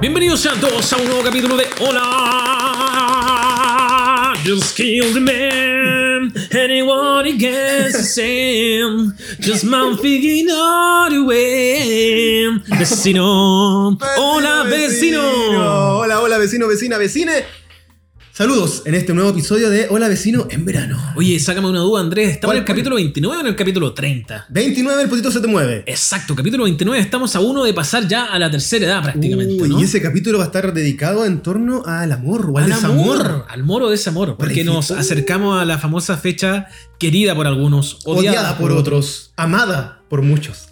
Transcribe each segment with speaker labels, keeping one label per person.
Speaker 1: Bienvenidos sean todos a un nuevo capítulo de Hola. Just killed a man. Anyone against the same. Just man figuring out a way. Vecino. Hola, vecino.
Speaker 2: Hola, hola, vecino, vecina, vecine. Saludos en este nuevo episodio de Hola, vecino en verano.
Speaker 1: Oye, sácame una duda, Andrés. ¿Estamos
Speaker 2: ¿Cuál-
Speaker 1: en el capítulo 29 o en el capítulo 30?
Speaker 2: 29, el potito se te mueve.
Speaker 1: Exacto, capítulo 29. Estamos a uno de pasar ya a la tercera edad prácticamente.
Speaker 2: Uy,
Speaker 1: ¿no?
Speaker 2: Y ese capítulo va a estar dedicado en torno al amor o al,
Speaker 1: Al
Speaker 2: desamor.
Speaker 1: amor, al moro desamor, porque nos
Speaker 2: Uy.
Speaker 1: acercamos a la famosa fecha querida por algunos, odiada, por otros.
Speaker 2: otros, amada por muchos.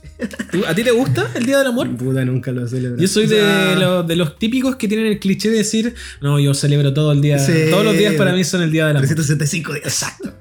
Speaker 1: ¿Tú- ¿A ti te gusta el Día del Amor?
Speaker 2: Puta, nunca lo he celebrado.
Speaker 1: Yo soy
Speaker 2: O sea,
Speaker 1: de, lo- de los típicos que tienen el cliché de decir, no, yo celebro todo el día,
Speaker 2: Sí.
Speaker 1: todos los días para mí son el Día del Amor.
Speaker 2: 365 días. Exacto.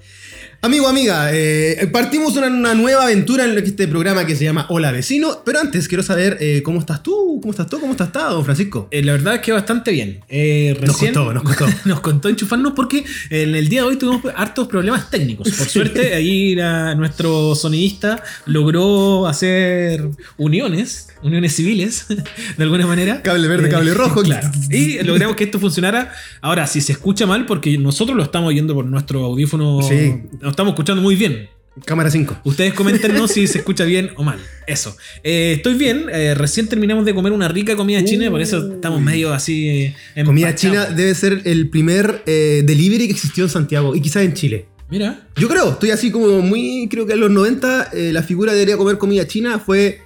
Speaker 2: Amigo, amiga, eh, partimos una, una nueva aventura en lo que este programa que se llama Hola Vecino, pero antes quiero saber eh, cómo estás tú, cómo estás tú, cómo estás estado, Francisco.
Speaker 1: Eh, la verdad es que bastante bien. Eh, recién-
Speaker 2: costó, nos costó.
Speaker 1: nos contó enchufarnos porque en el día de hoy tuvimos hartos problemas técnicos. Por suerte, ahí la- nuestro sonidista logró hacer uniones, uniones civiles, de alguna manera. Eh,
Speaker 2: Cable verde, cable rojo.
Speaker 1: Claro. Y logramos que esto funcionara. Ahora, si se escucha mal, porque nosotros lo estamos oyendo por nuestro audífono,
Speaker 2: Sí.
Speaker 1: lo estamos escuchando muy bien.
Speaker 2: Cámara 5.
Speaker 1: Ustedes coméntenos si se escucha bien o mal. Eso. Eh, estoy bien. eh, recién terminamos de comer una rica comida china y por eso estamos medio así. eh,
Speaker 2: Comida china
Speaker 1: empachados.
Speaker 2: debe ser el primer eh, delivery que existió en Santiago y quizás en Chile.
Speaker 1: Mira.
Speaker 2: Yo creo, estoy así como muy. Creo que en los 90 eh, la figura de debería comer comida china fue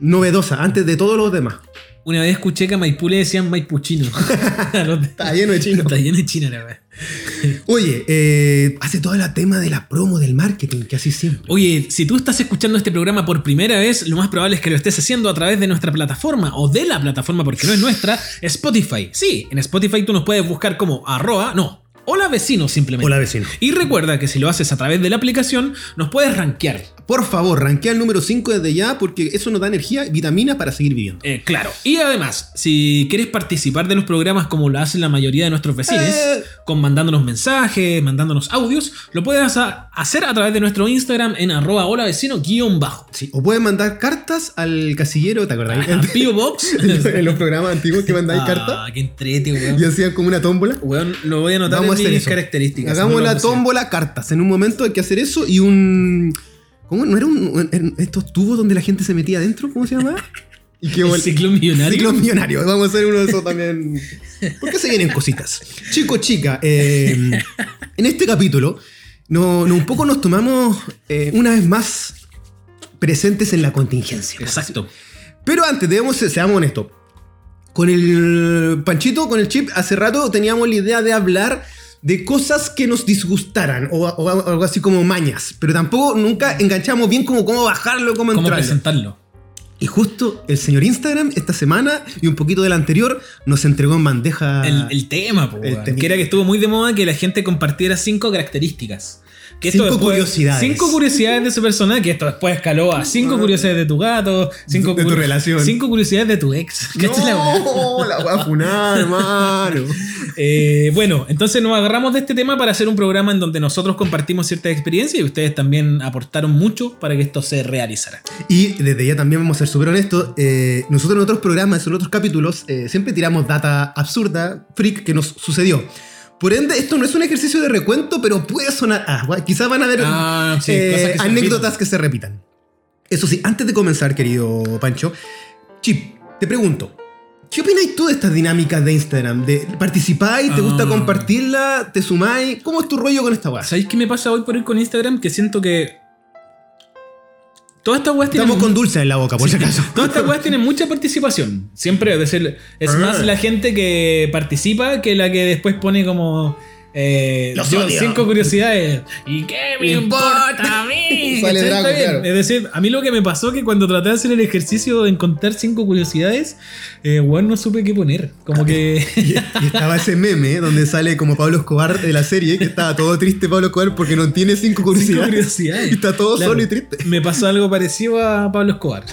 Speaker 2: novedosa, antes de todos los demás.
Speaker 1: Una vez escuché que a Maipú le decían Maipuchino.
Speaker 2: Está lleno de chino.
Speaker 1: Está lleno de chino, la verdad.
Speaker 2: Oye, eh, hace todo el tema de la promo, del marketing, que así siempre.
Speaker 1: Oye, si tú estás escuchando este programa por primera vez, lo más probable es que lo estés haciendo a través de nuestra plataforma o de la plataforma, porque no es nuestra, Spotify. Sí, en Spotify tú nos puedes buscar como arroba, no, hola vecino simplemente.
Speaker 2: Hola, vecino.
Speaker 1: Y recuerda que si lo haces a través de la aplicación, nos puedes rankear.
Speaker 2: Por favor, rankea el número 5 desde ya porque eso nos da energía y vitaminas para seguir viviendo.
Speaker 1: Eh, claro. Y además, si quieres participar de los programas como lo hacen la mayoría de nuestros vecinos,
Speaker 2: Eh.
Speaker 1: con mandándonos mensajes, mandándonos audios, lo puedes a- hacer a través de nuestro Instagram en arroba hola vecino guión bajo.
Speaker 2: Sí, o pueden mandar cartas al casillero, ¿te acordás?
Speaker 1: A P.O. Box.
Speaker 2: en los programas antiguos que mandáis cartas
Speaker 1: Ah, qué entrete, weón.
Speaker 2: y hacían como una tómbola.
Speaker 1: Weón, lo voy a anotar
Speaker 2: Vamos a
Speaker 1: en
Speaker 2: hacer
Speaker 1: mis
Speaker 2: eso.
Speaker 1: características.
Speaker 2: Hagamos
Speaker 1: No lo
Speaker 2: la
Speaker 1: vamos a hacer.
Speaker 2: tómbola cartas. En un momento hay que hacer eso y un. ¿Cómo? ¿No era un, eran estos tubos donde la gente se metía adentro? ¿Cómo se llamaba? Y qué
Speaker 1: ¿El ciclo millonario?
Speaker 2: Ciclo millonario. Vamos a hacer uno de esos también. ¿Por qué se vienen cositas? Chico, chica, eh, en este capítulo, no, no, un poco nos tomamos eh, una vez más presentes en la contingencia.
Speaker 1: Exacto.
Speaker 2: Pero antes, debemos, ser- seamos honestos. Con el Panchito, con el chip, hace rato teníamos la idea de hablar de cosas que nos disgustaran o, o algo así como mañas. Pero tampoco nunca enganchamos bien como cómo bajarlo, cómo,
Speaker 1: ¿Cómo
Speaker 2: entrarlo.
Speaker 1: presentarlo?
Speaker 2: Y justo el señor Instagram esta semana y un poquito de la anterior nos entregó en bandeja.
Speaker 1: El, el tema, po,
Speaker 2: Ah. El
Speaker 1: weón.
Speaker 2: temita.
Speaker 1: que era que estuvo muy de moda que la gente compartiera cinco características. Que esto
Speaker 2: Cinco curiosidades. Ah.
Speaker 1: Cinco curiosidades de su persona, que esto después escaló a cinco curiosidades de tu gato, cinco
Speaker 2: De tu
Speaker 1: cur-
Speaker 2: relación.
Speaker 1: Cinco curiosidades de tu ex. ¿Cachai la weá?
Speaker 2: no, la voy a funar, hermano.
Speaker 1: Eh, bueno, entonces nos agarramos de este tema para hacer un programa en donde nosotros compartimos ciertas experiencias y ustedes también aportaron mucho para que esto se realizara.
Speaker 2: Y desde ya también vamos a ser súper honestos. eh, nosotros en otros programas, en otros capítulos, eh, siempre tiramos data absurda, freak, que nos sucedió. Por ende, esto no es un ejercicio de recuento, pero puede sonar. Ah, guay, quizás van a haber
Speaker 1: Ah, sí,
Speaker 2: eh,
Speaker 1: cosas que se
Speaker 2: anécdotas
Speaker 1: repitan.
Speaker 2: que se repitan. Eso sí, antes de comenzar, querido Pancho, Chip, te pregunto. ¿Qué opináis tú de estas dinámicas de Instagram? ¿De ¿Participáis? ¿Te gusta
Speaker 1: Ah.
Speaker 2: compartirla? ¿Te sumáis? ¿Cómo es tu rollo con esta weá?
Speaker 1: ¿Sabéis qué me pasa hoy por hoy con Instagram? Que siento que. Todas estas weas tienen
Speaker 2: Estamos con dulce en la boca, por si acaso.
Speaker 1: Todas estas weas tienen mucha participación. Siempre, es decir, es más la gente que participa que la que después pone como. eh,
Speaker 2: Los
Speaker 1: yo,
Speaker 2: odio.
Speaker 1: cinco curiosidades. ¿Y qué me
Speaker 2: Me
Speaker 1: importa, a mí?
Speaker 2: Sale
Speaker 1: ¿Cachai?
Speaker 2: Drago,
Speaker 1: Está bien.
Speaker 2: claro.
Speaker 1: Es decir, a mí lo que me pasó que cuando traté de hacer el ejercicio de encontrar cinco curiosidades, eh, weón, no supe qué poner. Como que.
Speaker 2: Y, y estaba ese meme donde sale como Pablo Escobar de la serie, que estaba todo triste Pablo Escobar porque no tiene cinco
Speaker 1: cinco
Speaker 2: curiosidades.
Speaker 1: curiosidades.
Speaker 2: Y está todo
Speaker 1: Claro.
Speaker 2: solo y triste.
Speaker 1: Me pasó algo parecido a Pablo Escobar.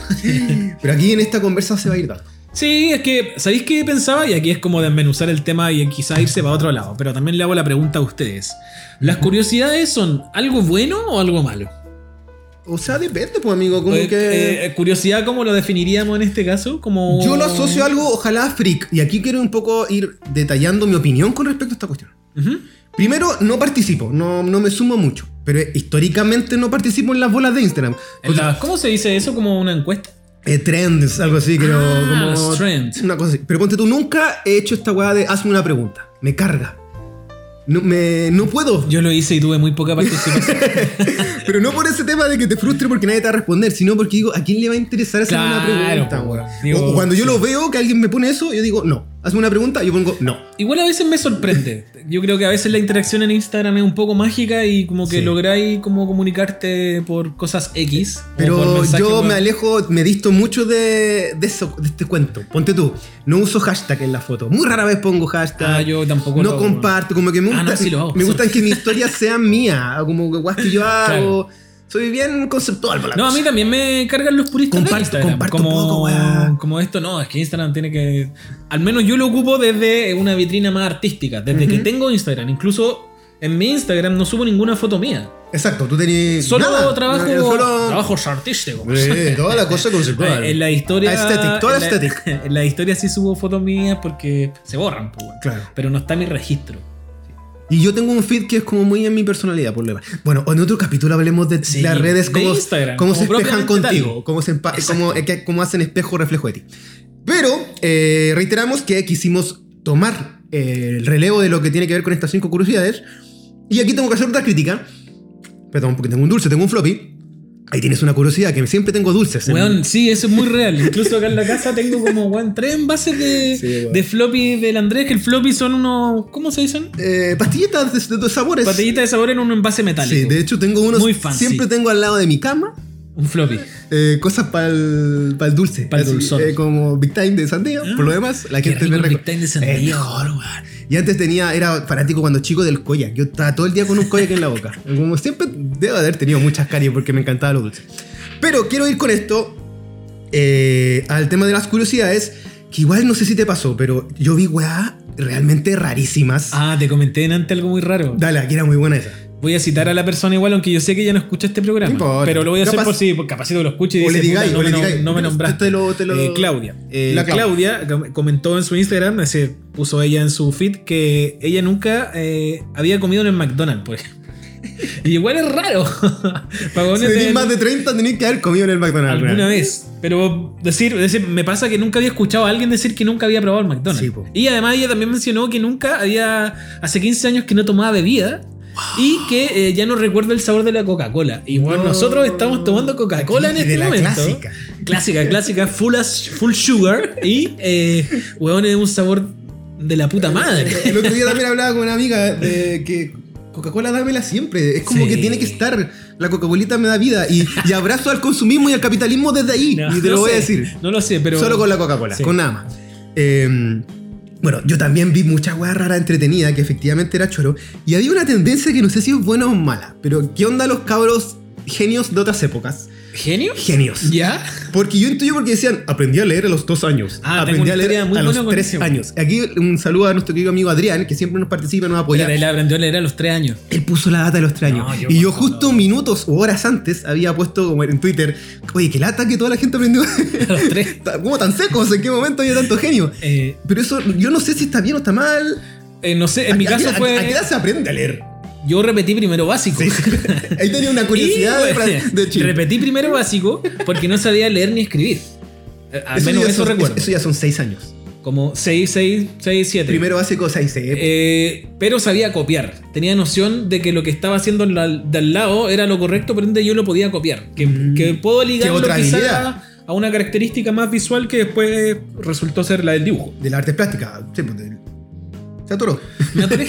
Speaker 2: Pero aquí en esta conversa se va a ir dando.
Speaker 1: Sí, es que, ¿sabéis qué pensaba? Y aquí es como desmenuzar el tema y quizá irse para otro lado, pero también le hago la pregunta a ustedes. ¿Las curiosidades son algo bueno o algo malo?
Speaker 2: O sea, depende, pues, amigo. Como
Speaker 1: Eh,
Speaker 2: que.
Speaker 1: eh, curiosidad, ¿cómo lo definiríamos en este caso? Como...
Speaker 2: Yo lo asocio a algo, ojalá freak. Y aquí quiero un poco ir detallando mi opinión con respecto a esta cuestión.
Speaker 1: Ujú.
Speaker 2: Primero, no participo, no, no me sumo mucho. Pero eh, históricamente no participo en las bolas de Instagram.
Speaker 1: En la- ¿Cómo se dice eso? ¿Como una encuesta?
Speaker 2: Eh, trends, algo así, creo.
Speaker 1: Ah,
Speaker 2: como
Speaker 1: los trends.
Speaker 2: Una cosa así. Pero ponte tú, nunca he hecho esta weá de hazme una pregunta. Me carga. No, me, no puedo.
Speaker 1: Yo lo hice y tuve muy poca participación.
Speaker 2: Pero no por ese tema de que te frustre porque nadie te va a responder, sino porque digo, ¿a quién le va a interesar hacer una
Speaker 1: Claro,
Speaker 2: pregunta,
Speaker 1: pues,
Speaker 2: weón?
Speaker 1: digo,
Speaker 2: O- o cuando yo
Speaker 1: sí.
Speaker 2: lo veo que alguien me pone eso, yo digo, no. Hazme una pregunta, yo pongo, no.
Speaker 1: Igual a veces me sorprende. Yo creo que a veces la interacción en Instagram es un poco mágica y como que
Speaker 2: Sí.
Speaker 1: lográis como comunicarte por cosas X. o por
Speaker 2: Pero
Speaker 1: mensaje,
Speaker 2: yo
Speaker 1: weón.
Speaker 2: me alejo, me disto mucho de, de eso, de este cuento. Ponte tú, no uso hashtag en la foto. Muy rara vez pongo hashtag.
Speaker 1: Ah, yo tampoco lo
Speaker 2: No
Speaker 1: hago, weón.
Speaker 2: comparto, como que me
Speaker 1: Ah,
Speaker 2: gustan,
Speaker 1: no, sí lo hago.
Speaker 2: me gustan que mis historias sean mías, o como que guas que yo hago. Soy bien conceptual para la
Speaker 1: No, a
Speaker 2: cosa.
Speaker 1: mí también me cargan los puristas de
Speaker 2: Comparto,
Speaker 1: Instagram.
Speaker 2: comparto
Speaker 1: como,
Speaker 2: poco, weá.
Speaker 1: como esto, no, es que Instagram tiene que. Al menos yo lo ocupo desde una vitrina más artística, desde que tengo Instagram. Incluso en mi Instagram no subo ninguna foto mía.
Speaker 2: Exacto, tú tenías.
Speaker 1: Solo
Speaker 2: nada,
Speaker 1: trabajo.
Speaker 2: eh, solo-
Speaker 1: Trabajos artísticos.
Speaker 2: Eh, toda la cosa conceptual.
Speaker 1: Eh, En la historia.
Speaker 2: Aesthetic, toda
Speaker 1: en la-
Speaker 2: aesthetic.
Speaker 1: En la historia sí subo fotos mías porque se borran, pues, weón.
Speaker 2: Claro.
Speaker 1: Pero no está mi registro.
Speaker 2: Y yo tengo un feed que es como muy en mi personalidad, por lo demás. Bueno, en otro capítulo hablemos de
Speaker 1: Sí,
Speaker 2: las redes,
Speaker 1: de
Speaker 2: cómo,
Speaker 1: Instagram,
Speaker 2: cómo se
Speaker 1: como
Speaker 2: espejan
Speaker 1: propiamente
Speaker 2: contigo,
Speaker 1: tal.
Speaker 2: cómo, se empa-
Speaker 1: Exacto.
Speaker 2: cómo, eh, que- cómo hacen espejo reflejo de ti. Pero eh, reiteramos que quisimos tomar eh, el relevo de lo que tiene que ver con estas cinco curiosidades. Y aquí tengo que hacer otra crítica. Perdón, porque tengo un dulce, tengo un floppy. Ahí tienes una curiosidad, que siempre tengo dulces. en-
Speaker 1: Weón, sí, eso es muy real. Incluso acá en la casa tengo como, weón, tres envases de,
Speaker 2: Sí, weón.
Speaker 1: de floppy del Andrés, que el floppy son unos. ¿Cómo se dicen?
Speaker 2: Eh, pastillitas de, de, de sabores.
Speaker 1: Patillitas de sabor en un envase metálico.
Speaker 2: Sí, de hecho tengo unos.
Speaker 1: Muy fancy.
Speaker 2: Siempre tengo al lado de mi cama.
Speaker 1: Un floppy.
Speaker 2: Eh, cosas para el dulce.
Speaker 1: Pa'l
Speaker 2: Así,
Speaker 1: dulzón.
Speaker 2: eh, como Big Time de Sandía.
Speaker 1: Ah,
Speaker 2: por lo demás, la Eh,
Speaker 1: qué
Speaker 2: gente
Speaker 1: rico
Speaker 2: me
Speaker 1: el
Speaker 2: reco-
Speaker 1: Big Time de Sandía.
Speaker 2: Es mejor, weón. Y antes tenía, era fanático cuando chico del Koyak. Yo estaba todo el día con un Koyak en la boca. Como siempre, debo haber tenido muchas caries porque me encantaba lo dulce. Pero quiero ir con esto eh, al tema de las curiosidades. Que igual no sé si te pasó, pero yo vi weá realmente rarísimas.
Speaker 1: Ah, te comenté en antes algo muy raro.
Speaker 2: Dale, aquí era muy buena esa.
Speaker 1: Voy a citar a la persona igual, aunque yo sé que ella no escucha este programa.
Speaker 2: No importa.
Speaker 1: pero lo voy a hacer
Speaker 2: Capaz-
Speaker 1: por si, por capacito que lo escuche y
Speaker 2: O
Speaker 1: dice,
Speaker 2: le digáis,
Speaker 1: "Puta,
Speaker 2: o
Speaker 1: no,
Speaker 2: le
Speaker 1: me nom-
Speaker 2: digáis.
Speaker 1: no me nombraste.
Speaker 2: Te lo- te lo-
Speaker 1: Eh, Claudia. Eh,
Speaker 2: La
Speaker 1: Claudia com- comentó en su Instagram, se puso ella en su feed, que ella nunca eh, había comido en el McDonald's, por ejemplo. Y igual es raro. Para
Speaker 2: Si tenéis más de 30, tenéis que haber comido en el McDonald's.
Speaker 1: alguna
Speaker 2: weón.
Speaker 1: vez. Pero decir, decir, me pasa que nunca había escuchado a alguien decir que nunca había probado el McDonald's.
Speaker 2: Sí, po.
Speaker 1: y además ella también mencionó que nunca había, hace 15 años que no tomaba bebida. Y que eh, ya no recuerda el sabor de la Coca-Cola. Y bueno,
Speaker 2: No.
Speaker 1: nosotros estamos tomando Coca-Cola en
Speaker 2: Y de
Speaker 1: este
Speaker 2: la
Speaker 1: momento.
Speaker 2: clásica.
Speaker 1: Clásica, clásica, full, as- full sugar. Y, eh, weón, es un sabor de la puta madre.
Speaker 2: El otro día también hablaba con una amiga de que Coca-Cola dámela siempre. Es como
Speaker 1: Sí.
Speaker 2: que tiene que estar. La Coca-Colita me da vida. Y, y abrazo al consumismo y al capitalismo desde ahí.
Speaker 1: No,
Speaker 2: y te lo
Speaker 1: no
Speaker 2: voy a
Speaker 1: sé,
Speaker 2: decir.
Speaker 1: No lo sé, pero.
Speaker 2: Solo con la Coca-Cola,
Speaker 1: Sí.
Speaker 2: con nada más. Eh, bueno, yo también vi mucha weá rara entretenida que efectivamente era choro. Y había una tendencia que no sé si es buena o mala. Pero ¿qué onda los cabros genios de otras épocas?
Speaker 1: ¿Genio?
Speaker 2: Genios.
Speaker 1: ¿Ya?
Speaker 2: Porque yo intuyo porque decían, aprendí a leer a los dos años.
Speaker 1: Ah,
Speaker 2: aprendí
Speaker 1: tengo una historia muy
Speaker 2: a los
Speaker 1: buena con
Speaker 2: tres
Speaker 1: eso.
Speaker 2: años. Aquí un saludo a nuestro querido amigo Adrián, que siempre nos participa, nos apoya.
Speaker 1: Él aprendió a leer a los 3 años.
Speaker 2: Él puso la data de los tres años.
Speaker 1: No, yo
Speaker 2: y yo
Speaker 1: cuando-
Speaker 2: justo minutos o horas antes había puesto como en Twitter, oye, qué lata que toda la gente aprendió.
Speaker 1: A los 3.
Speaker 2: ¿Cómo tan secos? ¿En qué momento había tanto genio?
Speaker 1: Eh,
Speaker 2: Pero eso, yo no sé si está bien o está mal.
Speaker 1: eh, no sé, en
Speaker 2: ¿A-
Speaker 1: mi
Speaker 2: a-
Speaker 1: caso
Speaker 2: a-
Speaker 1: fue.
Speaker 2: ¿A qué edad se aprende a leer?
Speaker 1: Yo repetí primero básico.
Speaker 2: Sí. Ahí tenía una curiosidad
Speaker 1: Y,
Speaker 2: de,
Speaker 1: bueno,
Speaker 2: Fran- de Chile.
Speaker 1: Repetí primero básico porque no sabía leer ni escribir. Eh, Al menos
Speaker 2: ya
Speaker 1: eso
Speaker 2: son-
Speaker 1: recuerdo.
Speaker 2: eso ya son seis años.
Speaker 1: Como 6, 6, 6, 7.
Speaker 2: Primero básico, seis. eh.
Speaker 1: pero sabía copiar. Tenía noción de que lo que estaba haciendo en la- de al lado era lo correcto, por ende yo lo podía copiar. Que,
Speaker 2: Mm.
Speaker 1: que puedo ligarlo
Speaker 2: otra
Speaker 1: quizá
Speaker 2: habilidad.
Speaker 1: a una característica más visual que después resultó ser la del dibujo.
Speaker 2: de la arte plástica. Sí, pues, de- Se atoró.
Speaker 1: Me atoré.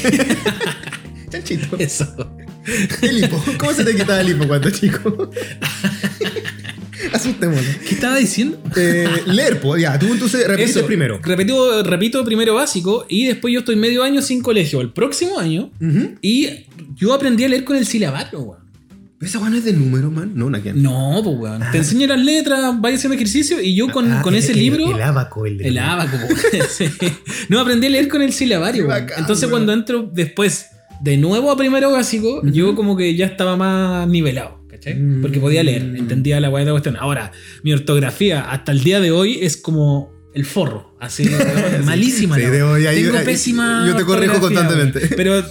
Speaker 2: Chanchito.
Speaker 1: Eso.
Speaker 2: El hipo. ¿Cómo se te quitaba el hipo cuando chico? Asustémonos.
Speaker 1: ¿Qué estaba diciendo?
Speaker 2: Eh, leer, po, ya, tú entonces repites
Speaker 1: Eso,
Speaker 2: primero.
Speaker 1: Repito, repito primero básico y después yo estoy medio año sin colegio. El próximo año
Speaker 2: Ujú.
Speaker 1: y yo aprendí a leer con el silabario, weón.
Speaker 2: Esa guana es de número, man. No, una que
Speaker 1: No, pues weón. Te enseño las letras, vaya haciendo ejercicio y yo con,
Speaker 2: Ah,
Speaker 1: con
Speaker 2: el-
Speaker 1: ese
Speaker 2: el-
Speaker 1: libro.
Speaker 2: El abaco, el de-
Speaker 1: El abaco, po, weón. Sí. No, aprendí a leer con el silabario.
Speaker 2: Qué
Speaker 1: weón.
Speaker 2: bacán,
Speaker 1: Entonces,
Speaker 2: weón.
Speaker 1: cuando entro después de nuevo a primero básico, yo como que ya estaba más nivelado. ¿cachai? ¿cachai?
Speaker 2: Mm.
Speaker 1: Porque podía leer, entendía la weá de la cuestión. Ahora, mi ortografía hasta el día de hoy es como el forro, así, malísima.
Speaker 2: Sí,
Speaker 1: la
Speaker 2: de
Speaker 1: weá.
Speaker 2: hoy, ahí-
Speaker 1: tengo
Speaker 2: ahí-
Speaker 1: pésima.
Speaker 2: yo te corrijo
Speaker 1: ortografía,
Speaker 2: constantemente.
Speaker 1: weón. Pero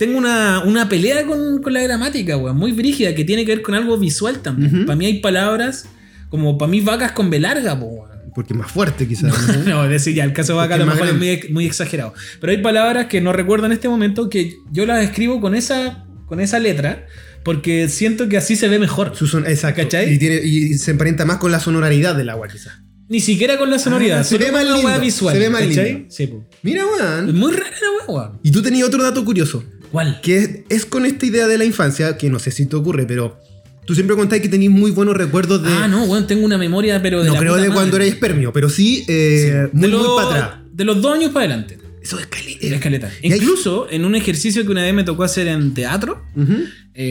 Speaker 1: tengo una, una pelea con, con la gramática, weón, muy brígida, que tiene que ver con algo visual también.
Speaker 2: Ujú.
Speaker 1: Para mí hay palabras, como para mí vacas con B larga, po, weón.
Speaker 2: Porque es más fuerte, quizás.
Speaker 1: No, decir ya, el caso de vaca a lo
Speaker 2: Porque
Speaker 1: mejor
Speaker 2: es
Speaker 1: es
Speaker 2: más
Speaker 1: muy, ex- muy exagerado. Pero hay palabras que no recuerdo en este momento que yo las escribo con esa, con esa letra porque siento que así se ve mejor.
Speaker 2: Su son- exacto.
Speaker 1: ¿Cachai?
Speaker 2: Y, tiene- y se emparenta más con la sonoridad del agua, quizás.
Speaker 1: Ni siquiera con la sonoridad,
Speaker 2: Ah, se
Speaker 1: solo
Speaker 2: ve
Speaker 1: con
Speaker 2: más
Speaker 1: la
Speaker 2: lindo,
Speaker 1: hueá visual.
Speaker 2: se ve más
Speaker 1: ¿cachai?
Speaker 2: lindo.
Speaker 1: Sí, po.
Speaker 2: Mira,
Speaker 1: Es
Speaker 2: weón.
Speaker 1: muy rara la hueá, weón.
Speaker 2: Y tú tenías otro dato curioso.
Speaker 1: ¿Cuál?
Speaker 2: Que es, es con esta idea de la infancia, que no sé si te ocurre, pero tú siempre contás que tenías muy buenos recuerdos de.
Speaker 1: Ah, no, weón, tengo una memoria, pero de
Speaker 2: no
Speaker 1: la
Speaker 2: creo
Speaker 1: puta
Speaker 2: de
Speaker 1: madre.
Speaker 2: cuando eras espermio, pero sí, eh,
Speaker 1: De
Speaker 2: muy,
Speaker 1: los-
Speaker 2: muy para atrás.
Speaker 1: De los dos años para adelante.
Speaker 2: Eso es eh, caleta.
Speaker 1: de la escaleta.
Speaker 2: Y hay-
Speaker 1: Incluso en un ejercicio que una vez me tocó hacer en teatro.
Speaker 2: Ujú.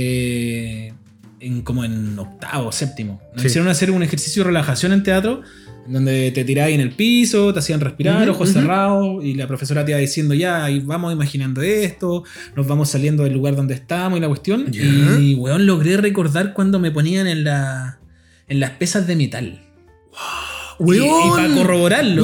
Speaker 1: eh, en como en octavo, séptimo. Nos
Speaker 2: Sí.
Speaker 1: hicieron hacer un ejercicio de relajación en teatro, en donde te tirabas en el piso, te hacían respirar,
Speaker 2: Ujú,
Speaker 1: ojos
Speaker 2: ujú.
Speaker 1: cerrados, y la profesora te iba diciendo ya, y vamos imaginando esto, nos vamos saliendo del lugar donde estamos y la cuestión.
Speaker 2: Ya.
Speaker 1: Y weón, logré recordar cuando me ponían en la. En las pesas de metal. Y- Y, para corroborarlo.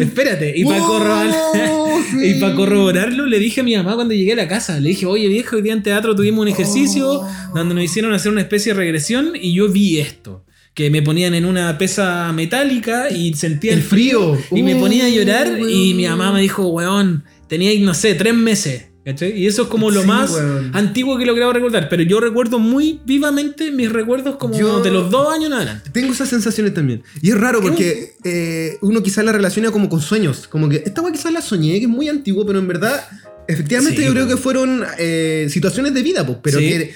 Speaker 1: Espérate, y para
Speaker 2: ¡Wow! Oh, Sí.
Speaker 1: Y para corroborarlo le dije a mi mamá cuando llegué a la casa, le dije, oye viejo, hoy día en teatro tuvimos un ejercicio
Speaker 2: Oh.
Speaker 1: donde nos hicieron hacer una especie de regresión y yo vi esto, que me ponían en una pesa metálica y sentía el,
Speaker 2: El frío.
Speaker 1: y me ponía a llorar
Speaker 2: Oh,
Speaker 1: y mi
Speaker 2: weón.
Speaker 1: mamá me dijo, weón, tenía, no sé, tres meses. ¿cachai? Y eso es como lo
Speaker 2: Sí,
Speaker 1: más
Speaker 2: weón.
Speaker 1: antiguo que lograba recordar, pero yo recuerdo muy vivamente mis recuerdos como
Speaker 2: Yo-
Speaker 1: de los dos años en adelante.
Speaker 2: Tengo esas sensaciones también. Y es raro
Speaker 1: ¿Qué?
Speaker 2: porque eh, uno quizás la relaciona como con sueños. Como que esta weá quizás la soñé, que es muy antiguo, pero en verdad, efectivamente
Speaker 1: Sí,
Speaker 2: yo creo
Speaker 1: po.
Speaker 2: que fueron eh, situaciones de vida, pues, pero
Speaker 1: Sí.
Speaker 2: que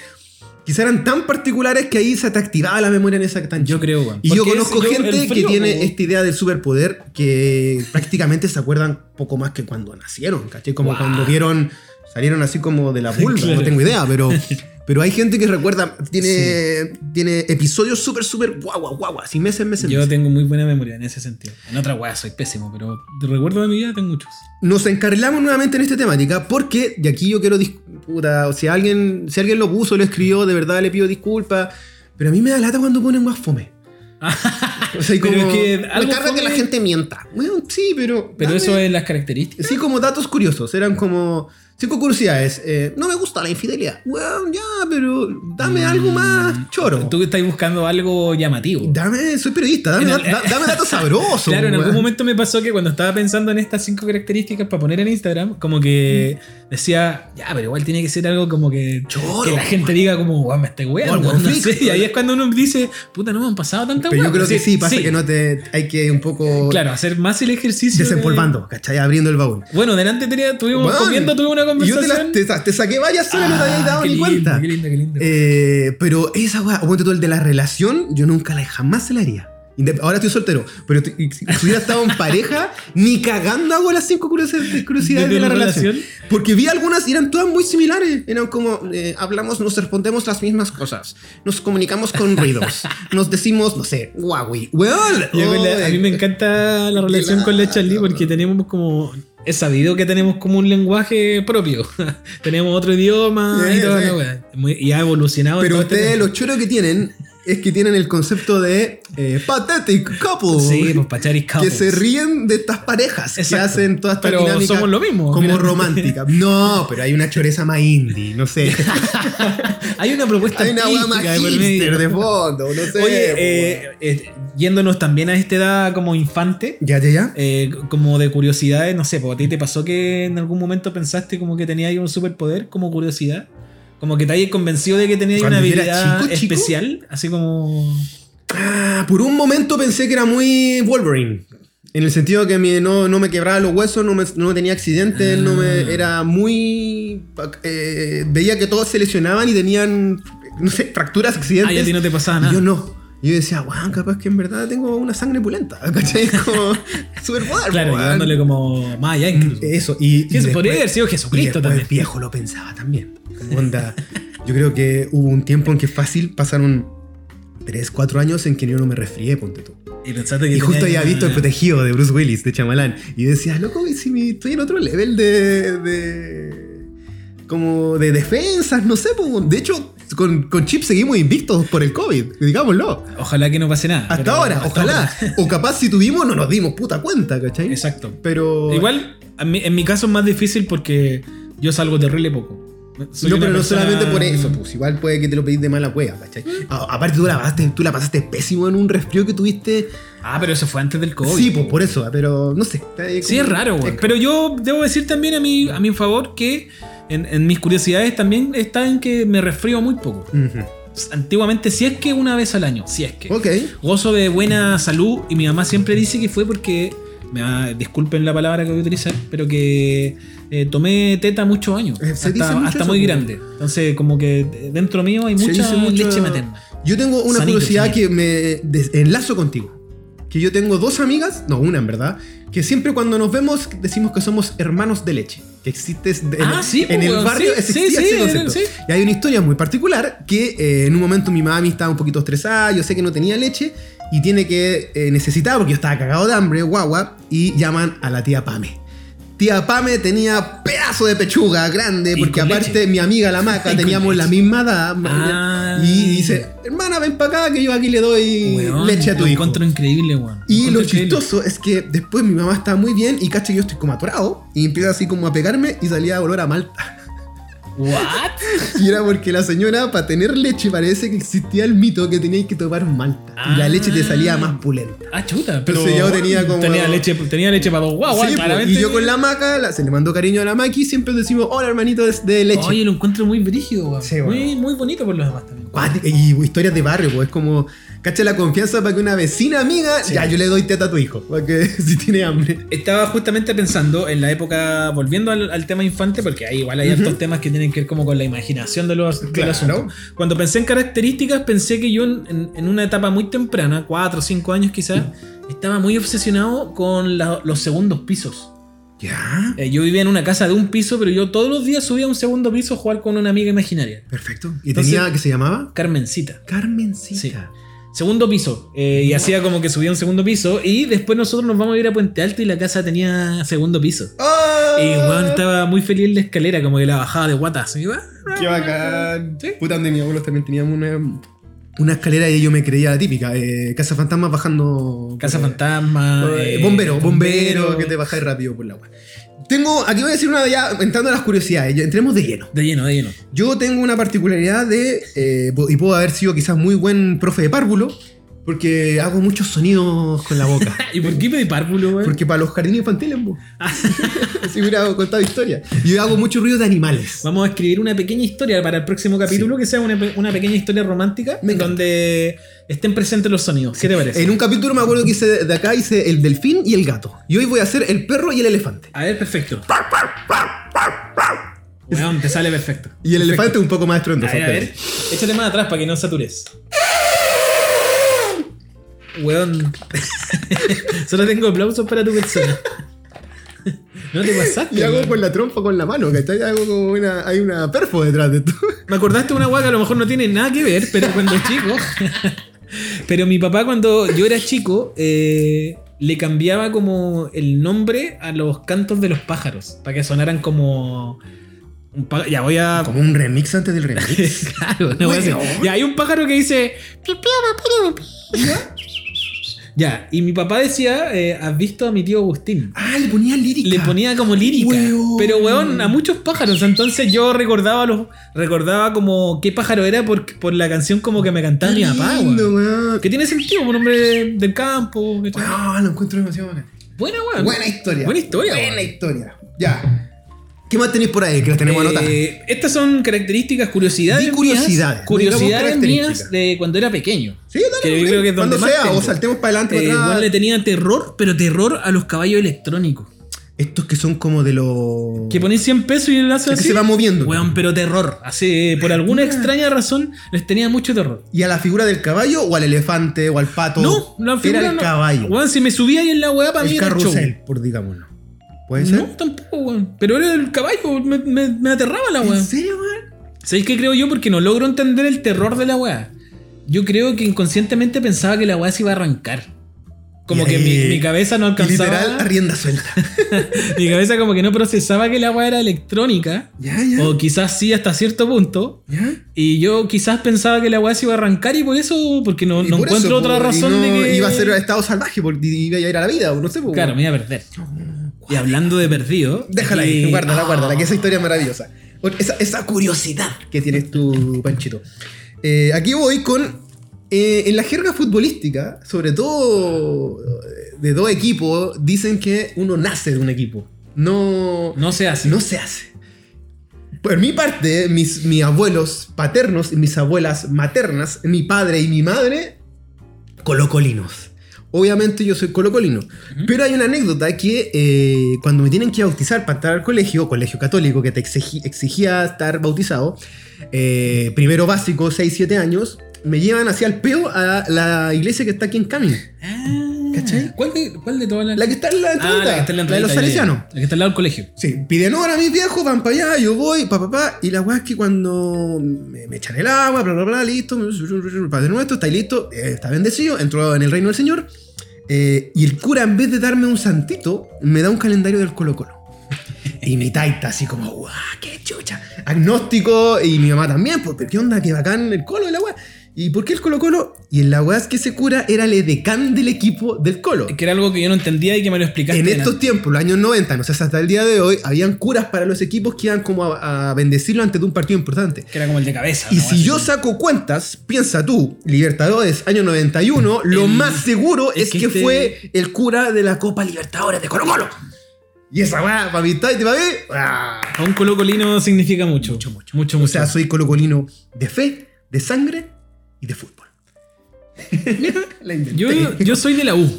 Speaker 2: quizás eran tan particulares que ahí se te activaba la memoria en esa tan
Speaker 1: Yo creo, weón.
Speaker 2: Y yo
Speaker 1: Porque es-
Speaker 2: conozco
Speaker 1: yo- el
Speaker 2: gente que
Speaker 1: frío,
Speaker 2: tiene
Speaker 1: como-
Speaker 2: esta idea del superpoder que prácticamente se acuerdan poco más que cuando nacieron, ¿cachai? Como
Speaker 1: Wow.
Speaker 2: cuando vieron, salieron así como de la vulva,
Speaker 1: Claro.
Speaker 2: no tengo idea, pero, pero hay gente que recuerda, tiene, tiene episodios súper, súper guagua, guagua, así meses, meses,
Speaker 1: Yo
Speaker 2: meses.
Speaker 1: tengo muy buena memoria en ese sentido. En otra weá soy pésimo, pero de recuerdo de mi vida tengo muchos.
Speaker 2: Nos encarrilamos nuevamente en esta temática porque de aquí yo quiero disputa, si alguien, si alguien lo puso, lo escribió, de verdad le pido disculpas, pero a mí me da lata cuando ponen más fome. O sea, y
Speaker 1: Pero
Speaker 2: como,
Speaker 1: es que
Speaker 2: me
Speaker 1: algo
Speaker 2: carga que
Speaker 1: fome-
Speaker 2: la gente mienta. Bueno, sí, pero.
Speaker 1: Pero
Speaker 2: dame-
Speaker 1: eso es las características.
Speaker 2: Sí, como datos curiosos. Eran como cinco curiosidades. Eh, no me gusta la infidelidad. Bueno, ya, pero dame algo más choro.
Speaker 1: Mm. Tú que estás buscando algo llamativo.
Speaker 2: Dame, soy periodista, dame,
Speaker 1: En
Speaker 2: da- da- dame datos sabrosos.
Speaker 1: Claro, en
Speaker 2: weón.
Speaker 1: algún momento me pasó que cuando estaba pensando en estas cinco características para poner en Instagram, como que decía, ya, pero igual tiene que ser algo como que,
Speaker 2: Mm. Choro,
Speaker 1: que la gente diga como, guau, me estoy
Speaker 2: Algo
Speaker 1: weando. no
Speaker 2: freak.
Speaker 1: sé. Y ahí es cuando uno dice, puta, no me han pasado tantas
Speaker 2: Pero yo
Speaker 1: weas".
Speaker 2: creo que
Speaker 1: Así,
Speaker 2: sí, pasa que no te. Hay que un poco
Speaker 1: Claro, hacer más el ejercicio. de-
Speaker 2: desempolvando, ¿cachai? Abriendo el baúl.
Speaker 1: Bueno, delante tenía, tuvimos
Speaker 2: Weón,
Speaker 1: comiendo, tuvimos una
Speaker 2: y Yo
Speaker 1: conversación. Ah,
Speaker 2: te, las- te sa- te saqué varias solas, no te habías dado
Speaker 1: qué
Speaker 2: ni
Speaker 1: lindo,
Speaker 2: cuenta.
Speaker 1: Qué lindo, qué lindo.
Speaker 2: Eh, pero esa weá, o ponte tú el de la relación, yo nunca la jamás se la haría. Inde- Ahora estoy soltero, pero t- si si hubiera estado en pareja, ni cagando hago las cinco curiosi- curiosidades
Speaker 1: ¿De
Speaker 2: de, la
Speaker 1: tu
Speaker 2: relación.
Speaker 1: relación?
Speaker 2: Porque vi algunas y eran todas muy similares. Eran como, eh, hablamos, nos respondemos las mismas cosas. Nos comunicamos con ruidos. nos decimos, no sé, Huawei. Weón.
Speaker 1: Yo con la- a mí me encanta la relación con la Charlie
Speaker 2: Claro.
Speaker 1: porque tenemos como. Es sabido que tenemos como un lenguaje propio. tenemos otro idioma y
Speaker 2: Sí,
Speaker 1: toda
Speaker 2: sí.
Speaker 1: la wea. Muy- Y ha evolucionado. en
Speaker 2: Pero
Speaker 1: todo este
Speaker 2: ustedes,
Speaker 1: tiempo.
Speaker 2: lo choro que tienen es que tienen el concepto de eh, pathetic couple.
Speaker 1: Sí, pues pacharis
Speaker 2: que se ríen de estas parejas
Speaker 1: Exacto.
Speaker 2: que hacen todas estas
Speaker 1: Pero
Speaker 2: dinámicas
Speaker 1: somos lo mismo,
Speaker 2: como
Speaker 1: finalmente.
Speaker 2: romántica no pero hay una choreza más indie no sé
Speaker 1: Hay una propuesta.
Speaker 2: hay una hueá más
Speaker 1: artística de por
Speaker 2: hipster
Speaker 1: medio.
Speaker 2: de fondo no sé
Speaker 1: Oye,
Speaker 2: po,
Speaker 1: eh, eh, yéndonos también a esta edad como infante.
Speaker 2: ya ya ya
Speaker 1: eh, como de curiosidades, no sé, pues a ti te pasó que en algún momento pensaste como que tenías un superpoder, como curiosidad, como que te hayas convencido de que tenías una
Speaker 2: Cuando yo era
Speaker 1: habilidad
Speaker 2: chico, chico.
Speaker 1: especial, así como
Speaker 2: Ah, por un momento pensé que era muy Wolverine en el sentido que mi- no, no me quebraba los huesos, no, me- no tenía accidentes, no
Speaker 1: Ah.
Speaker 2: me, era muy... eh, veía que todos se lesionaban y tenían, no sé, fracturas,
Speaker 1: ay, a
Speaker 2: accidentes.
Speaker 1: ti no te pasaba
Speaker 2: Y
Speaker 1: nada.
Speaker 2: yo no. Y yo decía, guau, capaz que en verdad tengo una sangre pulenta. ¿Cachai? Como superpoder.
Speaker 1: claro,
Speaker 2: guau.
Speaker 1: y dándole como más allá incluso.
Speaker 2: Eso. Y,
Speaker 1: Sí,
Speaker 2: y
Speaker 1: eso podría
Speaker 2: Mm, después-
Speaker 1: haber sido
Speaker 2: y
Speaker 1: Jesucristo
Speaker 2: después
Speaker 1: también.
Speaker 2: viejo lo pensaba también. Como onda. Yo creo que hubo un tiempo en que fácil pasaron 3, 4 años en que yo no me resfrié, ponte tú.
Speaker 1: Y pensaste que
Speaker 2: Y justo
Speaker 1: tenía-
Speaker 2: había visto el protegido de Bruce Willis, de Chamalán. Y decía, loco, y si mi- estoy en otro level de. de- como de defensas, no sé, po". de hecho, con, con Chip seguimos invictos por el COVID, digámoslo.
Speaker 1: Ojalá que no pase nada.
Speaker 2: Hasta
Speaker 1: pero-
Speaker 2: ahora,
Speaker 1: hasta
Speaker 2: ojalá. O capaz si tuvimos, no nos dimos puta cuenta, ¿cachai?
Speaker 1: Exacto.
Speaker 2: Pero.
Speaker 1: Igual, a mí- en mi caso es más difícil porque yo salgo terrible poco. Soy
Speaker 2: no,
Speaker 1: una
Speaker 2: pero no
Speaker 1: persona- Mm.
Speaker 2: solamente por eso, pues igual puede que te lo pedís de mala cueva, ¿cachai? A- aparte tú la, pasaste, tú la pasaste pésimo en un resfrío que tuviste.
Speaker 1: Ah, pero eso fue antes del COVID.
Speaker 2: Sí, pues por eso, pero no sé. está ahí
Speaker 1: Sí,
Speaker 2: como-
Speaker 1: es raro, güey.
Speaker 2: es-
Speaker 1: Pero yo debo decir también a mi, a mi favor que en, en mis curiosidades también está en que me resfrío muy poco.
Speaker 2: Ujú.
Speaker 1: Antiguamente, si es que una vez al año, si es que.
Speaker 2: Ok.
Speaker 1: Gozo de buena salud y mi mamá siempre dice que fue porque, me va- disculpen la palabra que voy a utilizar, pero que eh, tomé teta muchos años.
Speaker 2: Eh, se
Speaker 1: hasta
Speaker 2: dice mucho
Speaker 1: hasta
Speaker 2: eso,
Speaker 1: muy
Speaker 2: güey.
Speaker 1: grande. Entonces, como que dentro mío hay
Speaker 2: Se
Speaker 1: mucha,
Speaker 2: dice mucho-
Speaker 1: leche materna.
Speaker 2: Yo tengo una
Speaker 1: Sanito,
Speaker 2: curiosidad
Speaker 1: sanito.
Speaker 2: que me des- enlazo contigo. Que yo tengo dos amigas, no, una en verdad, que siempre cuando nos vemos decimos que somos hermanos de leche. Que existes de- en,
Speaker 1: Ah, sí,
Speaker 2: en
Speaker 1: pues,
Speaker 2: el
Speaker 1: weón,
Speaker 2: barrio
Speaker 1: sí,
Speaker 2: existía
Speaker 1: sí, sí,
Speaker 2: ese
Speaker 1: en el-
Speaker 2: concepto.
Speaker 1: sí.
Speaker 2: Y hay una historia muy particular que eh, en un momento mi mamá estaba un poquito estresada, yo sé que no tenía leche y tiene que eh, necesitaba porque yo estaba cagado de hambre, guagua, y llaman a la tía Pame. Tía Pame tenía pedazo de pechuga grande
Speaker 1: Y
Speaker 2: porque
Speaker 1: con
Speaker 2: aparte
Speaker 1: leche.
Speaker 2: mi amiga la maca
Speaker 1: Y con
Speaker 2: teníamos la
Speaker 1: leche.
Speaker 2: misma edad
Speaker 1: Ah.
Speaker 2: y dice, hermana, ven para acá que yo aquí le doy
Speaker 1: Weón,
Speaker 2: leche a tu
Speaker 1: lo
Speaker 2: hijo.
Speaker 1: encuentro increíble, weón.
Speaker 2: Y
Speaker 1: encuentro
Speaker 2: lo
Speaker 1: increíble.
Speaker 2: chistoso es que después mi mamá estaba muy bien y cacha que yo estoy como atorado y empieza así como a pegarme y salía a olor a Malta.
Speaker 1: ¿What?
Speaker 2: Y era porque la señora, para tener leche, parece que existía el mito que teníais que tomar Malta. Y la
Speaker 1: Ah.
Speaker 2: leche te salía más pulenta.
Speaker 1: Ah, chuta, pero
Speaker 2: Entonces yo tenía como-
Speaker 1: tenía leche, tenía leche para dos guaguas,
Speaker 2: Sí, po,
Speaker 1: Ah, claramente.
Speaker 2: y yo con la maca, la- se le mandó cariño a la maqui y siempre decimos, hola hermanito de, de leche.
Speaker 1: Oye, lo encuentro muy brígido, weón.
Speaker 2: Sí, weón.
Speaker 1: muy, muy bonito por los demás también.
Speaker 2: Cuática, Y historias de barrio, pues es como, cacha la confianza para que una vecina amiga,
Speaker 1: Sí.
Speaker 2: ya yo le doy teta a tu hijo, porque si tiene hambre.
Speaker 1: Estaba justamente pensando en la época, volviendo al, al tema infante, porque ahí igual hay hartos temas que tienen que ver como con la imaginación de los, del
Speaker 2: Claro.
Speaker 1: asunto. Cuando pensé en características, pensé que yo en, en- en una etapa muy temprana, 4 o 5 años quizás, estaba muy obsesionado con la- los segundos pisos.
Speaker 2: Ya,
Speaker 1: Eh, yo vivía en una casa de un piso, pero yo todos los días subía a un segundo piso a jugar con una amiga imaginaria,
Speaker 2: perfecto. ¿Y
Speaker 1: Entonces-
Speaker 2: tenía que se llamaba?
Speaker 1: Carmencita.
Speaker 2: Carmencita.
Speaker 1: Segundo piso. eh, y hacía como que subía un segundo piso. Y después nosotros nos vamos a ir a Puente Alto y la casa tenía segundo piso.
Speaker 2: ¡Oh!
Speaker 1: Y weón estaba muy feliz en la escalera, como que la bajaba de "Ah, guatas. Y, iba,
Speaker 2: ¡Qué bacán!
Speaker 1: Sí.
Speaker 2: Puta, donde mis abuelos también teníamos una, una escalera y yo me creía la típica. Eh, Casa Fantasma bajando.
Speaker 1: Casa
Speaker 2: por-
Speaker 1: fantasma.
Speaker 2: Eh,
Speaker 1: eh,
Speaker 2: bombero, bombero, que te bajáis rápido por la agua. Tengo, aquí voy a decir una de ya, entrando a las curiosidades, ya entremos de lleno.
Speaker 1: De lleno, de lleno.
Speaker 2: Yo tengo una particularidad de, eh, po- y puedo haber sido quizás muy buen profe de párvulo, porque hago muchos sonidos con la boca.
Speaker 1: ¿Y por qué pedí párvulo, weón?
Speaker 2: Porque para los jardines infantiles, po. si hubiera contado historia. Yo hago mucho ruido de animales.
Speaker 1: Vamos a escribir una pequeña historia para el próximo capítulo, que sea una, pe- una pequeña historia romántica,
Speaker 2: Me encanta.
Speaker 1: donde estén presentes los sonidos. ¿Qué te parece?
Speaker 2: En un capítulo me acuerdo que hice de- de acá hice el delfín y el gato. Y hoy voy a hacer el perro y el elefante.
Speaker 1: A ver, perfecto. Weón, te sale perfecto.
Speaker 2: Y el
Speaker 1: Perfecto.
Speaker 2: elefante un poco más
Speaker 1: A
Speaker 2: estrondoso.
Speaker 1: ver, a
Speaker 2: pero-
Speaker 1: ver. Échate más atrás para que no satures. Weón. Solo tengo aplausos para tu persona. No te pasaste.
Speaker 2: Y hago
Speaker 1: weón.
Speaker 2: por la trompa con la mano, ¿cachai? Hago como una. Hay una perfo detrás de tú.
Speaker 1: Me acordaste de una hueá que a lo mejor no tiene nada que ver, pero cuando chico. pero mi papá, cuando yo era chico, eh, le cambiaba como el nombre a los cantos de los pájaros. Para que sonaran como. un pá- ya voy a.
Speaker 2: Ah, Como un remix antes del remix.
Speaker 1: claro, no voy a hacer.
Speaker 2: Bueno.
Speaker 1: Ya hay un pájaro que dice. Ya, y mi papá decía, eh, has visto a mi tío Agustín.
Speaker 2: Ah, le ponía lírica.
Speaker 1: Le ponía como lírica.
Speaker 2: Weón.
Speaker 1: Pero weón, a muchos pájaros. Entonces yo recordaba los, recordaba como qué pájaro era por, por la canción como que me cantaba mi papá.
Speaker 2: Lindo,
Speaker 1: weón.
Speaker 2: weón.
Speaker 1: Que tiene sentido, un hombre del campo. ¿cachai?
Speaker 2: Weón, Ah, lo encuentro demasiado bacán.
Speaker 1: Buena weón.
Speaker 2: Buena historia.
Speaker 1: Ah, Buena historia,
Speaker 2: Buena
Speaker 1: weón.
Speaker 2: historia. Ya. ¿Qué más tenéis por ahí que las tenemos anotadas?
Speaker 1: Eh, estas son características, curiosidades.
Speaker 2: Di
Speaker 1: mías,
Speaker 2: curiosidades,
Speaker 1: curiosidades
Speaker 2: digamos
Speaker 1: mías
Speaker 2: características.
Speaker 1: de cuando era pequeño.
Speaker 2: Sí, dale,
Speaker 1: que yo
Speaker 2: dale.
Speaker 1: creo que es
Speaker 2: Cuando
Speaker 1: donde más
Speaker 2: sea,
Speaker 1: tengo.
Speaker 2: o saltemos para adelante.
Speaker 1: Eh,
Speaker 2: para atrás.
Speaker 1: igual le tenía terror, pero terror a los caballos electrónicos.
Speaker 2: Estos que son como de los.
Speaker 1: Que ponéis 100 pesos y el hace
Speaker 2: que
Speaker 1: así.
Speaker 2: se va moviendo.
Speaker 1: Weón, pero terror. Así, eh, por alguna extraña razón, les tenía mucho terror.
Speaker 2: ¿Y a la figura del caballo o al elefante o al pato?
Speaker 1: No, la figura
Speaker 2: Era el
Speaker 1: no.
Speaker 2: caballo.
Speaker 1: Weón, si me subía ahí en la weá para mí
Speaker 2: el
Speaker 1: era el show.
Speaker 2: carrusel, por digámoslo. ¿Puede ser?
Speaker 1: No, tampoco, weón. Pero era el caballo, me, me- me aterraba la weá.
Speaker 2: ¿En serio, weón?
Speaker 1: ¿Sabéis qué creo yo? Porque no logro entender el terror de la weá. Yo creo que inconscientemente pensaba que la weá se iba a arrancar. Como
Speaker 2: Y
Speaker 1: que mi,
Speaker 2: ahí-
Speaker 1: mi cabeza no
Speaker 2: Y
Speaker 1: alcanzaba.
Speaker 2: literal, arrienda suelta.
Speaker 1: mi cabeza como que no procesaba que el agua era electrónica.
Speaker 2: ya, ya.
Speaker 1: O quizás sí hasta cierto punto.
Speaker 2: ya.
Speaker 1: Y yo quizás pensaba que la weá se iba a arrancar y por eso, porque no,
Speaker 2: Y
Speaker 1: no
Speaker 2: por
Speaker 1: encuentro
Speaker 2: eso,
Speaker 1: otra
Speaker 2: po, y
Speaker 1: razón
Speaker 2: no
Speaker 1: de que.
Speaker 2: Iba a ser a estado salvaje porque iba a ir a la vida, o no sé. po,
Speaker 1: Claro,
Speaker 2: weón.
Speaker 1: me iba a perder. Y hablando de perdido.
Speaker 2: Déjala
Speaker 1: aquí-
Speaker 2: ahí, guárdala,
Speaker 1: Ah,
Speaker 2: guárdala, que esa historia es maravillosa. Esa, esa curiosidad que tienes tú, Panchito. Eh, aquí voy con. eh, en la jerga futbolística, sobre todo eh, de dos equipos, dicen que uno nace de un equipo. No.
Speaker 1: No se hace.
Speaker 2: No se hace. Por mi parte, mis, mis abuelos paternos y mis abuelas maternas, mi padre y mi madre, colocolinos. Obviamente yo soy colocolino. Pero hay una anécdota que eh, cuando me tienen que bautizar para entrar al colegio, colegio católico, que te exigi- exigía estar bautizado, eh, primero básico, 6, 7 años, me llevan hacia el peo a la iglesia que está aquí en Camin.
Speaker 1: Ah,
Speaker 2: ¿Cachai?
Speaker 1: ¿Cuál de, cuál de todas las.?
Speaker 2: La que está en la
Speaker 1: Ah,
Speaker 2: entradita,
Speaker 1: la que está en la
Speaker 2: la de los
Speaker 1: entradita, ya, ya.
Speaker 2: salesianos.
Speaker 1: La que está al lado del colegio.
Speaker 2: Sí, piden hora a mis viejos, van para allá, yo voy, pa, pa, pa. Y la weá es que cuando me, me echan el agua, bla, bla, bla, listo, Padre nuestro, estáis listo, eh, está bendecido, entró en el reino del Señor. eh, y el cura, en vez de darme un santito, me da un calendario del Colo-Colo. Y mi taita, así como, guau, qué chucha. Agnóstico, y mi mamá también, pues, pero qué onda, qué bacán el Colo de la weá. ¿Y por qué el Colo-Colo? Y la weá es que ese cura era el edecán del equipo del Colo.
Speaker 1: Que era algo que yo no entendía y que me lo explicaste.
Speaker 2: En
Speaker 1: delante.
Speaker 2: estos tiempos, los años 90, no sé, hasta el día de hoy, habían curas para los equipos que iban como a, a bendecirlo antes de un partido importante.
Speaker 1: Que era como el de cabeza.
Speaker 2: Y
Speaker 1: Ah, ¿no?
Speaker 2: si
Speaker 1: Así.
Speaker 2: yo saco cuentas, piensa tú, Libertadores, año 91, lo
Speaker 1: El-
Speaker 2: más seguro
Speaker 1: es
Speaker 2: es
Speaker 1: que
Speaker 2: que,
Speaker 1: este-
Speaker 2: fue el cura de la Copa Libertadores de Colo Colo. Y esa weá, para mí, y para mí, ah.
Speaker 1: A un colocolino significa mucho. Mucho, mucho. Mucho,
Speaker 2: O sea, soy colocolino de fe, de sangre y de fútbol. la inventé.
Speaker 1: yo, yo soy de la U,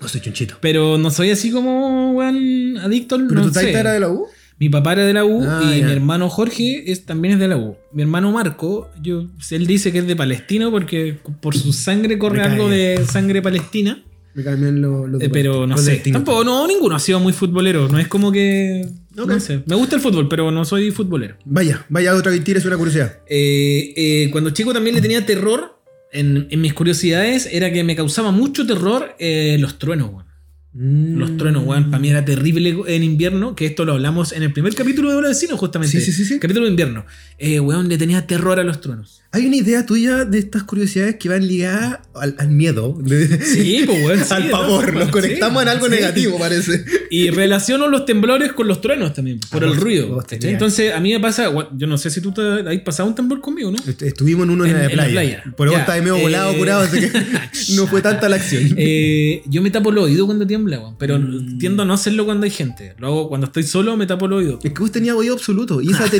Speaker 2: No soy chunchito.
Speaker 1: pero no soy así como weón adicto al.
Speaker 2: Pero
Speaker 1: no
Speaker 2: tu taita
Speaker 1: sé.
Speaker 2: era de la U.
Speaker 1: Mi papá era de la U
Speaker 2: Ah,
Speaker 1: y
Speaker 2: ya.
Speaker 1: mi hermano Jorge es, también es de la U. Mi hermano Marco, yo, él dice que es de Palestino porque por su sangre corre
Speaker 2: Me cae
Speaker 1: algo
Speaker 2: bien.
Speaker 1: de sangre palestina.
Speaker 2: Me cambian los.
Speaker 1: Eh, pero no sé. Tampoco, no, ninguno ha sido muy futbolero. No es como que. No
Speaker 2: Ok.
Speaker 1: sé. Me gusta el fútbol, pero no soy futbolero.
Speaker 2: Vaya, vaya otra que tires una curiosidad.
Speaker 1: Eh, eh, cuando chico también le tenía terror. En, en mis curiosidades era que me causaba mucho terror eh, los truenos, weón.
Speaker 2: Mm.
Speaker 1: Los truenos, weón, para mí era terrible en invierno, que esto lo hablamos en el primer capítulo de Hora Vecino, justamente.
Speaker 2: Sí, sí, sí, sí.
Speaker 1: Capítulo de invierno. Eh, weón, le tenía terror a los truenos.
Speaker 2: Hay una idea tuya de estas curiosidades que van ligadas al, al miedo.
Speaker 1: Sí, pues weón. sí,
Speaker 2: al
Speaker 1: ¿no?
Speaker 2: favor,
Speaker 1: Sí,
Speaker 2: nos conectamos en algo
Speaker 1: sí.
Speaker 2: negativo, parece.
Speaker 1: Y relaciono los temblores con los truenos también, por
Speaker 2: Ah,
Speaker 1: el
Speaker 2: vos-
Speaker 1: ruido.
Speaker 2: vos
Speaker 1: ¿cachai?
Speaker 2: tenías.
Speaker 1: Entonces, a mí me pasa, weón, yo no sé si tú te has pasado un temblor conmigo, ¿no?
Speaker 2: Est- Estuvimos en uno en,
Speaker 1: En-
Speaker 2: la
Speaker 1: en la
Speaker 2: playa.
Speaker 1: playa.
Speaker 2: Por eso
Speaker 1: Ya.
Speaker 2: estaba medio volado,
Speaker 1: Eh.
Speaker 2: curado, así que no fue tanta la acción.
Speaker 1: Eh, yo me tapo el oído cuando tiembla, weón, pero
Speaker 2: Mm.
Speaker 1: tiendo a no hacerlo cuando hay gente. Lo hago cuando estoy solo, me tapo el oído.
Speaker 2: Es que vos tenías oído absoluto. Y esa te...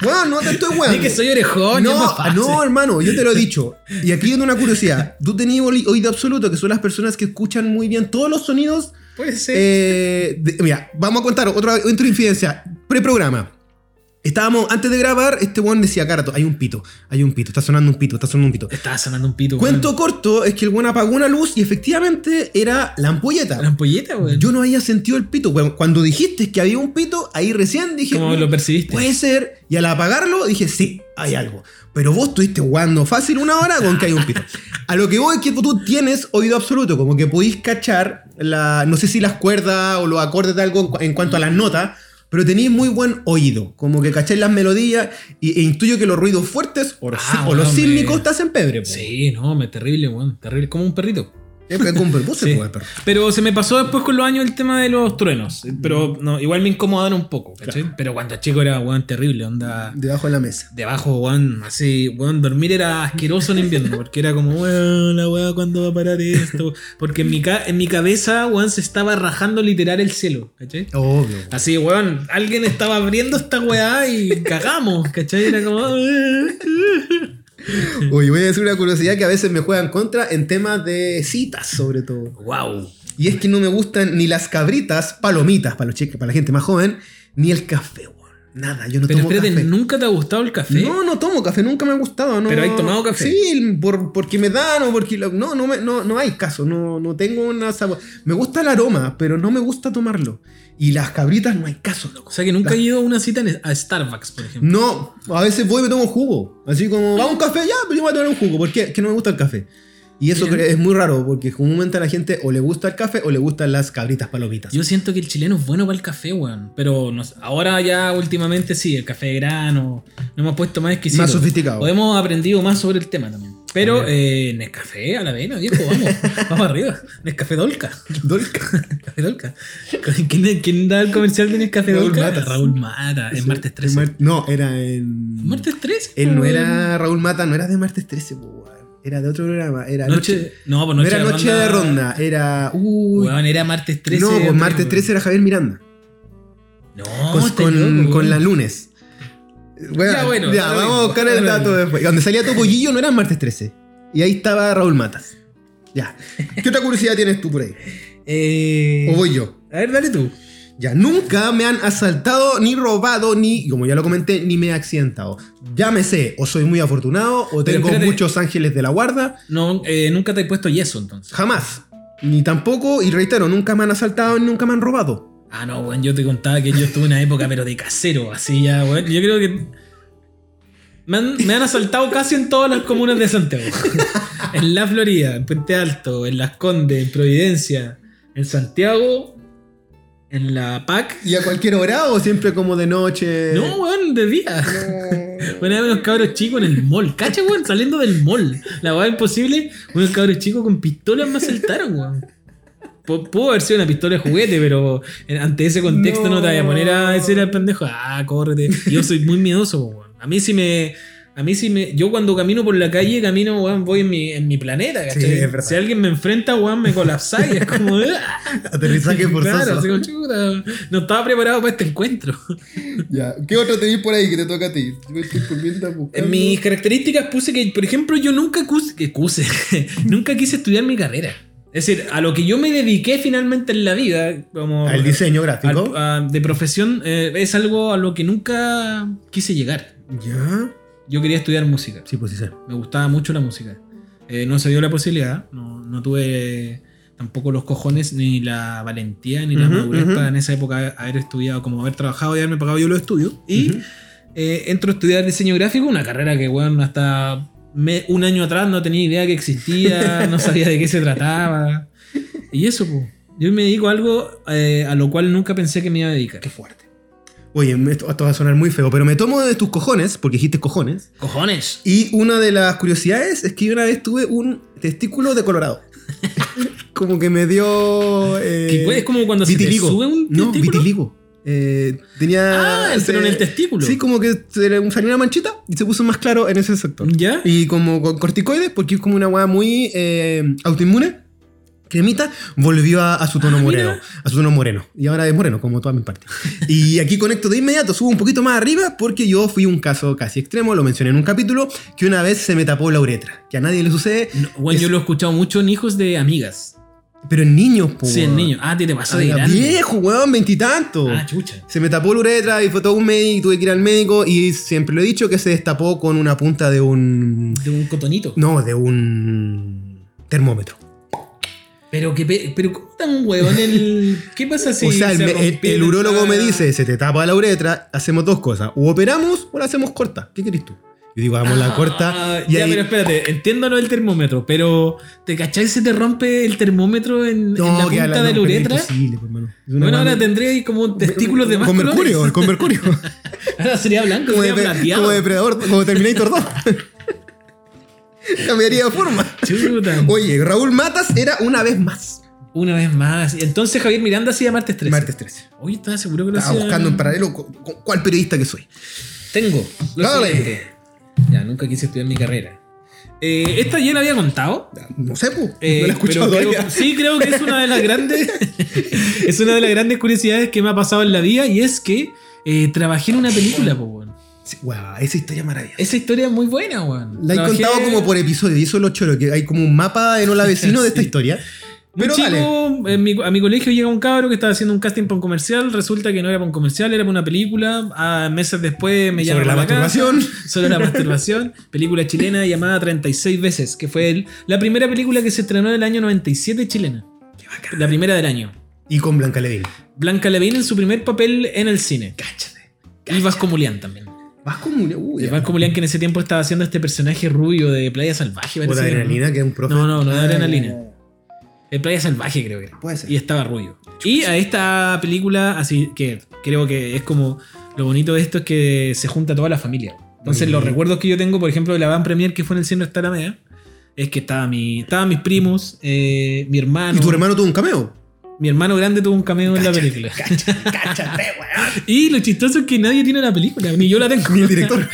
Speaker 2: Bueno, no te estoy weón.
Speaker 1: Di que soy orejón. ya es más
Speaker 2: No, ah,
Speaker 1: fácil.
Speaker 2: no, hermano, yo te lo he dicho. Y aquí viene una curiosidad. Tú tenías oli- oído absoluto, que son las personas que escuchan muy bien todos los sonidos
Speaker 1: Puede ser. Este,
Speaker 2: Eh, de- mira, vamos a contar otra, otra infidencia. Preprograma. Estábamos, antes de grabar, este weón decía, Carato, hay un pito, hay un pito, está sonando un pito, está sonando un pito.
Speaker 1: Estaba sonando un pito, Este weón.
Speaker 2: Cuento corto es que el weón apagó una luz y efectivamente era la
Speaker 1: La
Speaker 2: ampolleta.
Speaker 1: ampolleta, weón.
Speaker 2: Yo no había sentido el pito, weón. Cuando dijiste que había un pito, ahí recién dije,
Speaker 1: ¿Cómo lo percibiste?
Speaker 2: puede ser. Y al apagarlo dije, sí, hay algo. Pero vos estuviste jugando fácil una hora con que hay un pito. A lo que voy es que tú tienes oído absoluto, como que podís cachar, la, no sé si las cuerdas o los acordes de algo en cu- en cuanto a las notas, pero tenéis muy buen oído, como que cacháis las melodías y- e intuyo que los ruidos fuertes o los,
Speaker 1: Ah,
Speaker 2: o los
Speaker 1: hombre.
Speaker 2: sísmicos te hacen pebre. po.
Speaker 1: sí, no, me terrible, weón. Terrible, como un perrito.
Speaker 2: Es que como un perbuce,
Speaker 1: Sí.
Speaker 2: po, el perro.
Speaker 1: Pero se me pasó después con los años el tema de los truenos. Pero no, igual me incomodaron un poco, ¿cachai? Pero cuando chico era, weón, terrible, onda.
Speaker 2: Debajo de la mesa.
Speaker 1: Debajo, weón, así, weón, dormir era asqueroso en invierno, porque era como, weón, la weá, ¿cuándo va a parar esto? Porque en mi, ca- en mi cabeza, weón, se estaba rajando literal el cielo, ¿cachai?
Speaker 2: Obvio.
Speaker 1: Así, weón, alguien estaba abriendo esta weá y cagamos, ¿cachai? Era como...
Speaker 2: Oye, voy a decir una curiosidad que a veces me juegan contra en temas de citas, sobre todo.
Speaker 1: wow.
Speaker 2: Y es que no me gustan ni las cabritas, palomitas para los chicos, para la gente más joven, ni el café, weón. Nada, yo no
Speaker 1: Pero
Speaker 2: tomo
Speaker 1: espérate,
Speaker 2: café.
Speaker 1: ¿nunca te ha gustado el café?
Speaker 2: No, no tomo café, nunca me ha gustado. No.
Speaker 1: ¿Pero hay tomado café?
Speaker 2: Sí, por- porque me dan o porque... lo- no, no, me- no, no hay caso, no, no tengo una sabor. Me gusta el aroma, pero no me gusta tomarlo. Y las cabritas no hay caso, loco.
Speaker 1: O sea que nunca he ido a una cita en- a Starbucks, por ejemplo.
Speaker 2: pues, No, a veces voy y me tomo jugo. Así como, va un café, ya, pero yo voy a tomar un jugo. ¿Por qué? Que no me gusta el café. Y eso
Speaker 1: Miren.
Speaker 2: cre- es muy raro porque comúnmente a la gente o le gusta el café o le gustan las cabritas palomitas.
Speaker 1: Yo siento que el chileno es bueno para el café, weón. Pero no sé, ahora ya últimamente sí, el café de grano. Nos hemos puesto más exquisitos.
Speaker 2: Más sofisticado.
Speaker 1: O hemos aprendido más sobre el tema también. Pero eh, Nescafé a la vena, viejo, vamos. vamos arriba. Nescafé Dolca.
Speaker 2: Dolca.
Speaker 1: Café Dolca. ¿Quién, quién da el comercial de Nescafé
Speaker 2: Raúl
Speaker 1: Dolca?
Speaker 2: Matas.
Speaker 1: Raúl Mata, en martes 13.
Speaker 2: Mar- No, era en.
Speaker 1: ¿Martes 13?
Speaker 2: Él no
Speaker 1: weón.
Speaker 2: era Raúl Mata, no era de martes 13, po, weón. Era de otro programa. Era
Speaker 1: Noche,
Speaker 2: noche.
Speaker 1: no, pues
Speaker 2: no
Speaker 1: noche
Speaker 2: era
Speaker 1: de
Speaker 2: noche de ronda, era. Uy.
Speaker 1: Weón, era martes 13.
Speaker 2: no, pues
Speaker 1: weón.
Speaker 2: martes 13 era Javier Miranda.
Speaker 1: No,
Speaker 2: con,
Speaker 1: está
Speaker 2: con,
Speaker 1: loco,
Speaker 2: con la
Speaker 1: weón.
Speaker 2: lunes. Bueno,
Speaker 1: Ya,
Speaker 2: ya,
Speaker 1: bueno, da lo
Speaker 2: vamos
Speaker 1: mismo,
Speaker 2: a buscar
Speaker 1: da
Speaker 2: el
Speaker 1: lo
Speaker 2: dato
Speaker 1: mismo.
Speaker 2: después. Donde salía Topollillo no era martes 13. Y ahí estaba Raúl Matas. Ya. ¿Qué otra curiosidad tienes tú por ahí?
Speaker 1: Eh,
Speaker 2: ¿O voy yo?
Speaker 1: A ver, dale tú.
Speaker 2: Ya, nunca me han asaltado, ni robado, ni, como ya lo comenté, ni me he accidentado. Llámese, o soy muy afortunado, o tengo
Speaker 1: espérate.
Speaker 2: muchos ángeles de la guarda.
Speaker 1: No, eh, nunca te he puesto yeso entonces.
Speaker 2: Jamás. Ni tampoco, y reitero, nunca me han asaltado, ni nunca me han robado.
Speaker 1: Ah, no, weón, yo te contaba que yo estuve en una época, pero de casero, así ya, weón. Yo creo que. Me han, me han asaltado casi en todas las comunas de Santiago. en la Florida, en Puente Alto, en Las Condes, en Providencia, en Santiago, en la PAC.
Speaker 2: ¿Y a cualquier hora o siempre como de noche?
Speaker 1: No, weón, de día. Una vez unos cabros chicos en el mall. Cacha, weón, saliendo del mall. La weá imposible. Unos cabros chicos con pistolas me asaltaron, weón. Pu- Pudo haber sido una pistola de juguete, pero en- ante ese contexto no, te voy a poner a decir al pendejo, ah, córrete. Yo soy muy miedoso, weón. A mí sí me. A mí sí me. Yo cuando camino por la calle, camino, weón, voy en mi, en mi planeta,
Speaker 2: Sí,
Speaker 1: ¿cachai?
Speaker 2: es verdad.
Speaker 1: si alguien me enfrenta, weón, me colapsáis. Es como. "Ah".
Speaker 2: Aterrizaje forzoso.
Speaker 1: Claro, así como, "Chuta, no estaba preparado para este encuentro.
Speaker 2: Ya, ¿qué otro tenés por ahí que te toca a ti? Yo estoy volviendo a buscarlo.
Speaker 1: En mis características puse que, por ejemplo, yo nunca cus- que cuse, nunca quise estudiar mi carrera. Es decir, a lo que yo me dediqué finalmente en la vida, como
Speaker 2: Al Ah, diseño gráfico.
Speaker 1: al- a- de profesión, eh, es algo a lo que nunca quise llegar.
Speaker 2: Ya.
Speaker 1: Yo quería estudiar música.
Speaker 2: Sí, pues sí sé.
Speaker 1: Me gustaba mucho la música. Eh, no se dio la posibilidad, no, no tuve tampoco los cojones, ni la valentía, ni la
Speaker 2: Ujú,
Speaker 1: madurez
Speaker 2: ujú.
Speaker 1: para en esa época haber estudiado, como haber trabajado y haberme pagado yo los estudios. Y
Speaker 2: Ujú.
Speaker 1: eh, entro a estudiar diseño gráfico, una carrera que, weón, hasta me- un año atrás no tenía idea que existía, no sabía de qué se trataba. Y eso, po. Yo me dedico a algo eh, a lo cual nunca pensé que me iba a dedicar. Qué fuerte.
Speaker 2: Oye, me- esto, esto va a sonar muy feo, pero me tomo de tus cojones, porque dijiste cojones.
Speaker 1: ¡Cojones!
Speaker 2: Y una de las curiosidades es que yo una vez tuve un testículo decolorado. como que me dio. eh,
Speaker 1: Que, güey, es como cuando se te sube un
Speaker 2: No,
Speaker 1: testículo.
Speaker 2: vitiligo. Eh, tenía.
Speaker 1: Ah, el pelo en el testículo.
Speaker 2: Sí, como que se le salió una manchita y se puso más claro en ese sector.
Speaker 1: ¿Ya?
Speaker 2: Y como con corticoides, porque es como una weá muy eh, autoinmune, cremita, volvió a, a su tono
Speaker 1: Ah,
Speaker 2: moreno.
Speaker 1: mira.
Speaker 2: A su tono moreno. Y ahora es moreno, como todas mis partes. y aquí conecto de inmediato, subo un poquito más arriba, porque yo fui un caso casi extremo, lo mencioné en un capítulo, que una vez se me tapó la uretra. Que a nadie le sucede,
Speaker 1: No, güey, yo
Speaker 2: es-
Speaker 1: lo he escuchado mucho en hijos de amigas.
Speaker 2: pero en niños, po.
Speaker 1: Sí, el niño. Ah, a ti te pasó de
Speaker 2: Ah,
Speaker 1: grande.
Speaker 2: viejo, weón, veintitantos.
Speaker 1: Ah, chucha.
Speaker 2: Se me tapó la uretra y fue todo un médico, tuve que ir al médico y siempre lo he dicho que se destapó con una punta de un...
Speaker 1: De un cotonito.
Speaker 2: No, de un termómetro.
Speaker 1: Pero que pe- pero ¿cómo tan huevón el. ¿Qué pasa si
Speaker 2: o sea, el,
Speaker 1: se
Speaker 2: me- el-
Speaker 1: rompió
Speaker 2: el
Speaker 1: la
Speaker 2: urólogo
Speaker 1: entrada?
Speaker 2: me dice, se te tapa la uretra, hacemos dos cosas. O operamos o la hacemos corta. ¿Qué querés tú? Yo digo, hagamos la
Speaker 1: Ah,
Speaker 2: corta. Y
Speaker 1: ya,
Speaker 2: ahí-
Speaker 1: pero espérate, entiendo lo del termómetro, pero ¿te cachai se te rompe el termómetro en, en la
Speaker 2: que
Speaker 1: punta
Speaker 2: a
Speaker 1: de la
Speaker 2: no, pero es
Speaker 1: uretra?
Speaker 2: imposible, pues, hermano. Es una
Speaker 1: Bueno,
Speaker 2: mano-
Speaker 1: ahora tendría ahí como testículos de más
Speaker 2: Con
Speaker 1: colores.
Speaker 2: mercurio, con mercurio.
Speaker 1: Ahora sería blanco,
Speaker 2: como,
Speaker 1: sería
Speaker 2: de,
Speaker 1: plateado.
Speaker 2: como depredador, como Terminator 2. Cambiaría de forma.
Speaker 1: Chuta.
Speaker 2: Oye, Raúl Matas era una vez más.
Speaker 1: Una vez más. Entonces Javier Miranda hacía martes 13.
Speaker 2: Martes 13.
Speaker 1: Oye, ¿estás seguro que lo
Speaker 2: Estaba
Speaker 1: hacía?
Speaker 2: buscando en paralelo cu- cu- cuál periodista que soy.
Speaker 1: Tengo. lo
Speaker 2: Dale.
Speaker 1: siguiente. Ya, nunca quise estudiar mi carrera. Eh, esta ya la había contado.
Speaker 2: No sé, pues.
Speaker 1: Eh,
Speaker 2: no la he escuchado
Speaker 1: pero creo-
Speaker 2: todavía.
Speaker 1: sí, creo que es una de las grandes. es una de las grandes curiosidades que me ha pasado en la vida y es que eh, trabajé en una película, po, weón.
Speaker 2: Sí, guau, esa historia es maravillosa.
Speaker 1: Esa historia es muy buena, weón.
Speaker 2: La he
Speaker 1: Trabajé-
Speaker 2: contado como por episodio, y eso es lo choro, que hay como un mapa de Nola Vecino de esta
Speaker 1: Sí.
Speaker 2: historia.
Speaker 1: Un
Speaker 2: Pero
Speaker 1: chico,
Speaker 2: dale.
Speaker 1: en mi- a mi colegio llega un cabro que estaba haciendo un casting para un comercial. Resulta que no era para un comercial, era para una película. Ah, meses después me llaman
Speaker 2: Sobre la
Speaker 1: para casa.
Speaker 2: masturbación.
Speaker 1: sobre la masturbación, película chilena llamada 36 veces, que fue el- la primera película que se estrenó en el año 97 chilena. La primera del año.
Speaker 2: Y con Blanca Levin.
Speaker 1: Blanca Levin en su primer papel en el cine.
Speaker 2: Cáchate.
Speaker 1: Y Vasco Mulián también.
Speaker 2: Vasco Mulián. Uy,
Speaker 1: El Banco Mulián que en ese tiempo estaba haciendo este personaje rubio de Playa Salvaje.
Speaker 2: O de
Speaker 1: parece que era, ¿no?
Speaker 2: adrenalina, que es un profe.
Speaker 1: No, no, no de adrenalina.
Speaker 3: Eh,
Speaker 1: El Playa Salvaje creo que era.
Speaker 3: Puede ser.
Speaker 1: Y estaba rubio. Y a esta película, así que creo que es como lo bonito de esto es que se junta toda la familia. Entonces,
Speaker 2: Mm.
Speaker 1: los recuerdos que yo tengo, por ejemplo, de la Van Premier que fue en el cine de Taramea, es que estaba mi, estaban mis primos, eh, mi hermano.
Speaker 2: ¿Y tu hermano tuvo un cameo?
Speaker 1: Mi hermano grande tuvo un cameo en la película.
Speaker 3: Cáchate, weón.
Speaker 1: Y lo chistoso es que nadie tiene la película, ni yo la tengo.
Speaker 2: Ni el director.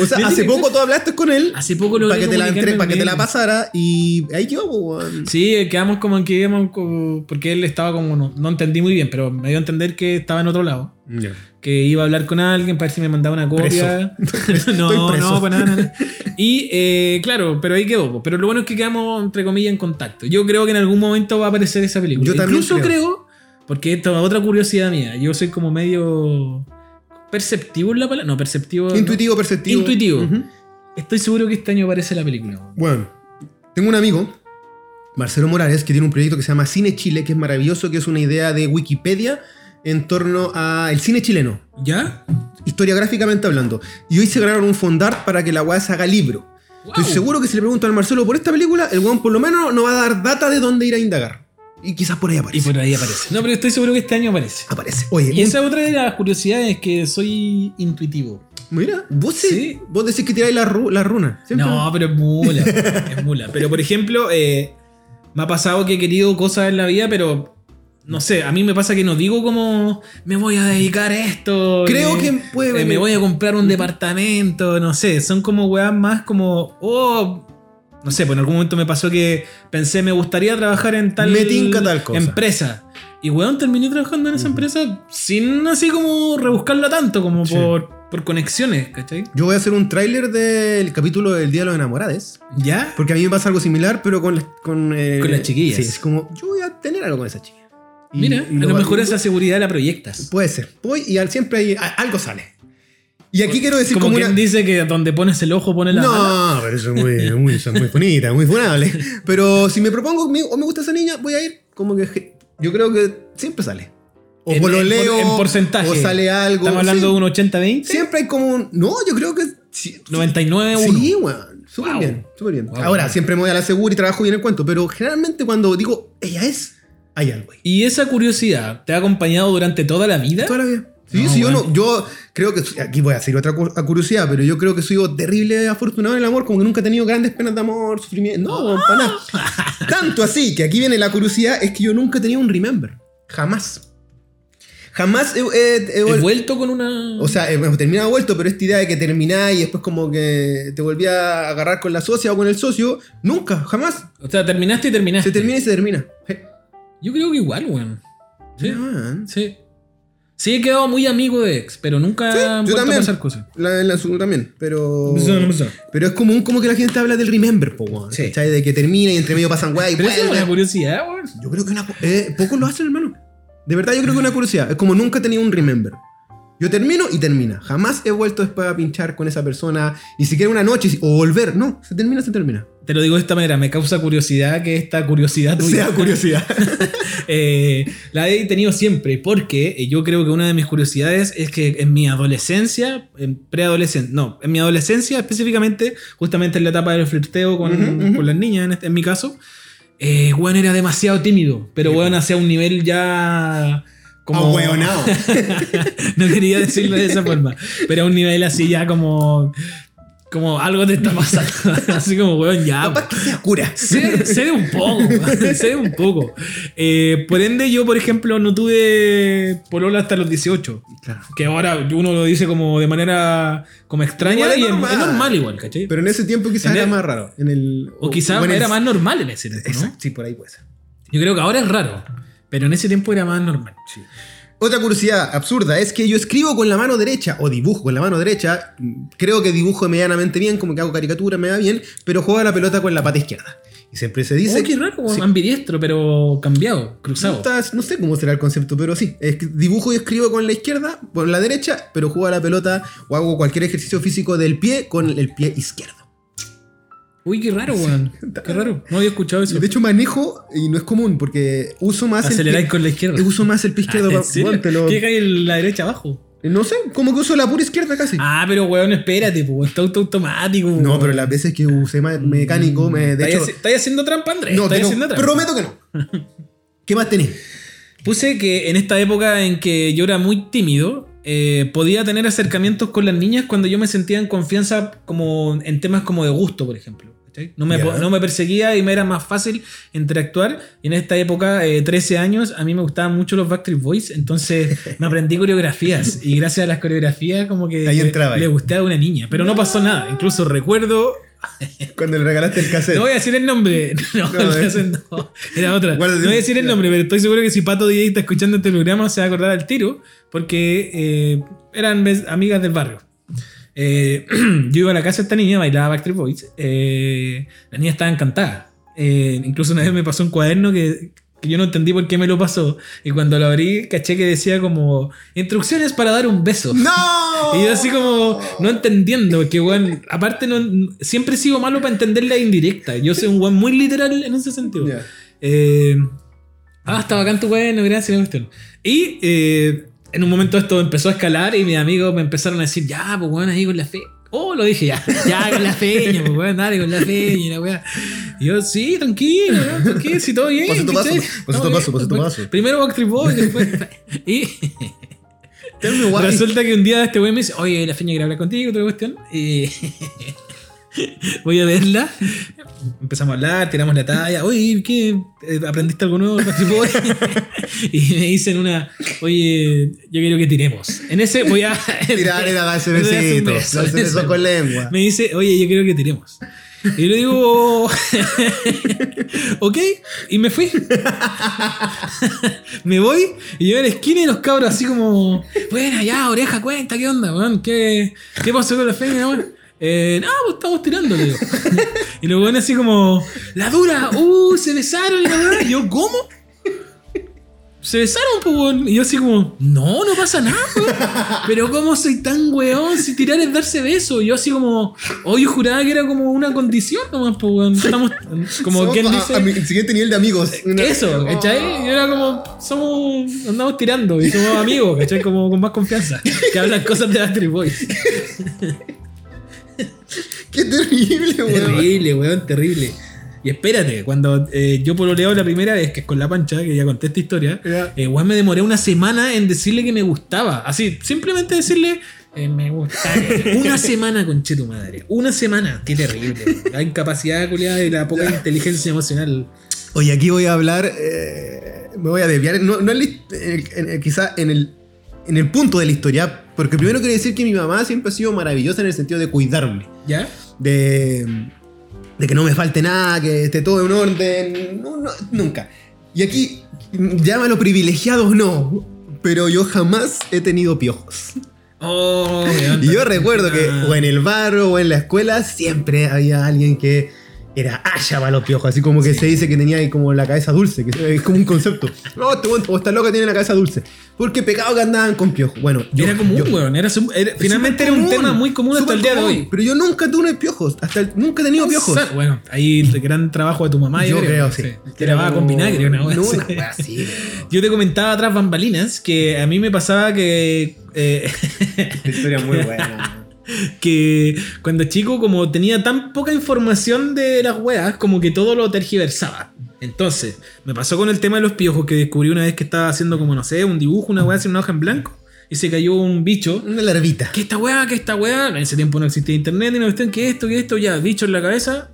Speaker 2: o sea,
Speaker 1: Ni el
Speaker 2: hace
Speaker 1: director.
Speaker 2: poco tú hablaste con él.
Speaker 1: Hace poco lo
Speaker 2: Para que, te la entre- para que te la pasara y ahí quedó, po, weón.
Speaker 1: Sí, eh, quedamos como en que íbamos como- porque él estaba como, no, no entendí muy bien, pero me dio a entender que estaba en otro lado. Que iba a hablar con alguien para ver si me mandaba una copia. no,
Speaker 2: Estoy preso.
Speaker 1: no, para nada. nada. Y eh, claro, pero ahí quedó. po. Pero lo bueno es que quedamos, entre comillas, en contacto. Yo creo que en algún momento va a aparecer esa película.
Speaker 2: Yo también
Speaker 1: Incluso
Speaker 2: creo.
Speaker 1: creo, porque esto es otra curiosidad mía. Yo soy como medio perceptivo en la palabra. No, perceptivo. no.
Speaker 2: Intuitivo, perceptivo.
Speaker 1: Intuitivo.
Speaker 2: Ujú.
Speaker 1: Estoy seguro que este año aparece la película. po.
Speaker 2: Bueno, tengo un amigo, Marcelo Morales, que tiene un proyecto que se llama Cine Chile, que es maravilloso, que es una idea de Wikipedia en torno al cine chileno,
Speaker 1: ¿Ya?
Speaker 2: historiográficamente hablando. Y hoy se ganaron un fondart para que la weá se haga libro. Estoy
Speaker 1: Wow.
Speaker 2: seguro que si le pregunto al Marcelo por esta película, el weón por lo menos no va a dar data de dónde ir a indagar. Y quizás por ahí
Speaker 1: Y
Speaker 2: aparece.
Speaker 1: por ahí aparece. No, pero estoy seguro que este año aparece.
Speaker 2: Aparece. Oye,
Speaker 1: Y
Speaker 2: un-
Speaker 1: esa es otra de las curiosidades que soy intuitivo.
Speaker 2: mira, vos, sí-
Speaker 1: Sí.
Speaker 2: vos decís que tiráis la, ru- la runa. Siempre-
Speaker 1: No, pero es mula. es mula. Pero por ejemplo, eh, me ha pasado que he querido cosas en la vida, pero no sé, a mí me pasa que no digo como me voy a dedicar a esto.
Speaker 2: Creo
Speaker 1: eh,
Speaker 2: que puede
Speaker 1: eh,
Speaker 2: venir.
Speaker 1: me voy a comprar un departamento, no sé. Son como weas más como. Oh, no sé, pues en algún momento me pasó que pensé me gustaría trabajar en tal,
Speaker 2: Me tinca tal cosa.
Speaker 1: empresa. Y weón, terminé trabajando en esa empresa sin así como rebuscarla tanto, como
Speaker 2: Sí.
Speaker 1: por, por conexiones, ¿cachai?
Speaker 2: Yo voy a hacer un tráiler del capítulo del Día de los Enamorados.
Speaker 1: ¿Ya?
Speaker 2: Porque a mí me pasa algo similar, pero con las, con, eh,
Speaker 1: Con las chiquillas.
Speaker 2: Sí, es como, yo voy a tener algo con esa chica. Y-
Speaker 1: Mira,
Speaker 2: y
Speaker 1: a lo mejor
Speaker 2: y-
Speaker 1: esa seguridad la proyectas.
Speaker 2: Puede ser. Voy y al, siempre hay, a- algo sale. Y aquí quiero decir
Speaker 1: como
Speaker 2: como,
Speaker 1: quien
Speaker 2: una...
Speaker 1: dice que donde pones el ojo pones la mano.
Speaker 2: No, pero eso es muy, muy, eso es muy bonita, muy funable. Pero si me propongo me- o me gusta esa niña, voy a ir como que... Yo creo que siempre sale. O
Speaker 1: En- en por-
Speaker 2: pololeo.
Speaker 1: en porcentaje.
Speaker 2: O sale algo.
Speaker 1: Estamos hablando
Speaker 2: Sí,
Speaker 1: de un 80-20,
Speaker 2: Siempre hay como un... No, yo creo que... sí-
Speaker 1: 99 1.
Speaker 2: Sí, weón. Súper
Speaker 1: Wow.
Speaker 2: bien, súper bien.
Speaker 1: Wow,
Speaker 2: Ahora,
Speaker 1: wow.
Speaker 2: siempre me voy a la segura y trabajo bien el cuento, pero generalmente cuando digo ella es, hay algo ahí.
Speaker 1: Y esa curiosidad te ha acompañado durante toda la vida.
Speaker 2: Toda la vida. Sí,
Speaker 1: No,
Speaker 2: sí, yo
Speaker 1: bueno.
Speaker 2: no, yo creo que, soy- aquí voy a decir otra cu- a curiosidad, pero yo creo que soy un terrible afortunado en el amor, como que nunca he tenido grandes penas de amor, sufrimiento, no, weón, pa' nada. Tanto así, que aquí viene la curiosidad, es que yo nunca he tenido un remember, jamás. Jamás he, he- he-
Speaker 1: He vuelto con una.
Speaker 2: O sea, hemos terminado vuelto, pero esta idea de que terminás y después como que te volví a agarrar con la socia o con el socio, nunca, jamás.
Speaker 1: O sea, terminaste y terminaste.
Speaker 2: Se termina y se termina. Eh,
Speaker 1: Yo creo que igual, weón. Sí.
Speaker 2: man.
Speaker 1: Sí. Sí, he quedado muy amigo de ex, pero nunca
Speaker 2: Sí, yo
Speaker 1: han vuelto a
Speaker 2: también.
Speaker 1: pasar cosas.
Speaker 2: La, la su- también, pero.
Speaker 1: Persona, persona.
Speaker 2: Pero es común como que la gente habla del remember, po, weón,
Speaker 1: Sí.
Speaker 2: ¿cachai? De que termina y entre medio pasan weá y
Speaker 1: Pero esa es
Speaker 2: vuelve.
Speaker 1: una curiosidad, weón.
Speaker 2: Yo creo que una. cu- Eh, pocos lo hacen, hermano. De verdad, yo creo que una curiosidad. Es como nunca he tenido un remember. Yo termino y termina. Jamás he vuelto después a pinchar con esa persona, ni siquiera una noche, si- o volver. No, se termina, se termina.
Speaker 1: Te lo digo de esta manera, me causa curiosidad que esta curiosidad tuya-
Speaker 2: Sea curiosidad.
Speaker 1: Eh, la he tenido siempre, porque eh, yo creo que una de mis curiosidades es que en mi adolescencia, en preadolescencia, no, en mi adolescencia específicamente, justamente en la etapa del flirteo con,
Speaker 2: Ujú, ujú.
Speaker 1: con las niñas, en, este- en mi caso, eh, weón era demasiado tímido, pero weón hacía un nivel ya. Como,
Speaker 2: Ah, Ahueonao.
Speaker 1: no quería decirlo de esa forma, pero a un nivel así ya como. Como algo te está pasando. Así como, weón, ya.
Speaker 2: Capaz que sea cura.
Speaker 1: Sé, sé de un poco, sé de un poco. Eh, por ende, yo, por ejemplo, no tuve polola hasta los 18.
Speaker 2: Claro.
Speaker 1: Que ahora uno lo dice como de manera como extraña
Speaker 2: Igual es
Speaker 1: y es es normal.
Speaker 2: normal.
Speaker 1: igual, ¿cachai?
Speaker 2: Pero en ese tiempo
Speaker 1: En
Speaker 2: quizás era
Speaker 1: el-
Speaker 2: más raro. En el,
Speaker 1: o quizás
Speaker 2: o en el-
Speaker 1: era más normal en ese tiempo, ¿no?
Speaker 2: Exacto, sí, por ahí puede ser.
Speaker 1: Yo creo que ahora es raro, pero en ese tiempo era más normal.
Speaker 2: Otra curiosidad absurda es que yo escribo con la mano derecha o dibujo con la mano derecha. Creo que dibujo medianamente bien, como que hago caricatura, me va bien, pero juego a la pelota con la pata izquierda. Y siempre se dice.
Speaker 1: Oh, qué raro,
Speaker 2: Sí.
Speaker 1: ambidiestro, pero cambiado, cruzado.
Speaker 2: Estás- no sé cómo será el concepto, pero sí. Es que dibujo y escribo con la izquierda, con la derecha, pero juego a la pelota o hago cualquier ejercicio físico del pie con el pie izquierdo.
Speaker 1: Uy, qué raro, weón. Qué raro. No había escuchado eso.
Speaker 2: De hecho, manejo y no es común porque uso más el
Speaker 1: Aceleráis
Speaker 2: pie,
Speaker 1: con la izquierda.
Speaker 2: uso más el pie izquierdo.
Speaker 1: Ah,
Speaker 2: pa-
Speaker 1: ¿en serio?
Speaker 2: Bueno, te lo-
Speaker 1: Llega ahí la derecha abajo.
Speaker 2: No sé, como que uso la pura izquierda casi.
Speaker 1: Ah, pero weón, espérate, pues está auto automático.
Speaker 2: no, pero las veces que usé ma- mecánico, me, de hecho.
Speaker 1: Estás haciendo trampa, Andrés.
Speaker 2: No,
Speaker 1: estáis
Speaker 2: que
Speaker 1: haciendo
Speaker 2: no,
Speaker 1: trampa.
Speaker 2: prometo que no. ¿Qué más tenés?
Speaker 1: Puse que en esta época en que yo era muy tímido, eh, podía tener acercamientos con las niñas cuando yo me sentía en confianza como en temas como de gusto, por ejemplo. ¿cachai? No me,
Speaker 2: Ya.
Speaker 1: po- no me perseguía y me era más fácil interactuar. Y en esta época, eh, 13 años, a mí me gustaban mucho los Backstreet Boys, entonces me aprendí coreografías. Y gracias a las coreografías, como que
Speaker 2: Ahí
Speaker 1: le,
Speaker 2: entraba ahí.
Speaker 1: le gusté a una niña. Pero no pasó nada. Incluso recuerdo.
Speaker 2: Cuando le regalaste el cassette.
Speaker 1: No voy a decir el nombre. No,
Speaker 2: No, eh.
Speaker 1: no. Era otra.
Speaker 2: Guárdate.
Speaker 1: no voy a decir el nombre, pero estoy seguro que si Pato DJ está escuchando este programa se va a acordar al tiro, porque eh, eran mes- amigas del barrio. Eh, yo iba a la casa de esta niña, bailaba Backstreet Boys. eh, la niña estaba encantada. Eh, incluso una vez me pasó un cuaderno que, que yo no entendí por qué me lo pasó. Y cuando lo abrí, caché que decía como instrucciones para dar un beso.
Speaker 2: ¡No!
Speaker 1: Y yo así como no entendiendo, que weón, aparte no, siempre sigo malo para entender la indirecta. Yo soy un weón muy literal en ese sentido.
Speaker 2: Ya.
Speaker 1: Eh, ah, está bacán tu bueno, gracias, la cuestión. Y eh, en un momento esto empezó a escalar y mis amigos me empezaron a decir, ya, pues bueno, ahí con la fe. Oh, lo dije ya, ya con la feña, pues bueno, dale con la feña y la weá. Y yo, sí, tranquilo, weón, tranquilo, si todo bien.
Speaker 2: Pasito paso,
Speaker 1: ¿cachai?
Speaker 2: pasito
Speaker 1: Todo
Speaker 2: paso,
Speaker 1: bien".
Speaker 2: pasito paso.
Speaker 1: Primero Backstreet Boys, después. y.
Speaker 2: Tell me why.
Speaker 1: Resulta que un día este güey me dice, oye, la feña quiere hablar contigo, otra cuestión. Y voy a verla. Empezamos a hablar, tiramos la talla. Oye, ¿qué? Eh, ¿Aprendiste algo nuevo? y me dicen una, oye, yo quiero que tiremos. En ese voy a...
Speaker 2: Tirar era darse
Speaker 1: Voy a hacer un
Speaker 2: besitos.
Speaker 1: beso,
Speaker 2: Darse besos
Speaker 1: eso.
Speaker 2: con lengua.
Speaker 1: Me dice, oye, yo quiero que tiremos. Y yo le digo, ok, y me fui. me voy y yo en la esquina y los cabros así como, bueno, ya, oreja, cuenta, ¿qué onda, weón? ¿Qué, qué pasó con la feña, weón? Eh, no, pues estamos tirando, le digo. y los weones así como, la dura, uh, se besaron y la dura. Y yo, ¿cómo? Se besaron, pues, weón. Y yo así como, no, no pasa nada, weón. Pero cómo soy tan weón si tirar es darse beso. Y yo así como, hoy yo juraba que era como una condición nomás, pues, weón. Estamos, como
Speaker 2: Somos
Speaker 1: quien
Speaker 2: a-
Speaker 1: dice...
Speaker 2: a mi- el siguiente nivel de amigos. Una-
Speaker 1: Eso, ¿cachai? Yo era como, somos, andamos tirando y somos amigos, ¿cachai? Como con más confianza, que hablan cosas de Backstreet Boys.
Speaker 2: Qué terrible, weón.
Speaker 1: Terrible, weón, terrible. Y espérate, cuando eh, yo pololeo la primera vez, que es con la pancha, que ya conté esta historia,
Speaker 2: Ya.
Speaker 1: eh, weón, me demoré una semana en decirle que me gustaba. Así, simplemente decirle, eh, me gusta. una semana, conche tu madre. Una semana. Qué terrible. weón. La incapacidad, culiada, y la poca inteligencia emocional.
Speaker 2: Oye, aquí voy a hablar. eh, me voy a desviar. No, no en la his- en- en- quizá en el, en el punto de la historia. Porque primero quiero decir que mi mamá siempre ha sido maravillosa en el sentido de cuidarme.
Speaker 1: ¿Ya?
Speaker 2: de, de que no me falte nada, que esté todo en orden, no, no, nunca. Y aquí, llámalo privilegiados, no, pero yo jamás he tenido piojos.
Speaker 1: Oh, weón,
Speaker 2: Y yo
Speaker 1: terrible.
Speaker 2: recuerdo que
Speaker 1: Ah.
Speaker 2: o en el barrio o en la escuela siempre había alguien que era haya para los piojos, así como que se dice que tenía ahí como la cabeza dulce, que es como un concepto. No, este weón, o está loca tiene la cabeza dulce. Porque pecado que andaban con piojos. Bueno, yo-
Speaker 1: era común,
Speaker 2: yo-
Speaker 1: weón. Era su- era-
Speaker 2: es
Speaker 1: finalmente era un
Speaker 2: supercomún,
Speaker 1: tema muy común hasta el día de
Speaker 2: supercomún,
Speaker 1: hoy.
Speaker 2: Pero yo nunca tuve piojos, hasta el- nunca he tenido piojos.
Speaker 1: Bueno, ahí el gran trabajo de tu mamá, yo, creo. sí. Te la vas a combinar, creo, una wea
Speaker 2: No,
Speaker 1: así.
Speaker 2: una wea así.
Speaker 1: Yo te comentaba atrás bambalinas que a mí me pasaba que. eh,
Speaker 2: Una historia muy buena.
Speaker 1: que cuando chico, como tenía tan poca información de las weas, como que todo lo tergiversaba. Entonces, me pasó con el tema de los piojos que descubrí una vez que estaba haciendo, como no sé, un dibujo, una wea así, una hoja en blanco, y se cayó un bicho.
Speaker 2: Una larvita.
Speaker 1: Que esta weá, que esta weá, en ese tiempo no existía internet, ni no cuestión, que esto, que esto, ya, bicho en la cabeza,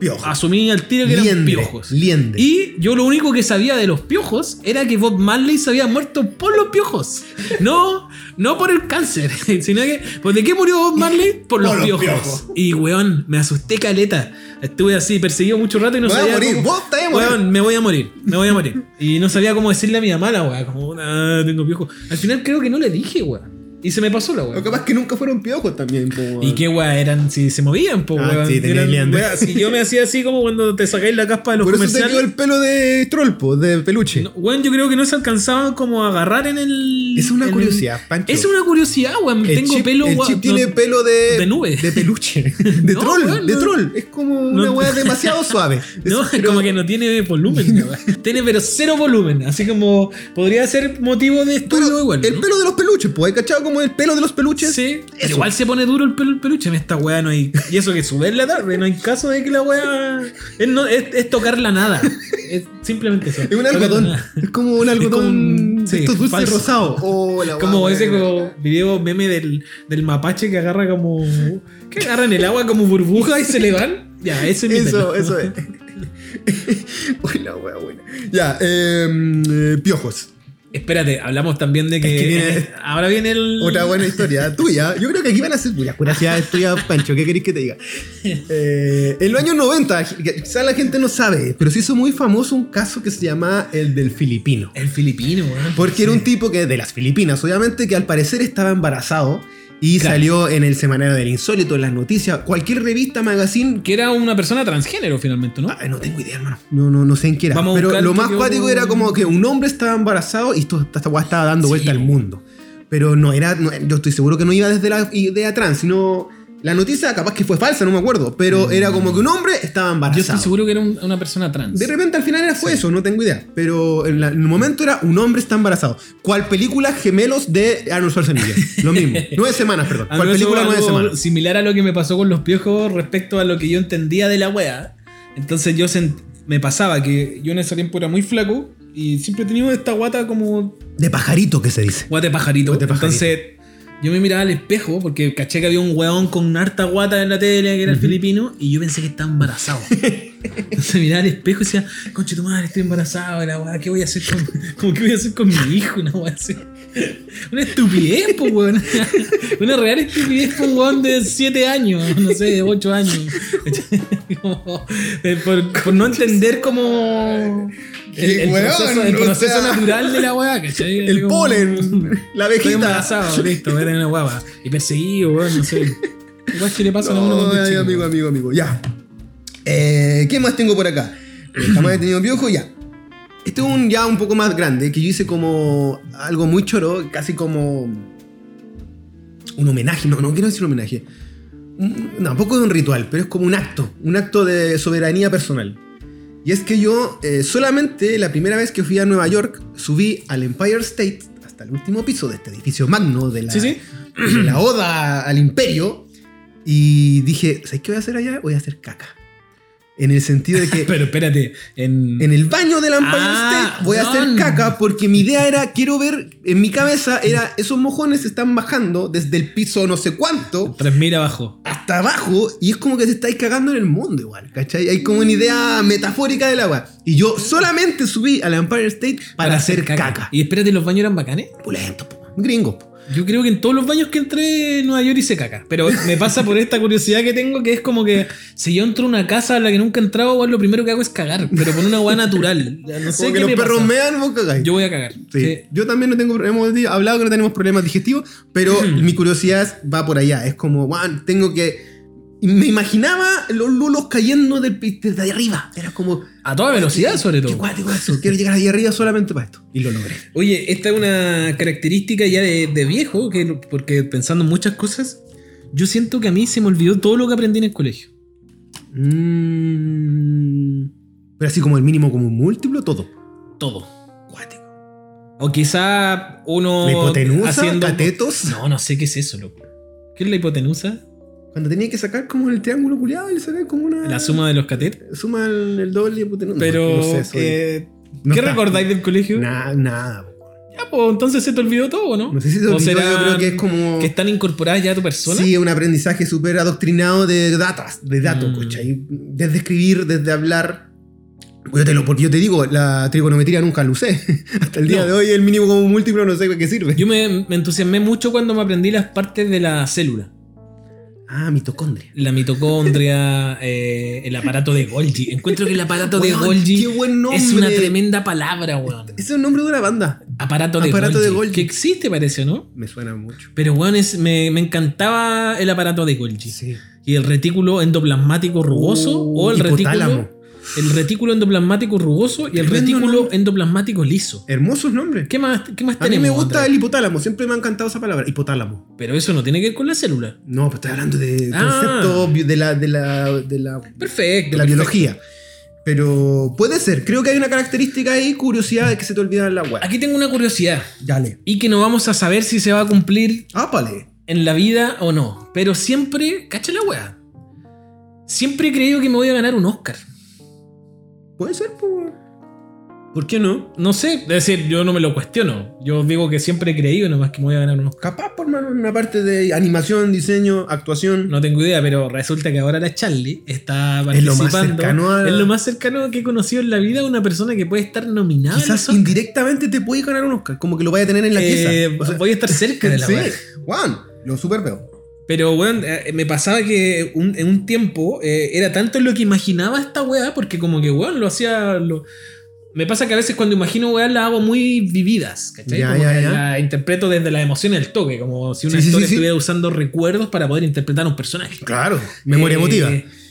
Speaker 2: Piojo.
Speaker 1: asumí al tiro que eran
Speaker 2: Liende.
Speaker 1: piojos.
Speaker 2: Liende.
Speaker 1: Y yo lo único que sabía de los piojos era que Bob Marley se había muerto por los piojos. No, no por el cáncer, sino que. ¿Pues de qué murió Bob Marley? Por los,
Speaker 2: Por los
Speaker 1: piojos.
Speaker 2: piojos.
Speaker 1: Y weón, me asusté caleta. Estuve así perseguido mucho rato y no
Speaker 2: Me voy a
Speaker 1: sabía.
Speaker 2: morir,
Speaker 1: cómo-
Speaker 2: vos te vas a morir.
Speaker 1: Weón, me voy a morir, me voy a morir. Y no sabía cómo decirle a mi mamá la weá, como, ah, tengo piojos. Al final creo que no le dije, weón. Y se me pasó la weá.
Speaker 2: O capaz que nunca fueron piojos también. po,
Speaker 1: ¿Y qué weá eran? Si se movían, po,
Speaker 2: Ah,
Speaker 1: weón.
Speaker 2: sí, tenía
Speaker 1: Eran
Speaker 2: liando.
Speaker 1: weá, Si yo me hacía así como cuando te sacáis la caspa de los
Speaker 2: Por eso te
Speaker 1: comerciales.
Speaker 2: quedó el pelo de trolpo, de peluche.
Speaker 1: No, weón, yo creo que no se alcanzaban como a agarrar en el.
Speaker 2: Es una
Speaker 1: en el-
Speaker 2: curiosidad, Pancho.
Speaker 1: Es una curiosidad, weón.
Speaker 2: El
Speaker 1: Tengo
Speaker 2: chip-
Speaker 1: pelo,
Speaker 2: El
Speaker 1: weón.
Speaker 2: chip tiene
Speaker 1: no,
Speaker 2: pelo de.
Speaker 1: de nube.
Speaker 2: De peluche. De
Speaker 1: No,
Speaker 2: troll.
Speaker 1: weón,
Speaker 2: de
Speaker 1: no.
Speaker 2: troll. Es como una
Speaker 1: No.
Speaker 2: weá demasiado suave.
Speaker 1: no,
Speaker 2: Es- pero-
Speaker 1: como que no tiene volumen, weón. Tiene, pero cero volumen. Así como podría ser motivo de
Speaker 2: pero
Speaker 1: estudio igual.
Speaker 2: el
Speaker 1: ¿no?
Speaker 2: pelo de los peluches, pues, ¿cachado? Como como el pelo de los peluches.
Speaker 1: Sí, pero
Speaker 2: Eso.
Speaker 1: igual se pone duro el pelo el peluche en esta weá. No hay, y eso que sube en la tarde, no hay caso de que la weá. Es, no- es- es tocar la nada. Es simplemente eso.
Speaker 2: Es un
Speaker 1: tocar la
Speaker 2: algodón.
Speaker 1: nada.
Speaker 2: Es como un algodón
Speaker 1: como un-
Speaker 2: de
Speaker 1: sí,
Speaker 2: estos dulces
Speaker 1: falso.
Speaker 2: rosados. Oh, la
Speaker 1: Como
Speaker 2: guagua.
Speaker 1: ese como video meme del, del mapache que agarra como. que agarra en el agua como burbuja y se le van. Ya, ese es mi
Speaker 2: Eso,
Speaker 1: pelo.
Speaker 2: eso es. Uy, la wea buena. Ya, em, eh, piojos.
Speaker 1: Espérate, hablamos también de que.
Speaker 2: Es que viene-
Speaker 1: ahora viene el.
Speaker 2: Otra buena historia tuya. Yo creo que aquí van a ser puras curiosidades tuyas, Pancho. ¿Qué queréis que te diga? Eh, en los años 90, quizás la gente no sabe, pero se hizo muy famoso un caso que se llama el del filipino.
Speaker 1: El filipino, weón.
Speaker 2: Porque era un tipo que de las Filipinas, obviamente, que al parecer estaba embarazado y
Speaker 1: Claro.
Speaker 2: salió en el semanario del insólito, en las noticias, cualquier revista, magazine.
Speaker 1: Que era una persona transgénero finalmente, Ah, ¿no?
Speaker 2: Ay, no tengo idea, hermano. No, no, no sé en qué era.
Speaker 1: Vamos a
Speaker 2: Pero
Speaker 1: buscar
Speaker 2: lo
Speaker 1: que
Speaker 2: más
Speaker 1: yo-
Speaker 2: cuático era como que un hombre estaba embarazado y esto, esta weá estaba dando
Speaker 1: Sí.
Speaker 2: vuelta al mundo. Pero no era. no- yo estoy seguro que no iba desde la idea trans, sino. La noticia capaz que fue falsa, no me acuerdo. Pero era como que un hombre
Speaker 1: Mm.
Speaker 2: estaba
Speaker 1: Yo
Speaker 2: embarazado.
Speaker 1: estoy seguro que era un- una persona trans.
Speaker 2: De repente al final era fue eso, no tengo idea. Pero en, la- en el momento era un hombre está embarazado. ¿Cuál película gemelos de Arnold Schwarzenegger? Lo mismo. Nueve semanas, perdón.
Speaker 1: A
Speaker 2: ¿Cuál
Speaker 1: mí me
Speaker 2: película
Speaker 1: pasó
Speaker 2: nueve
Speaker 1: algo
Speaker 2: semanas?
Speaker 1: Similar a lo que me pasó con los piojos respecto a lo que yo entendía de la wea. Entonces yo sent- me pasaba que yo en ese tiempo era muy flaco y siempre he tenido esta guata como
Speaker 2: De pajarito que se dice.
Speaker 1: guate pajarito.
Speaker 2: Guate pajarito.
Speaker 1: Entonces yo me miraba al espejo porque caché que había un weón con harta guata en la tele que era el filipino y yo pensé que estaba embarazado. Entonces miraba al espejo y decía, conche tu madre, estoy embarazado, la weá, ¿qué voy a hacer con, como, ¿qué voy a hacer con mi hijo? Una weá así. Una estupidez, po, weón. Una real estupidez, po, weón, de 7 años, no sé, de 8 años. Como, eh, por, por no entender como el, el
Speaker 2: El weón,
Speaker 1: proceso, el
Speaker 2: o
Speaker 1: proceso
Speaker 2: sea,
Speaker 1: natural de la weá, ¿cachai? Así
Speaker 2: El
Speaker 1: como-
Speaker 2: polen. La
Speaker 1: Estoy
Speaker 2: abejita.
Speaker 1: embarazado, listo, voy a tener una guapa. Y perseguido, weón, no sé. Igual que le pasa a uno
Speaker 2: No,
Speaker 1: con
Speaker 2: ay,
Speaker 1: bichos,
Speaker 2: amigo,
Speaker 1: weón.
Speaker 2: amigo, amigo. Ya. Eh, ¿Qué más tengo por acá? Eh, Jamás he tenido piojo, ya. Este es un ya un poco más grande, que yo hice como algo muy choro, casi como un homenaje, no, no quiero decir homenaje. Un- No, tampoco es un ritual, pero es como un acto, un acto de soberanía personal. Y es que yo eh, solamente la primera vez que fui a Nueva York subí al Empire State hasta el último piso de este edificio magno de la,
Speaker 1: Sí, sí.
Speaker 2: de la oda al imperio y dije, ¿sabes qué voy a hacer allá? Voy a hacer caca. En el sentido de que
Speaker 1: Pero espérate, en.
Speaker 2: Eh, en el baño del Empire
Speaker 1: Ah,
Speaker 2: State voy a hacer
Speaker 1: don.
Speaker 2: caca porque mi idea era, quiero ver, en mi cabeza era, esos mojones están bajando desde el piso no sé cuánto
Speaker 1: 3000 abajo.
Speaker 2: hasta abajo y es como que se estáis cagando en el mundo igual, ¿cachai? Hay como una idea metafórica del agua. Y yo solamente subí al Empire State para, hacer caca.
Speaker 1: Y espérate, ¿los baños eran bacanes?
Speaker 2: Pulento, po. gringo. po.
Speaker 1: Yo creo que en todos los baños que entré en Nueva York hice caca. Pero me pasa por esta curiosidad que tengo que es como que si yo entro a una casa a la que nunca he entrado, weón, lo primero que hago es cagar. Pero por una weá natural. No sé qué
Speaker 2: Como que los
Speaker 1: me
Speaker 2: perros
Speaker 1: pasa.
Speaker 2: mean, vos cagáis.
Speaker 1: Yo voy a cagar.
Speaker 2: Sí.
Speaker 1: Sí.
Speaker 2: Yo también no tengo problemas, hemos di- hablado que no tenemos problemas digestivos, pero
Speaker 1: Mm.
Speaker 2: mi curiosidad va por allá. Es como, "Guau, tengo que. y Me imaginaba los lulos cayendo del, pi- desde arriba. Era como. eh,
Speaker 1: A toda velocidad, sobre todo.
Speaker 2: Qué guático eso. Quiero llegar ahí arriba solamente para esto. Y lo logré.
Speaker 1: Oye, esta es una característica ya de, de viejo, que, lo- porque pensando en muchas cosas, yo siento que a mí se me olvidó todo lo que aprendí en el colegio.
Speaker 2: Mm. Pero así como el mínimo, como un múltiplo, todo.
Speaker 1: Todo.
Speaker 2: Guático.
Speaker 1: O quizá uno
Speaker 2: La hipotenusa,
Speaker 1: haciendo...
Speaker 2: catetos.
Speaker 1: No, no sé qué es eso, loco. ¿Qué es la hipotenusa?
Speaker 2: Cuando tenía que sacar como el triángulo culiado y le sacaba como una.
Speaker 1: La suma de los catetos.
Speaker 2: Suma el, el doble y hipotenusa.
Speaker 1: Pero...
Speaker 2: No sé, soy-
Speaker 1: eh,
Speaker 2: no
Speaker 1: ¿Qué
Speaker 2: está.
Speaker 1: recordáis del colegio?
Speaker 2: Nada, nada. po.
Speaker 1: Ya, pues entonces se te olvidó todo, ¿no?
Speaker 2: No sé si se
Speaker 1: ¿O
Speaker 2: olvidó,
Speaker 1: será
Speaker 2: yo creo que es como-
Speaker 1: Que están incorporadas ya a tu persona.
Speaker 2: Sí, un aprendizaje súper adoctrinado de datas, de datos,
Speaker 1: Mm.
Speaker 2: ¿cachai? Desde escribir, desde hablar. Pues Yo te lo, porque yo te digo, la trigonometría nunca la usé. Hasta el día
Speaker 1: No.
Speaker 2: de hoy el mínimo común múltiplo no sé para qué sirve.
Speaker 1: Yo me, me entusiasmé mucho cuando me aprendí las partes de la célula.
Speaker 2: Ah, mitocondria.
Speaker 1: La mitocondria, eh, el aparato de Golgi. Encuentro que el aparato de
Speaker 2: Weón,
Speaker 1: Golgi
Speaker 2: qué buen nombre.
Speaker 1: es una tremenda palabra, weón.
Speaker 2: Ese es el nombre de una banda.
Speaker 1: Aparato de,
Speaker 2: Aparato
Speaker 1: Golgi,
Speaker 2: de Golgi.
Speaker 1: Que existe, parece, ¿no?
Speaker 2: Me suena mucho.
Speaker 1: Pero, weón, es- me, me encantaba el aparato de Golgi.
Speaker 2: Sí.
Speaker 1: Y el retículo endoplasmático rugoso
Speaker 2: Uh,
Speaker 1: o el
Speaker 2: hipotálamo.
Speaker 1: retículo. El retículo endoplasmático rugoso y el
Speaker 2: Tremendo
Speaker 1: retículo
Speaker 2: nombre.
Speaker 1: endoplasmático liso.
Speaker 2: Hermosos nombres.
Speaker 1: ¿Qué más, qué más
Speaker 2: A mí
Speaker 1: tenemos?
Speaker 2: me gusta
Speaker 1: Andrés?
Speaker 2: el hipotálamo. Siempre me ha encantado esa palabra. Hipotálamo.
Speaker 1: Pero eso no tiene que ver con la célula.
Speaker 2: No, pero estoy hablando de
Speaker 1: Ah.
Speaker 2: conceptos bio- de la, de la, de la
Speaker 1: Perfecto.
Speaker 2: de la
Speaker 1: perfecto.
Speaker 2: biología. Pero puede ser. Creo que hay una característica ahí, curiosidad, de que se te olvida la web.
Speaker 1: Aquí tengo una curiosidad.
Speaker 2: Dale.
Speaker 1: Y que no vamos a saber si se va a cumplir
Speaker 2: Ápale.
Speaker 1: en la vida o no. Pero siempre, cacha la weá. Siempre he creído que me voy a ganar un Oscar.
Speaker 2: Puede ser, pues.
Speaker 1: ¿Por qué no? No sé. Es decir, yo no me lo cuestiono. Yo digo que siempre he creído nomás que me voy a ganar un Oscar.
Speaker 2: Capaz, por mano, en una parte de animación, diseño, actuación.
Speaker 1: No tengo idea, pero resulta que ahora la Charlie está
Speaker 2: Es lo
Speaker 1: participando.
Speaker 2: más cercano a-
Speaker 1: Es lo más cercano que he conocido en la vida a una persona que puede estar nominada. a
Speaker 2: Quizás
Speaker 1: los Oscar.
Speaker 2: indirectamente te puede ganar un Oscar, como que lo vaya a tener en la
Speaker 1: Eh,
Speaker 2: pieza. O sea,
Speaker 1: voy a estar cerca de la
Speaker 2: sí,
Speaker 1: weá.
Speaker 2: Juan, lo super veo.
Speaker 1: Pero, weón, eh, me pasaba que un- en un tiempo eh, era tanto lo que imaginaba esta weá, porque como que, weón, lo hacía... lo- Me pasa que a veces cuando imagino weá las hago muy vividas, ¿cachai?
Speaker 2: Ya,
Speaker 1: Como
Speaker 2: ya,
Speaker 1: que
Speaker 2: ya.
Speaker 1: La interpreto desde la emoción del toque, como si una
Speaker 2: Sí, sí,
Speaker 1: historia
Speaker 2: sí, sí.
Speaker 1: estuviera usando recuerdos para poder interpretar a un personaje.
Speaker 2: Claro, memoria
Speaker 1: Eh,
Speaker 2: emotiva.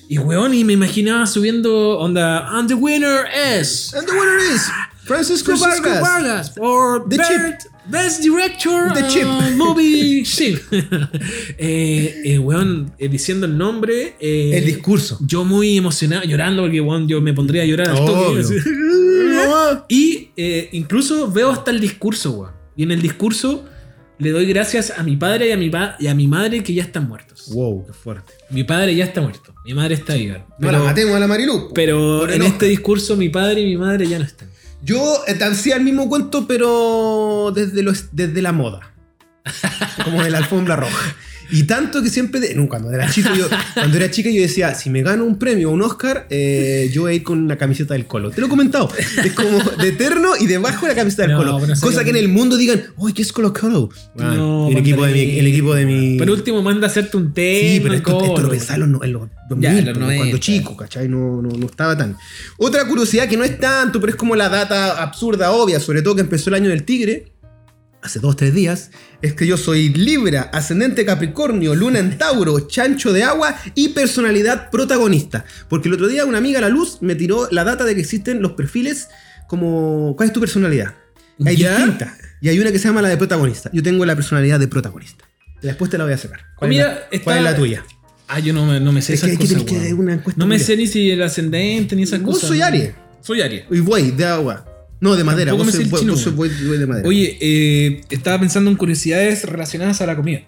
Speaker 1: Y, weón, y me imaginaba subiendo onda, and the winner is...
Speaker 2: And the winner is Francisco,
Speaker 1: Francisco
Speaker 2: Vargas.
Speaker 1: Vargas por
Speaker 2: The
Speaker 1: Bert, Best Director
Speaker 2: The
Speaker 1: uh,
Speaker 2: Chip.
Speaker 1: Movie Chip. eh, eh, weón, eh, diciendo el nombre. eh,
Speaker 2: El discurso.
Speaker 1: Yo muy emocionado, llorando, porque weón, yo me pondría a llorar al toque.
Speaker 2: Obvio.
Speaker 1: así. Y eh, incluso veo hasta el discurso, weón. Y en el discurso le doy gracias a mi padre y a mi, pa- y a mi madre que ya están muertos.
Speaker 2: Wow, qué fuerte.
Speaker 1: Mi padre ya está muerto. Mi madre está viva.
Speaker 2: No
Speaker 1: Pero,
Speaker 2: la matemos a la Marilu.
Speaker 1: pero
Speaker 2: Por
Speaker 1: en
Speaker 2: enojo.
Speaker 1: este discurso mi padre y mi madre ya no están.
Speaker 2: Yo eh, te hacía el mismo cuento, pero desde, los, desde la moda. Como de la alfombra roja. Y tanto que siempre, de- no, cuando, era chico, yo, cuando era chica yo decía, si me gano un premio, un Oscar, eh, yo voy a ir con una camiseta del colo. Te lo he comentado. Es como de terno y debajo la camiseta del
Speaker 1: No,
Speaker 2: colo.
Speaker 1: pero en serio,
Speaker 2: Cosa que en
Speaker 1: no.
Speaker 2: el mundo digan, ¡ay, qué es colo colo!
Speaker 1: No,
Speaker 2: el, equipo de mi,
Speaker 1: Pantarín.
Speaker 2: el equipo de mi...
Speaker 1: Por último, manda a hacerte un té.
Speaker 2: Sí, pero
Speaker 1: no
Speaker 2: esto, esto
Speaker 1: cobro.
Speaker 2: lo pensaba en los no- en los 2000,
Speaker 1: Ya, en los
Speaker 2: pero
Speaker 1: 90.
Speaker 2: cuando chico, ¿cachai? No, no, no estaba tan. Otra curiosidad que no es tanto, pero es como la data absurda, obvia, sobre todo que empezó el año del tigre, hace dos, tres días, es que yo soy Libra, ascendente Capricornio, luna en Tauro, chancho de agua y personalidad protagonista. Porque el otro día una amiga, La Luz, me tiró la data de que existen los perfiles como... ¿Cuál es tu personalidad? Hay
Speaker 1: ¿Ya?
Speaker 2: distintas. Y hay una que se llama la de protagonista. Yo tengo la personalidad de protagonista. Después te la voy a sacar. ¿Cuál,
Speaker 1: Mira,
Speaker 2: es, la,
Speaker 1: está-
Speaker 2: cuál es la tuya?
Speaker 1: Ah, yo no me, no me sé
Speaker 2: Es
Speaker 1: esas
Speaker 2: que hay que
Speaker 1: cosas.
Speaker 2: tener que
Speaker 1: weón.
Speaker 2: dar una encuesta,
Speaker 1: no me
Speaker 2: mira.
Speaker 1: sé ni si el ascendente ni esas
Speaker 2: Vos
Speaker 1: cosas.
Speaker 2: soy
Speaker 1: weón.
Speaker 2: Aries.
Speaker 1: Soy Aries.
Speaker 2: Y buey de agua. No, de madera.
Speaker 1: Tampoco
Speaker 2: Vos
Speaker 1: me
Speaker 2: soy
Speaker 1: sé el
Speaker 2: buey-
Speaker 1: chino,
Speaker 2: vos soy
Speaker 1: güey.
Speaker 2: buey- buey de madera.
Speaker 1: Oye, eh, estaba pensando en curiosidades relacionadas a la comida.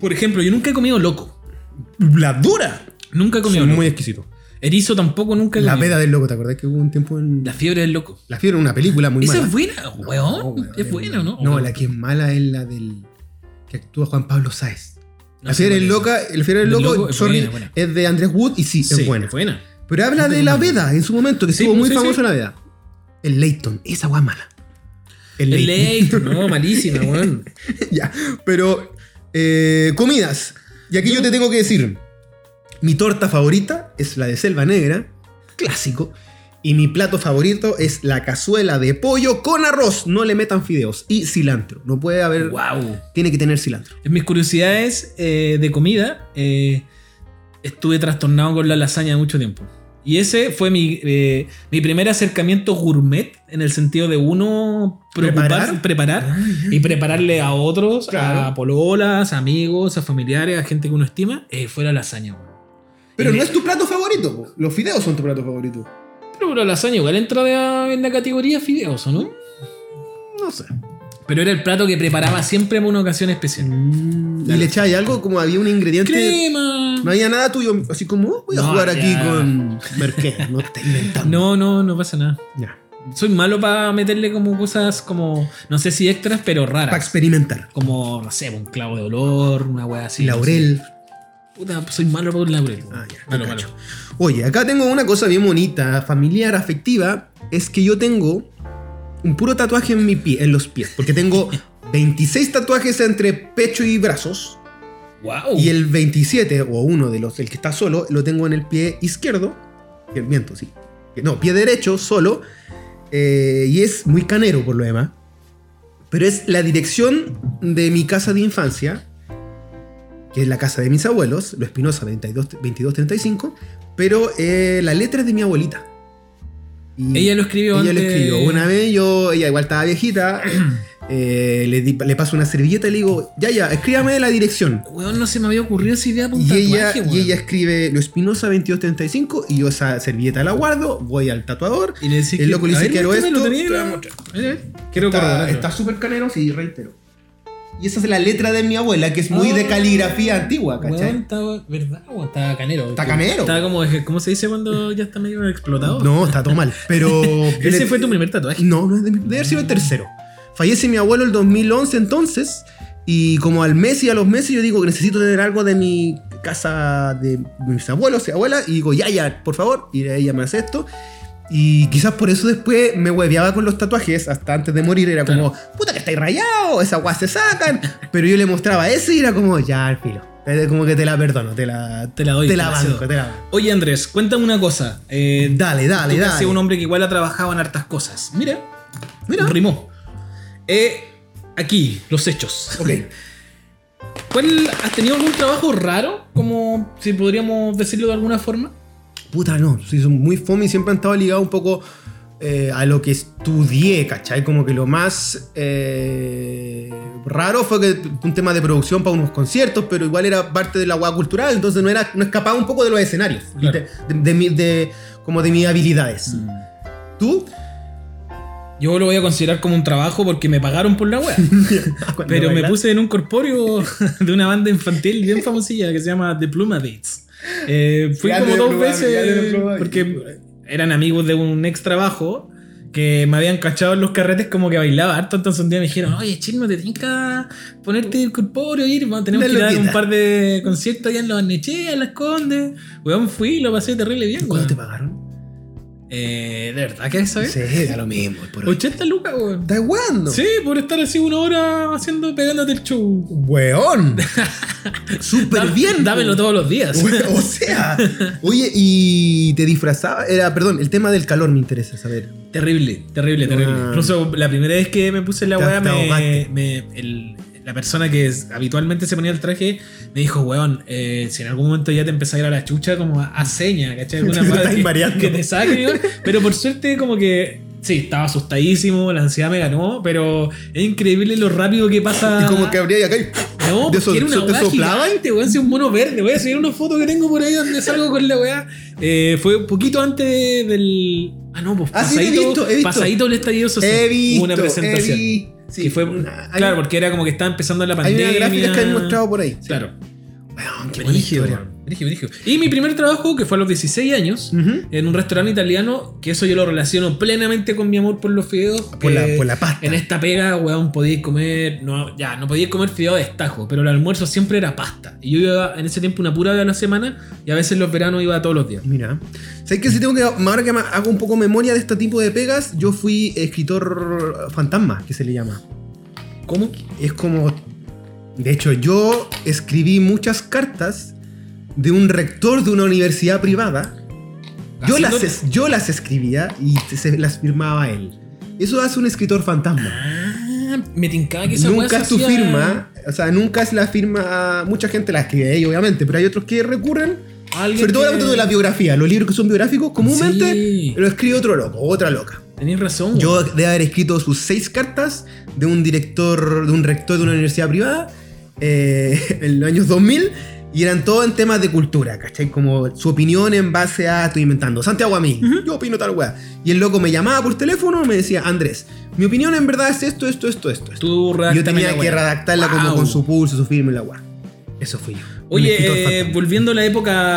Speaker 1: Por ejemplo, yo nunca he comido loco.
Speaker 2: la dura.
Speaker 1: Nunca he comido
Speaker 2: Son
Speaker 1: loco.
Speaker 2: muy exquisito.
Speaker 1: Erizo tampoco nunca he
Speaker 2: La
Speaker 1: comido.
Speaker 2: peda del loco, ¿te acordás que hubo un tiempo en.
Speaker 1: La fiebre del loco.
Speaker 2: La fiebre era una película muy
Speaker 1: Esa
Speaker 2: mala.
Speaker 1: es buena,
Speaker 2: No,
Speaker 1: weón.
Speaker 2: weón,
Speaker 1: es buena, ¿no?
Speaker 2: No, la que es mala es la del. que actúa Juan Pablo Sáez.
Speaker 1: No
Speaker 2: la
Speaker 1: sé
Speaker 2: fiebre
Speaker 1: cuál
Speaker 2: del
Speaker 1: es.
Speaker 2: loca, el fiebre del
Speaker 1: Del
Speaker 2: loco,
Speaker 1: loco es
Speaker 2: sorry,
Speaker 1: buena, buena.
Speaker 2: es de Andrés Wood y sí,
Speaker 1: Sí,
Speaker 2: es buena.
Speaker 1: buena.
Speaker 2: Pero habla de la veda en su momento, que
Speaker 1: Sí,
Speaker 2: estuvo muy
Speaker 1: sí,
Speaker 2: famoso
Speaker 1: sí.
Speaker 2: la veda. El Leighton, esa guay mala.
Speaker 1: El late, no, malísima, weón.
Speaker 2: Ya, pero eh, comidas. Y aquí yo te tengo que decir, mi torta favorita es la de selva negra, clásico. Y mi plato favorito es la cazuela de pollo con arroz. No le metan fideos. Y cilantro. No puede haber...
Speaker 1: Wow.
Speaker 2: Tiene que tener cilantro.
Speaker 1: En mis curiosidades eh, de comida, eh, estuve trastornado con la lasaña mucho tiempo. Y ese fue mi, eh, mi primer acercamiento gourmet en el sentido de uno preocuparse,
Speaker 2: ¿Preparar?
Speaker 1: preparar y prepararle a otros, a
Speaker 2: Claro.
Speaker 1: pololas, amigos, a familiares, a gente que uno estima, eh, fue la lasaña. weón.
Speaker 2: Pero
Speaker 1: Y-
Speaker 2: no es tu plato favorito. po. Los fideos son tu plato favorito.
Speaker 1: Pero la lasaña igual entra de- en la categoría fideos, ¿o no?
Speaker 2: No sé.
Speaker 1: Pero era el plato que preparaba siempre en una ocasión especial.
Speaker 2: Y le echáis algo como había un ingrediente...
Speaker 1: ¡Crema!
Speaker 2: No había nada tuyo. Así como, "Oh, voy a
Speaker 1: No,
Speaker 2: jugar aquí
Speaker 1: ya.
Speaker 2: con... Merquén. No te inventando.
Speaker 1: No, no, no pasa nada.
Speaker 2: Ya.
Speaker 1: Soy malo para meterle como cosas como, no sé si extras, pero
Speaker 2: Para
Speaker 1: raras.
Speaker 2: experimentar.
Speaker 1: Como, no sé, un clavo de olor, una wea así.
Speaker 2: Laurel.
Speaker 1: no sé. Puta, soy malo para un laurel.
Speaker 2: Ah, ya,
Speaker 1: Malo,
Speaker 2: te
Speaker 1: malo.
Speaker 2: cacho. Oye, acá tengo una cosa bien bonita, familiar, afectiva. Es que yo tengo un puro tatuaje en, mi pie, en los pies. Porque tengo 26 tatuajes entre pecho y brazos.
Speaker 1: Wow.
Speaker 2: Y el 27, o uno de los, el que está solo, lo tengo en el pie izquierdo. Que- Miento, sí. No, pie derecho, solo. eh, y es muy canero por lo demás. Pero es la dirección de mi casa de infancia, que es la casa de mis abuelos, Lo Espinosa 22 2235, pero eh, la letra es de mi abuelita. Y
Speaker 1: Ella lo escribió
Speaker 2: Ella lo
Speaker 1: antes.
Speaker 2: escribió. Una vez yo, ella igual estaba viejita, eh, le, di- le paso una servilleta y le digo, ya, ya, escríbame la dirección.
Speaker 1: Weón, no se me había ocurrido esa idea para un
Speaker 2: Y ella,
Speaker 1: tatuaje,
Speaker 2: y
Speaker 1: weón.
Speaker 2: ella escribe Lo Espinosa 2235 y yo esa servilleta la guardo, voy al tatuador.
Speaker 1: Y le decís
Speaker 2: el loco le
Speaker 1: a
Speaker 2: dice,
Speaker 1: ver,
Speaker 2: quiero
Speaker 1: muéstrame,
Speaker 2: esto,
Speaker 1: lo tenía
Speaker 2: te
Speaker 1: ahí,
Speaker 2: voy a
Speaker 1: ¿no?
Speaker 2: mostrar.
Speaker 1: Mira, Quiero
Speaker 2: Está-
Speaker 1: corroborarlo.
Speaker 2: Está súper canero, sí, reitero. Y esa es la letra de mi abuela, que es muy de
Speaker 1: Ah.
Speaker 2: caligrafía antigua,
Speaker 1: Weón,
Speaker 2: ¿cachai?
Speaker 1: estaba, ¿verdad? weón? estaba canero.
Speaker 2: Está canero.
Speaker 1: Estaba como, ¿cómo se dice cuando ya está medio explotado?
Speaker 2: No, está todo mal. Pero.
Speaker 1: Ese fue tu primer tatuaje.
Speaker 2: No, no es de mi- debe haber sido el tercero. Fallece mi abuelo el 2011 entonces. Y como al mes y a los meses yo digo que necesito tener algo de mi casa de mis abuelos y abuelas. Y digo, ya, ya, por favor. Y ella me hace esto. Y quizás por eso después me hueveaba con los tatuajes hasta antes de morir. Era como, puta que estáis rayado, esas guas se sacan. Pero yo le mostraba ese y era como, ya, al filo. Es Como que te la perdono, te la,
Speaker 1: Te la doy,
Speaker 2: Te la
Speaker 1: te la cedo.
Speaker 2: banco, te la banco.
Speaker 1: Oye Andrés, cuéntame una cosa. Eh,
Speaker 2: Dale, dale,
Speaker 1: tú que has
Speaker 2: dale.
Speaker 1: sido un hombre que igual ha trabajado en hartas cosas. Mira, mira.
Speaker 2: Mira.
Speaker 1: Rimó. Eh, aquí, los hechos.
Speaker 2: Ok.
Speaker 1: ¿Cuál, ¿Has tenido algún trabajo raro? Como si podríamos decirlo de alguna forma.
Speaker 2: Puta, no. Sí, son muy fome y siempre han estado ligados un poco eh, a lo que estudié, ¿cachai? Como que lo más eh, raro fue que un tema de producción para unos conciertos, pero igual era parte de la guagua cultural, entonces no, era, no escapaba un poco de los escenarios,
Speaker 1: Claro. Mm.
Speaker 2: de, de mi- de- como de mis habilidades. ¿Tú?
Speaker 1: Yo lo voy a considerar como un trabajo porque me pagaron por la web.
Speaker 2: Cuando
Speaker 1: Pero me
Speaker 2: bailas.
Speaker 1: puse en un corpóreo de una banda infantil bien famosilla que se llama The Pluma Dates. Eh, fui
Speaker 2: Grande
Speaker 1: como dos
Speaker 2: Pluma, grande
Speaker 1: veces
Speaker 2: Pluma.
Speaker 1: porque eran amigos de un ex trabajo que me habían cachado en los carretes como que bailaba harto. Entonces un día me dijeron, oye, chino, te tienes que ponerte el corpóreo y ir. Vamos, tenemos
Speaker 2: Una
Speaker 1: que ir a un
Speaker 2: loquita.
Speaker 1: par de conciertos allá en los Nechea, en las Condes. Weón, fui y lo pasé terrible bien,
Speaker 2: ¿Cuánto
Speaker 1: weón.
Speaker 2: te pagaron?
Speaker 1: Eh, ¿De verdad querés saber?
Speaker 2: Sí, da lo mismo. es Por
Speaker 1: 80 lucas, weón.
Speaker 2: ¿Estás jugando?
Speaker 1: Sí, por estar así una hora haciendo, pegándote el show.
Speaker 2: ¡Weón!
Speaker 1: Da-
Speaker 2: ¡Súper bien!
Speaker 1: Dámelo
Speaker 2: po.
Speaker 1: todos los días.
Speaker 2: Bueno, O sea, oye, y te disfrazaba. Era, perdón, el tema del calor me interesa saber.
Speaker 1: terrible, terrible, terrible.
Speaker 2: Bueno.
Speaker 1: Incluso la primera vez que me puse la
Speaker 2: Ah. Te-
Speaker 1: weá,
Speaker 2: te
Speaker 1: me,
Speaker 2: ahogaste.
Speaker 1: me- el- la persona que es- habitualmente se ponía el traje me dijo, weón, eh, si en algún momento ya te empezás a ir a la chucha, como a, a seña, ¿cachai? Alguna
Speaker 2: Te
Speaker 1: weá
Speaker 2: estás
Speaker 1: que-
Speaker 2: mareando.
Speaker 1: que te saque, weón. Pero por suerte, como que. Sí, estaba asustadísimo, la ansiedad me ganó, pero es increíble lo rápido que pasa.
Speaker 2: Y como que abría y acá y.
Speaker 1: No, porque
Speaker 2: de eso-
Speaker 1: era una
Speaker 2: so- te
Speaker 1: weá
Speaker 2: soplaban.
Speaker 1: gigante, weón. Si un mono verde. Voy a subir una foto que tengo por ahí donde salgo con la weá. Eh, fue un poquito antes de- del. Ah, no, pues
Speaker 2: Ah, sí,
Speaker 1: pasadito,
Speaker 2: he visto, he visto.
Speaker 1: pasadito el estallido social.
Speaker 2: He visto.
Speaker 1: Hubo una presentación.
Speaker 2: he vi- sí,
Speaker 1: que fue,
Speaker 2: una- hay-
Speaker 1: claro, porque era como que estaba empezando la
Speaker 2: Hay
Speaker 1: pandemia.
Speaker 2: unas gráficas que han mostrado por ahí.
Speaker 1: Claro.
Speaker 2: Weón, qué buena
Speaker 1: Brígido,
Speaker 2: historia.
Speaker 1: weón. Brígido, brígido. Y mi primer trabajo, que fue a los 16 años,
Speaker 2: Ujú.
Speaker 1: en un restaurante italiano, que eso yo lo relaciono plenamente con mi amor por los fideos.
Speaker 2: Por, la,
Speaker 1: que-
Speaker 2: por la pasta.
Speaker 1: Eh, en esta pega, weón, podíais comer. No, ya, no podíais comer fideo de estajo, pero el almuerzo siempre era pasta. Y yo iba en ese tiempo una pura vez a la semana y a veces los veranos iba todos los días.
Speaker 2: Mira. ¿Sabes que si tengo que. Ahora que me hago un poco memoria de este tipo de pegas, yo fui escritor fantasma, que se le llama.
Speaker 1: ¿Cómo?
Speaker 2: Es como. De hecho, yo escribí muchas cartas de un rector de una universidad privada. Yo las,
Speaker 1: Haciendo-
Speaker 2: es- yo las escribía y se las firmaba él. Eso hace un escritor fantasma.
Speaker 1: Ah, me tincaba que esa weá
Speaker 2: Nunca
Speaker 1: se
Speaker 2: es tu
Speaker 1: hacía-
Speaker 2: firma, o sea, nunca es la firma. Mucha gente la escribe ahí, obviamente, pero hay otros que recurren.
Speaker 1: Alguien
Speaker 2: Sobre todo
Speaker 1: que-
Speaker 2: hablando de la biografía, los libros que son biográficos, comúnmente
Speaker 1: Sí.
Speaker 2: lo escribe otro loco, otra loca.
Speaker 1: Tenés razón.
Speaker 2: Yo
Speaker 1: weón.
Speaker 2: de haber escrito sus seis cartas de un director, de un rector de una universidad privada eh, en los años 2000 y eran todo en temas de cultura, ¿cachai? Como su opinión en base a, estoy inventando, Santiago a mí, yo opino tal weá. Y el loco me llamaba por teléfono y me decía, Andrés, mi opinión en verdad es esto, esto, esto, esto.
Speaker 1: Tú
Speaker 2: esto". Y Yo
Speaker 1: redáctame la
Speaker 2: tenía que
Speaker 1: weá.
Speaker 2: redactarla
Speaker 1: Wow.
Speaker 2: como con su pulso, su firma y la weá. Eso fui yo. un escritor
Speaker 1: Oye, eh,
Speaker 2: fantasma.
Speaker 1: volviendo a la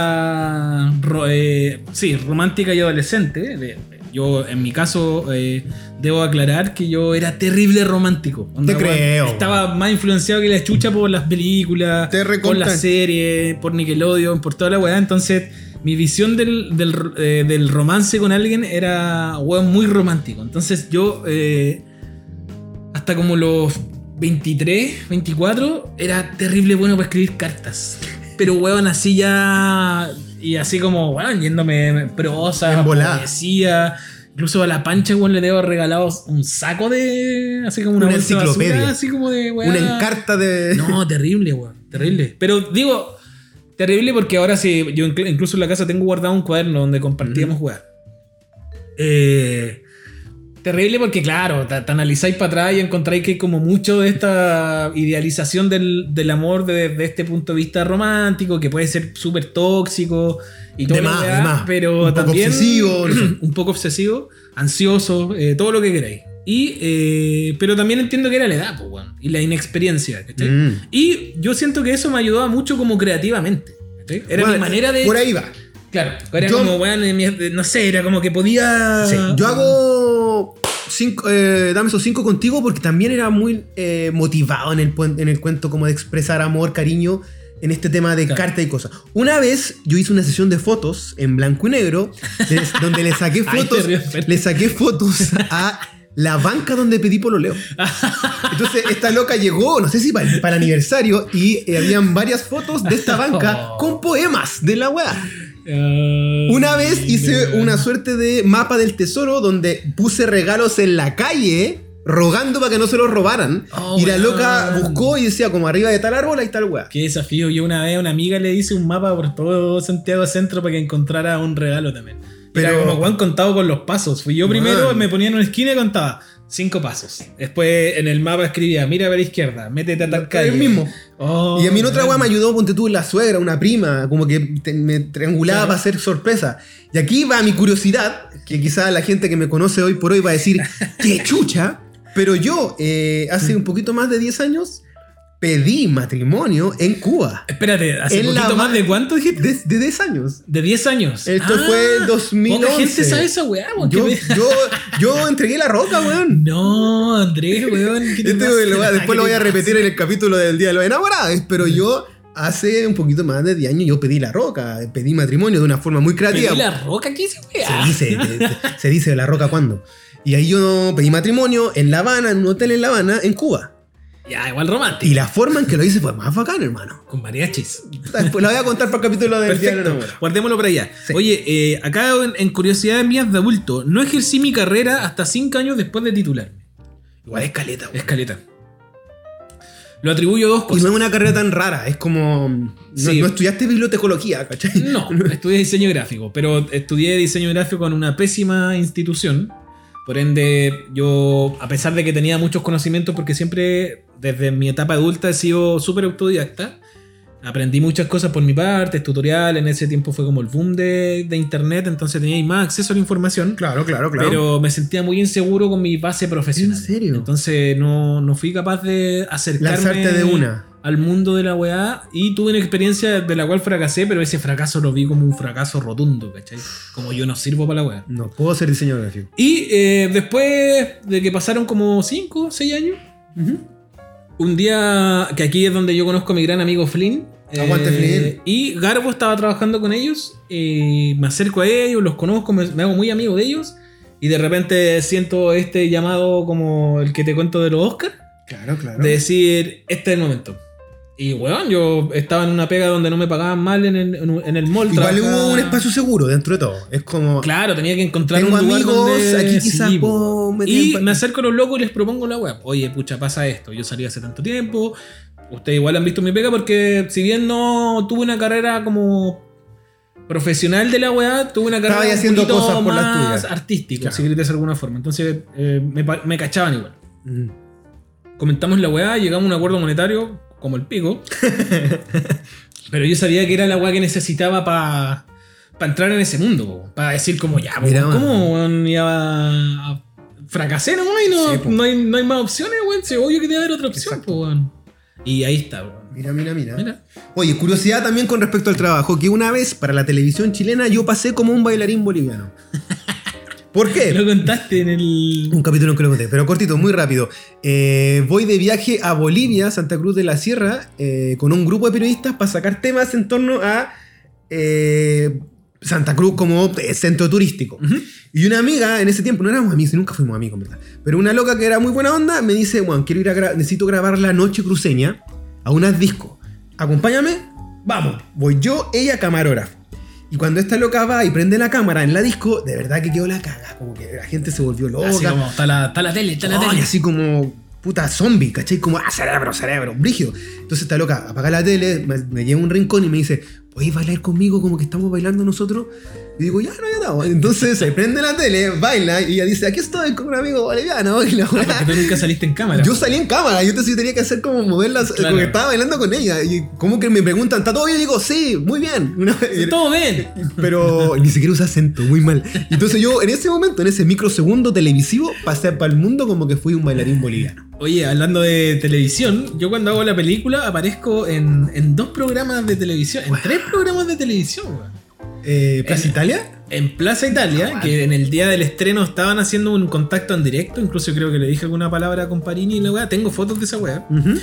Speaker 1: época ro- eh, sí, romántica y adolescente, eh, yo en mi caso eh, debo aclarar que yo era terrible romántico. Onda,
Speaker 2: Te
Speaker 1: weón,
Speaker 2: creo.
Speaker 1: Estaba más influenciado que la chucha por las películas,
Speaker 2: Te
Speaker 1: por
Speaker 2: recontra-
Speaker 1: las series, por Nickelodeon, por toda la weá. Entonces, mi visión del, del, eh, del romance con alguien era weón, muy romántico. Entonces yo... eh, hasta como los 23, 24, era terrible bueno para escribir cartas. Pero huevón así ya. Y así como, bueno, yéndome en prosa,
Speaker 2: En volada.
Speaker 1: poesía. Incluso a la pancha, weón, le debo regalado un saco de. Así como una,
Speaker 2: Una
Speaker 1: bolsa de basura,
Speaker 2: enciclopedia.
Speaker 1: así como de, weón.
Speaker 2: Una encarta de...
Speaker 1: No, terrible, weón. Terrible. Pero digo, terrible porque ahora sí, yo incl- incluso en la casa tengo guardado un cuaderno donde compartíamos weón. Eh, terrible porque, claro, te, te analizáis para atrás y encontráis que hay como mucho de esta idealización del, del amor desde este punto de vista romántico, que puede ser súper tóxico y todo.
Speaker 2: De más, de más.
Speaker 1: Pero
Speaker 2: Un poco
Speaker 1: también.
Speaker 2: obsesivo, no sé.
Speaker 1: un poco obsesivo, ansioso, eh, todo lo que queráis. Y, eh, pero también entiendo que era la edad, po, weón, y la inexperiencia. ¿cachai?
Speaker 2: Mm.
Speaker 1: Y yo siento que eso me ayudaba mucho como creativamente. ¿cachai? Era mi
Speaker 2: Bueno,
Speaker 1: manera de...
Speaker 2: Por ahí va.
Speaker 1: Claro, era
Speaker 2: Yo-
Speaker 1: como, weón, en mi- no sé, era como que podía...
Speaker 2: Sí, Yo hago cinco, eh, dame esos cinco contigo porque también era muy eh, motivado en el, puen- en el cuento como de expresar amor, cariño en este tema de
Speaker 1: Claro.
Speaker 2: carta y cosas. Una vez yo hice una sesión de fotos en blanco y negro les- donde le saqué
Speaker 1: Ay, te
Speaker 2: fotos,
Speaker 1: río, Fer.
Speaker 2: le saqué fotos a la banca donde pedí pololeo. Entonces esta loca llegó, no sé si para, el- para el aniversario y eh, habían varias fotos de esta banca
Speaker 1: Oh.
Speaker 2: con poemas de la weá.
Speaker 1: Ay,
Speaker 2: Una vez hice
Speaker 1: weón.
Speaker 2: una suerte de mapa del tesoro donde puse regalos en la calle rogando para que no se los robaran.
Speaker 1: Oh,
Speaker 2: y la
Speaker 1: weón.
Speaker 2: loca buscó y decía como arriba de tal árbol hay tal weá.
Speaker 1: Qué desafío. Yo una vez a una amiga le hice un mapa por todo Santiago Centro para que encontrara un regalo también. Pero
Speaker 2: Pero-
Speaker 1: como Juan contado con los pasos. Fui yo primero,
Speaker 2: Man.
Speaker 1: me ponía en una esquina y contaba cinco pasos. Después en el mapa escribía, mira para la izquierda, métete a tal
Speaker 2: Lo-
Speaker 1: calle.
Speaker 2: el mismo.
Speaker 1: Oh,
Speaker 2: Y a mí en otra weá
Speaker 1: man.
Speaker 2: me ayudó, ponte tú, la suegra, una prima, como que te- me triangulaba
Speaker 1: Claro.
Speaker 2: para hacer sorpresa. Y aquí va mi curiosidad, que quizá la gente que me conoce hoy por hoy va a decir, ¡qué chucha! Pero yo, eh, hace un poquito más de 10 años, pedí matrimonio en Cuba.
Speaker 1: Espérate, ¿hace
Speaker 2: En la
Speaker 1: poquito más
Speaker 2: ba-
Speaker 1: de cuánto dijiste?
Speaker 2: Desde de 10 años.
Speaker 1: De 10 años.
Speaker 2: Esto fue el 2011.
Speaker 1: Ah, Poca gente sabe esa weá, weón.
Speaker 2: Yo,
Speaker 1: Qué pe-
Speaker 2: yo, yo entregué la roca, weón.
Speaker 1: No, Andrés, weón. ¿qué te
Speaker 2: Este
Speaker 1: pasa?
Speaker 2: lo voy a- después lo
Speaker 1: ¿Qué
Speaker 2: voy
Speaker 1: Ah, te
Speaker 2: a repetir en el capítulo del Día de los Enamorados. Pero yo, hace un poquito más de 10 años, yo pedí la roca. Pedí matrimonio de una forma muy
Speaker 1: pasa?
Speaker 2: creativa.
Speaker 1: ¿Pedí la roca? ¿Qué se
Speaker 2: Se dice, se- se dice la roca cuando. Y ahí yo pedí matrimonio en La Habana, en un hotel en La Habana, en Cuba.
Speaker 1: Ya, igual romántico.
Speaker 2: Y la forma en que lo hice fue más bacán, hermano.
Speaker 1: Con mariachis.
Speaker 2: Después lo voy a contar para el capítulo del Día de los
Speaker 1: Perfecto,
Speaker 2: Enamorados.
Speaker 1: guardémoslo para allá.
Speaker 2: Sí.
Speaker 1: Oye, eh, acá en, en curiosidades mías de adulto, no ejercí mi carrera hasta 5 años después de titularme.
Speaker 2: Igual es caleta, weón.
Speaker 1: Escaleta. Lo atribuyo a dos
Speaker 2: Y
Speaker 1: cosas.
Speaker 2: no es una carrera tan rara, es como. No,
Speaker 1: Sí.
Speaker 2: no estudiaste bibliotecología, ¿cachai?
Speaker 1: No, estudié diseño gráfico, pero estudié diseño gráfico en una pésima institución. Por ende, yo, a pesar de que tenía muchos conocimientos, porque siempre desde mi etapa adulta he sido súper autodidacta, aprendí muchas cosas por mi parte, tutoriales, en ese tiempo fue como el boom de, de internet, entonces tenía más acceso a la información.
Speaker 2: Claro, claro,
Speaker 1: Pero me sentía muy inseguro con mi base profesional.
Speaker 2: ¿En serio?
Speaker 1: Entonces no, no fui capaz de acercarme
Speaker 2: Lanzarte de una.
Speaker 1: al mundo de la weá. Y tuve una experiencia de la cual fracasé, pero ese fracaso lo vi como un fracaso rotundo, ¿cachai? Como yo no sirvo para la weá.
Speaker 2: No puedo ser diseñador gráfico.
Speaker 1: Y eh, después de que pasaron como 5 o 6 años, un día que aquí es donde yo conozco a mi gran amigo Flynn. eh,
Speaker 2: Aguante, Flynn.
Speaker 1: Y Garbo estaba trabajando con ellos. eh, me acerco a ellos, los conozco, me, me hago muy amigo de ellos. Y de repente siento este llamado como el que te cuento de los Oscars.
Speaker 2: Claro, claro.
Speaker 1: De decir, este es el momento. Y weón, yo estaba en una pega donde no me pagaban mal en el, en un- en el mall.
Speaker 2: Igual
Speaker 1: trabajaba-
Speaker 2: hubo un espacio seguro dentro de todo. Es como.
Speaker 1: Claro, tenía que encontrar
Speaker 2: tengo
Speaker 1: un lugar
Speaker 2: amigos,
Speaker 1: donde-
Speaker 2: aquí
Speaker 1: Sí,
Speaker 2: quizás
Speaker 1: po.
Speaker 2: puedo meter
Speaker 1: Y
Speaker 2: pa-
Speaker 1: me acerco a los locos y les propongo la web. Oye, pucha, pasa esto. Yo salí hace tanto tiempo. Ustedes igual han visto mi pega porque si bien no tuve una carrera como profesional de la web, tuve una carrera
Speaker 2: Estaba ahí
Speaker 1: un
Speaker 2: haciendo
Speaker 1: poquito
Speaker 2: cosas por las
Speaker 1: más
Speaker 2: tuyas.
Speaker 1: artística,
Speaker 2: Claro.
Speaker 1: si querés de alguna forma. Entonces eh, me, pa- me cachaban igual.
Speaker 2: Mm.
Speaker 1: Comentamos la weá, llegamos a un acuerdo monetario como el pico. pero yo sabía que era la weá que necesitaba para entrar en ese mundo, para decir como ya, po,
Speaker 2: Mira,
Speaker 1: ¿cómo weón, ya va a fracasé nomás y no,
Speaker 2: Sí, po.
Speaker 1: no, hay, no hay más opciones, weón? Sí, obvio que debe haber otra opción,
Speaker 2: Exacto.
Speaker 1: po, weón. Y ahí está, weón.
Speaker 2: Mira, mira, mira,
Speaker 1: Mira.
Speaker 2: Oye, curiosidad también con respecto al trabajo, que una vez para la televisión chilena yo pasé como un bailarín boliviano. ¿Por qué?
Speaker 1: Lo contaste en el.
Speaker 2: Un capítulo que lo conté, pero cortito, muy rápido. Eh, voy de viaje a Bolivia, Santa Cruz de la Sierra, eh, con un grupo de periodistas para sacar temas en torno a eh, Santa Cruz como eh, centro turístico. Y una amiga en ese tiempo, no éramos amigos, nunca fuimos amigos, en ¿verdad? Pero una loca que era muy buena onda me dice, Juan, quiero ir a gra- necesito grabar la noche cruceña a unas discos. Acompáñame, vamos. Voy yo, ella, camarógrafo. Y cuando esta loca va y prende la cámara en la disco, de verdad que quedó la caga. Como que la gente se volvió loca.
Speaker 1: Así como, está la, está la tele, está la
Speaker 2: Ay,
Speaker 1: tele.
Speaker 2: así como puta zombie, ¿cachai? Como, ah, cerebro, cerebro, brígido. Entonces está loca, apaga la tele, me, me lleva a un rincón y me dice, ¿podéis bailar conmigo como que estamos bailando nosotros? Y digo, ya, no, ya estamos. Entonces se prende la tele, baila y ella dice, aquí estoy con un amigo boliviano. Y la
Speaker 1: Ah,
Speaker 2: weá-
Speaker 1: porque tú nunca saliste en cámara.
Speaker 2: yo salí en cámara, yo entonces yo tenía que hacer como moverlas,
Speaker 1: Claro.
Speaker 2: porque estaba bailando con ella. Y como que me preguntan, ¿está todo bien? Y digo, sí, muy bien. Una vez-
Speaker 1: Todo bien.
Speaker 2: pero ni siquiera usa acento, muy mal. Entonces yo en ese momento, en ese microsegundo televisivo, pasé para el mundo como que fui un bailarín boliviano.
Speaker 1: Oye, hablando de televisión, yo cuando hago la película aparezco en, en dos programas de televisión, en tres programas de televisión, weón.
Speaker 2: Eh, ¿Plaza
Speaker 1: Eh,
Speaker 2: Italia?
Speaker 1: En Plaza Italia, que en el día del estreno estaban haciendo un contacto en directo, incluso creo que le dije alguna palabra a Comparini y la weá, tengo fotos de esa weá.
Speaker 2: Ujú.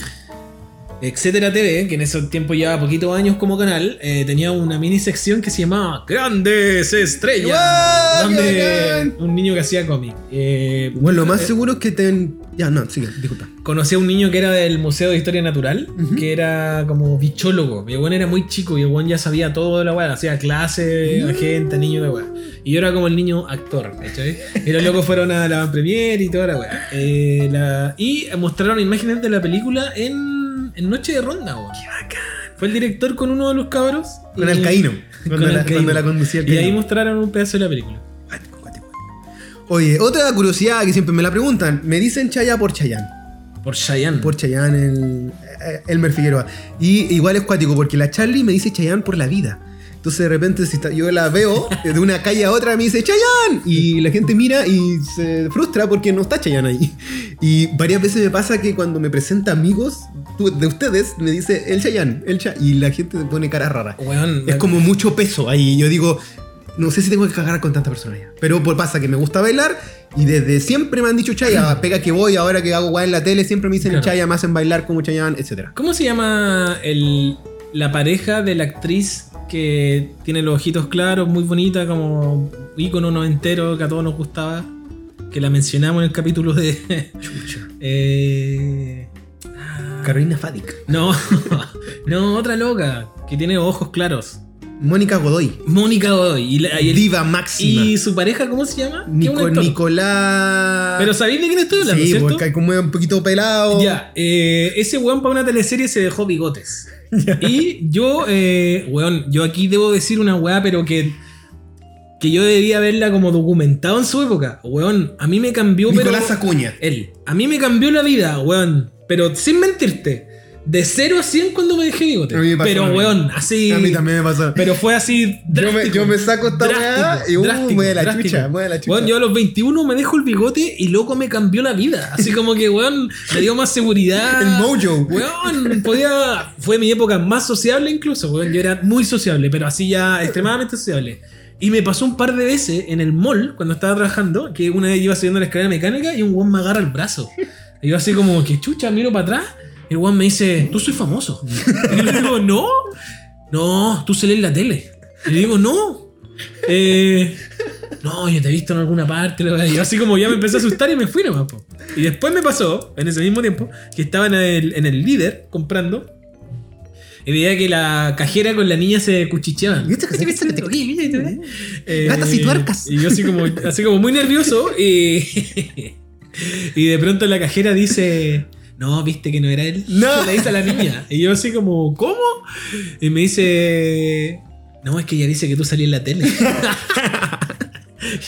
Speaker 1: Etcétera TV, que en ese tiempo llevaba poquitos años como canal, eh, tenía una mini sección que se llamaba Grandes Estrellas.
Speaker 2: ¡Guau, qué
Speaker 1: Donde
Speaker 2: bacán!
Speaker 1: un niño que hacía cómic. Eh,
Speaker 2: Bueno, lo más
Speaker 1: eh,
Speaker 2: seguro es que te... Ya, no, sigue, disculpa.
Speaker 1: conocí a un niño que era del Museo de Historia Natural,
Speaker 2: Ujú.
Speaker 1: que era como bichólogo. Mi weón era muy chico y el weón ya sabía todo de la weá, hacía clases,
Speaker 2: Mm.
Speaker 1: a gente, niño de weá. Y yo era como el niño actor, ¿cachai? Y los locos fueron a la premier y toda la weá. Eh, la- y mostraron imágenes de la película en, en Noche de Ronda, weón. Fue el director con uno de los cabros.
Speaker 2: Con
Speaker 1: y-
Speaker 2: Alcaíno. Cuando, la,
Speaker 1: Alcaíno.
Speaker 2: cuando la conducía
Speaker 1: Y ahí
Speaker 2: Alcaíno.
Speaker 1: mostraron un pedazo de la película.
Speaker 2: Cuático, cuático. Oye, otra curiosidad que siempre me la preguntan. Me dicen Chaya por Chayán.
Speaker 1: Por Cheyenne.
Speaker 2: Por Chayán, el, eh, Elmer Figueroa. Y igual es cuático, porque la Charlie me dice Chayán por la vida. Entonces de repente si está- yo la veo eh, de una calle a otra me dice Chayán y la gente mira y se frustra porque no está Chayán ahí. Y varias veces me pasa que cuando me presenta amigos tú- de ustedes me dice el Chayán, el Cha y la gente pone cara rara.
Speaker 1: Weón,
Speaker 2: Es como mucho peso ahí. Yo digo, no sé si tengo que cagar con tanta personalidad. Pero por pasa que me gusta bailar y desde siempre me han dicho Chaya, pega que voy, ahora que hago guay en la tele, siempre me dicen
Speaker 1: Claro.
Speaker 2: Chaya, me hacen bailar como Chayanne, etc.
Speaker 1: ¿Cómo se llama el, la pareja de la actriz que tiene los ojitos claros, muy bonita, como ícono noventero que a todos nos gustaba? Que la mencionamos en el capítulo de. eh, ah,
Speaker 2: Carolina Fadik.
Speaker 1: no, no, otra loca que tiene ojos claros.
Speaker 2: Mónica Godoy.
Speaker 1: Mónica Godoy. Y, la- Ah, y el-
Speaker 2: Diva máxima.
Speaker 1: y su pareja, ¿cómo se llama? Que es un
Speaker 2: Nico-
Speaker 1: actor.
Speaker 2: Nicolás.
Speaker 1: Pero sabéis de quién estoy hablando,
Speaker 2: sí,
Speaker 1: ¿cierto?
Speaker 2: porque hay como un poquito pelado.
Speaker 1: Ya, eh, ese weón para una teleserie se dejó bigotes. Y yo, eh, weón, yo aquí debo decir una weá, pero que. Que yo debía haberla como documentado en su época. Weón, a mí me cambió,
Speaker 2: Nicolás
Speaker 1: pero.
Speaker 2: Acuña.
Speaker 1: Él. A mí me cambió la vida, weón. Pero sin mentirte. De 0 a 100 cuando me dejé bigotes.
Speaker 2: A mí me pasó lo
Speaker 1: Pero,
Speaker 2: mismo.
Speaker 1: weón, así.
Speaker 2: A mí también me pasó.
Speaker 1: Pero fue así.
Speaker 2: Yo me,
Speaker 1: drástico,
Speaker 2: yo me saco esta weá
Speaker 1: drástico,
Speaker 2: y uh,
Speaker 1: drástico,
Speaker 2: me da la
Speaker 1: drástico.
Speaker 2: chucha, me da la chucha.
Speaker 1: Weón, yo a los 21 me dejo el bigote y loco me cambió la vida. Así como que, weón, me dio más seguridad.
Speaker 2: El mojo.
Speaker 1: Weón, podía. Fue mi época más sociable incluso, weón. Yo era muy sociable, pero así ya extremadamente sociable. Y me pasó un par de veces en el mall cuando estaba trabajando, que una vez iba subiendo la escalera mecánica y un weón me agarra el brazo. Y yo así como que chucha, miro para atrás. Y el weón me dice, tú soy famoso. Y yo le digo, no. No, tú se lees la tele. Y le digo, no. Eh, no, yo te he visto en alguna parte. la verdad. Y yo así como ya me empecé a asustar y me fui nomás. po. Y después me pasó, en ese mismo tiempo, que estaba en el, en el líder comprando. Y veía que la cajera con la niña se cuchicheaban. Eh,
Speaker 2: Gatas y tuercas.
Speaker 1: Y yo así como, así como muy nervioso. Y, y de pronto la cajera dice. No, viste que no era él.
Speaker 2: No.
Speaker 1: Se la dice a la niña. Y yo así como, ¿cómo? Y me dice. No, es que ella dice que tú salí en la tele.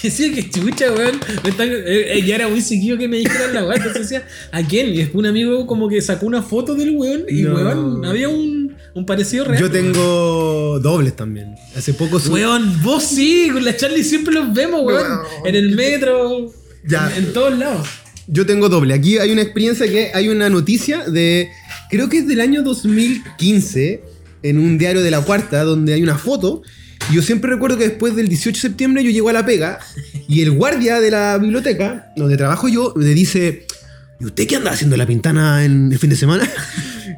Speaker 1: Y decía que chucha, weón. me están- eh, eh, ya era muy seguido que me dijeran la weá. Entonces decía, ¿a quién? Y después un amigo como que sacó una foto del weón. Y
Speaker 2: No.
Speaker 1: weón, había un, un parecido real.
Speaker 2: Yo tengo dobles también. Hace poco subí.
Speaker 1: Weón, vos sí, con la Charlie siempre los vemos, weón.
Speaker 2: Weón.
Speaker 1: En el metro,
Speaker 2: Ya.
Speaker 1: En, en todos lados.
Speaker 2: Yo tengo doble. Aquí hay una experiencia que hay una noticia de. Creo que es del año 2015. En un diario de la cuarta, donde hay una foto. Y Yo siempre recuerdo que después del 18 de septiembre yo llego a la pega. Y el guardia de la biblioteca, donde trabajo yo, me dice. ¿Y usted qué anda haciendo en la pintana en el fin de semana?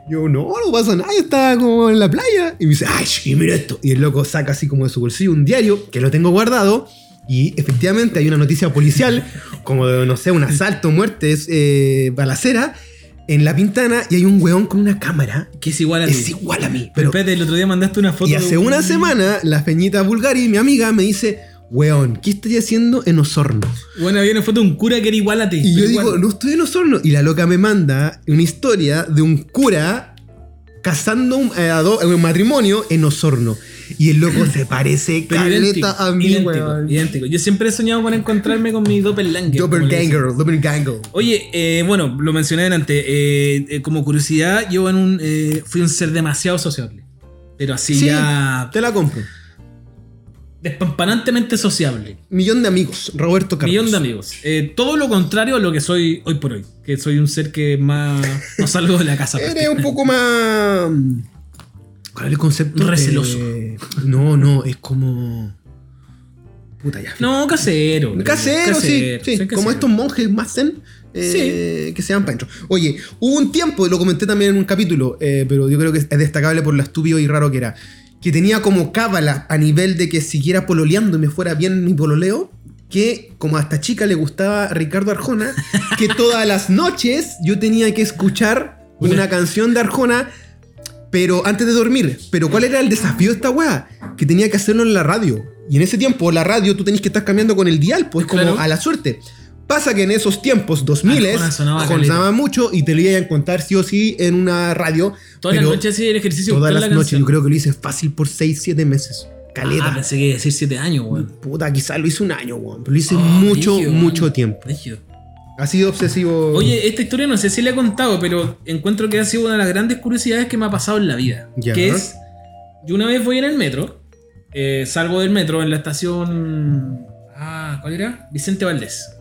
Speaker 2: Yo, no, no pasa nada, yo estaba como en la playa. Y me dice, ay, sí, mira esto. Y el loco saca así como de su bolsillo un diario que lo tengo guardado. Y efectivamente hay una noticia policial, como de, no sé, un asalto, muertes, eh, balacera, en la pintana. Y hay un weón con una cámara.
Speaker 1: Que es igual a ti.
Speaker 2: Es igual a mí.
Speaker 1: Pero
Speaker 2: Pero,
Speaker 1: espérate, el otro día mandaste una foto.
Speaker 2: y hace
Speaker 1: de un-
Speaker 2: una semana, la Peñita Bulgari, mi amiga, me dice, weón, ¿qué estoy haciendo en Osorno?
Speaker 1: Bueno, había una foto de un cura que era igual a ti.
Speaker 2: Y yo
Speaker 1: pero
Speaker 2: digo,
Speaker 1: igual.
Speaker 2: no estoy en Osorno. Y la loca me manda una historia de un cura casando un- eh, a do- a un matrimonio en Osorno. Y el loco se parece
Speaker 1: Pero idéntico,
Speaker 2: caleta a mí,
Speaker 1: idéntico,
Speaker 2: weón.
Speaker 1: idéntico. Yo siempre he soñado con encontrarme con mi doppelganger. como le dicen.
Speaker 2: Doppelganger, Doppelganger.
Speaker 1: Oye, eh, bueno, lo mencioné delante. eh, eh, como curiosidad, yo en un, eh, fui un ser demasiado sociable. Pero así
Speaker 2: Sí,
Speaker 1: ya
Speaker 2: te la compro.
Speaker 1: despampanantemente sociable.
Speaker 2: Millón de amigos, Roberto Carlos.
Speaker 1: Millón de amigos. Eh, todo lo contrario a lo que soy hoy por hoy. Que soy un ser que más no salgo de la casa.
Speaker 2: Eres un poco más. ¿Cuál es el concepto?
Speaker 1: Receloso.
Speaker 2: Eh, No, no, es como. Puta ya.
Speaker 1: No, casero. bro.
Speaker 2: Casero, sí, sí,
Speaker 1: soy
Speaker 2: Como
Speaker 1: casero.
Speaker 2: estos monjes más zen eh, que se van para adentro. Oye, hubo un tiempo, lo comenté también en un capítulo, eh, pero yo creo que es destacable por lo estúpido y raro que era. Que tenía como cábala a nivel de que siguiera pololeando y me fuera bien mi pololeo. Que como a esta chica le gustaba Ricardo Arjona, que todas las noches yo tenía que escuchar
Speaker 1: Una-
Speaker 2: una canción de Arjona, pero antes de dormir. Pero ¿cuál era el desafío de esta weá? Que tenía que hacerlo en la radio. Y en ese tiempo, la radio, tú tenías que estar cambiando con el dial, pues como
Speaker 1: Claro.
Speaker 2: a la suerte. Pasa que en esos tiempos, 2000,
Speaker 1: Arjona
Speaker 2: Arjona
Speaker 1: sonaba
Speaker 2: sonaba,
Speaker 1: caleta.
Speaker 2: mucho y te lo iban a contar sí o sí en una radio.
Speaker 1: Todas las
Speaker 2: pero
Speaker 1: noches hacía el ejercicio.
Speaker 2: todas las
Speaker 1: la
Speaker 2: noches,
Speaker 1: canción.
Speaker 2: yo creo que lo hice fácil por 6, 7 meses.
Speaker 1: Ah,
Speaker 2: Caleta.
Speaker 1: pensé que iba a decir 7 años, weón.
Speaker 2: Puta, quizás lo hice un año, weón. Pero lo hice
Speaker 1: Oh,
Speaker 2: mucho,
Speaker 1: brígido,
Speaker 2: mucho
Speaker 1: weón.
Speaker 2: tiempo.
Speaker 1: Brígido.
Speaker 2: Ha sido obsesivo.
Speaker 1: Oye, esta historia no sé si la he contado, pero encuentro que ha sido una de las grandes curiosidades que me ha pasado en la vida.
Speaker 2: Ya.
Speaker 1: Que es, yo una vez voy en el metro, eh, salgo del metro en la estación... Ah, ¿cuál era? Vicente Valdés.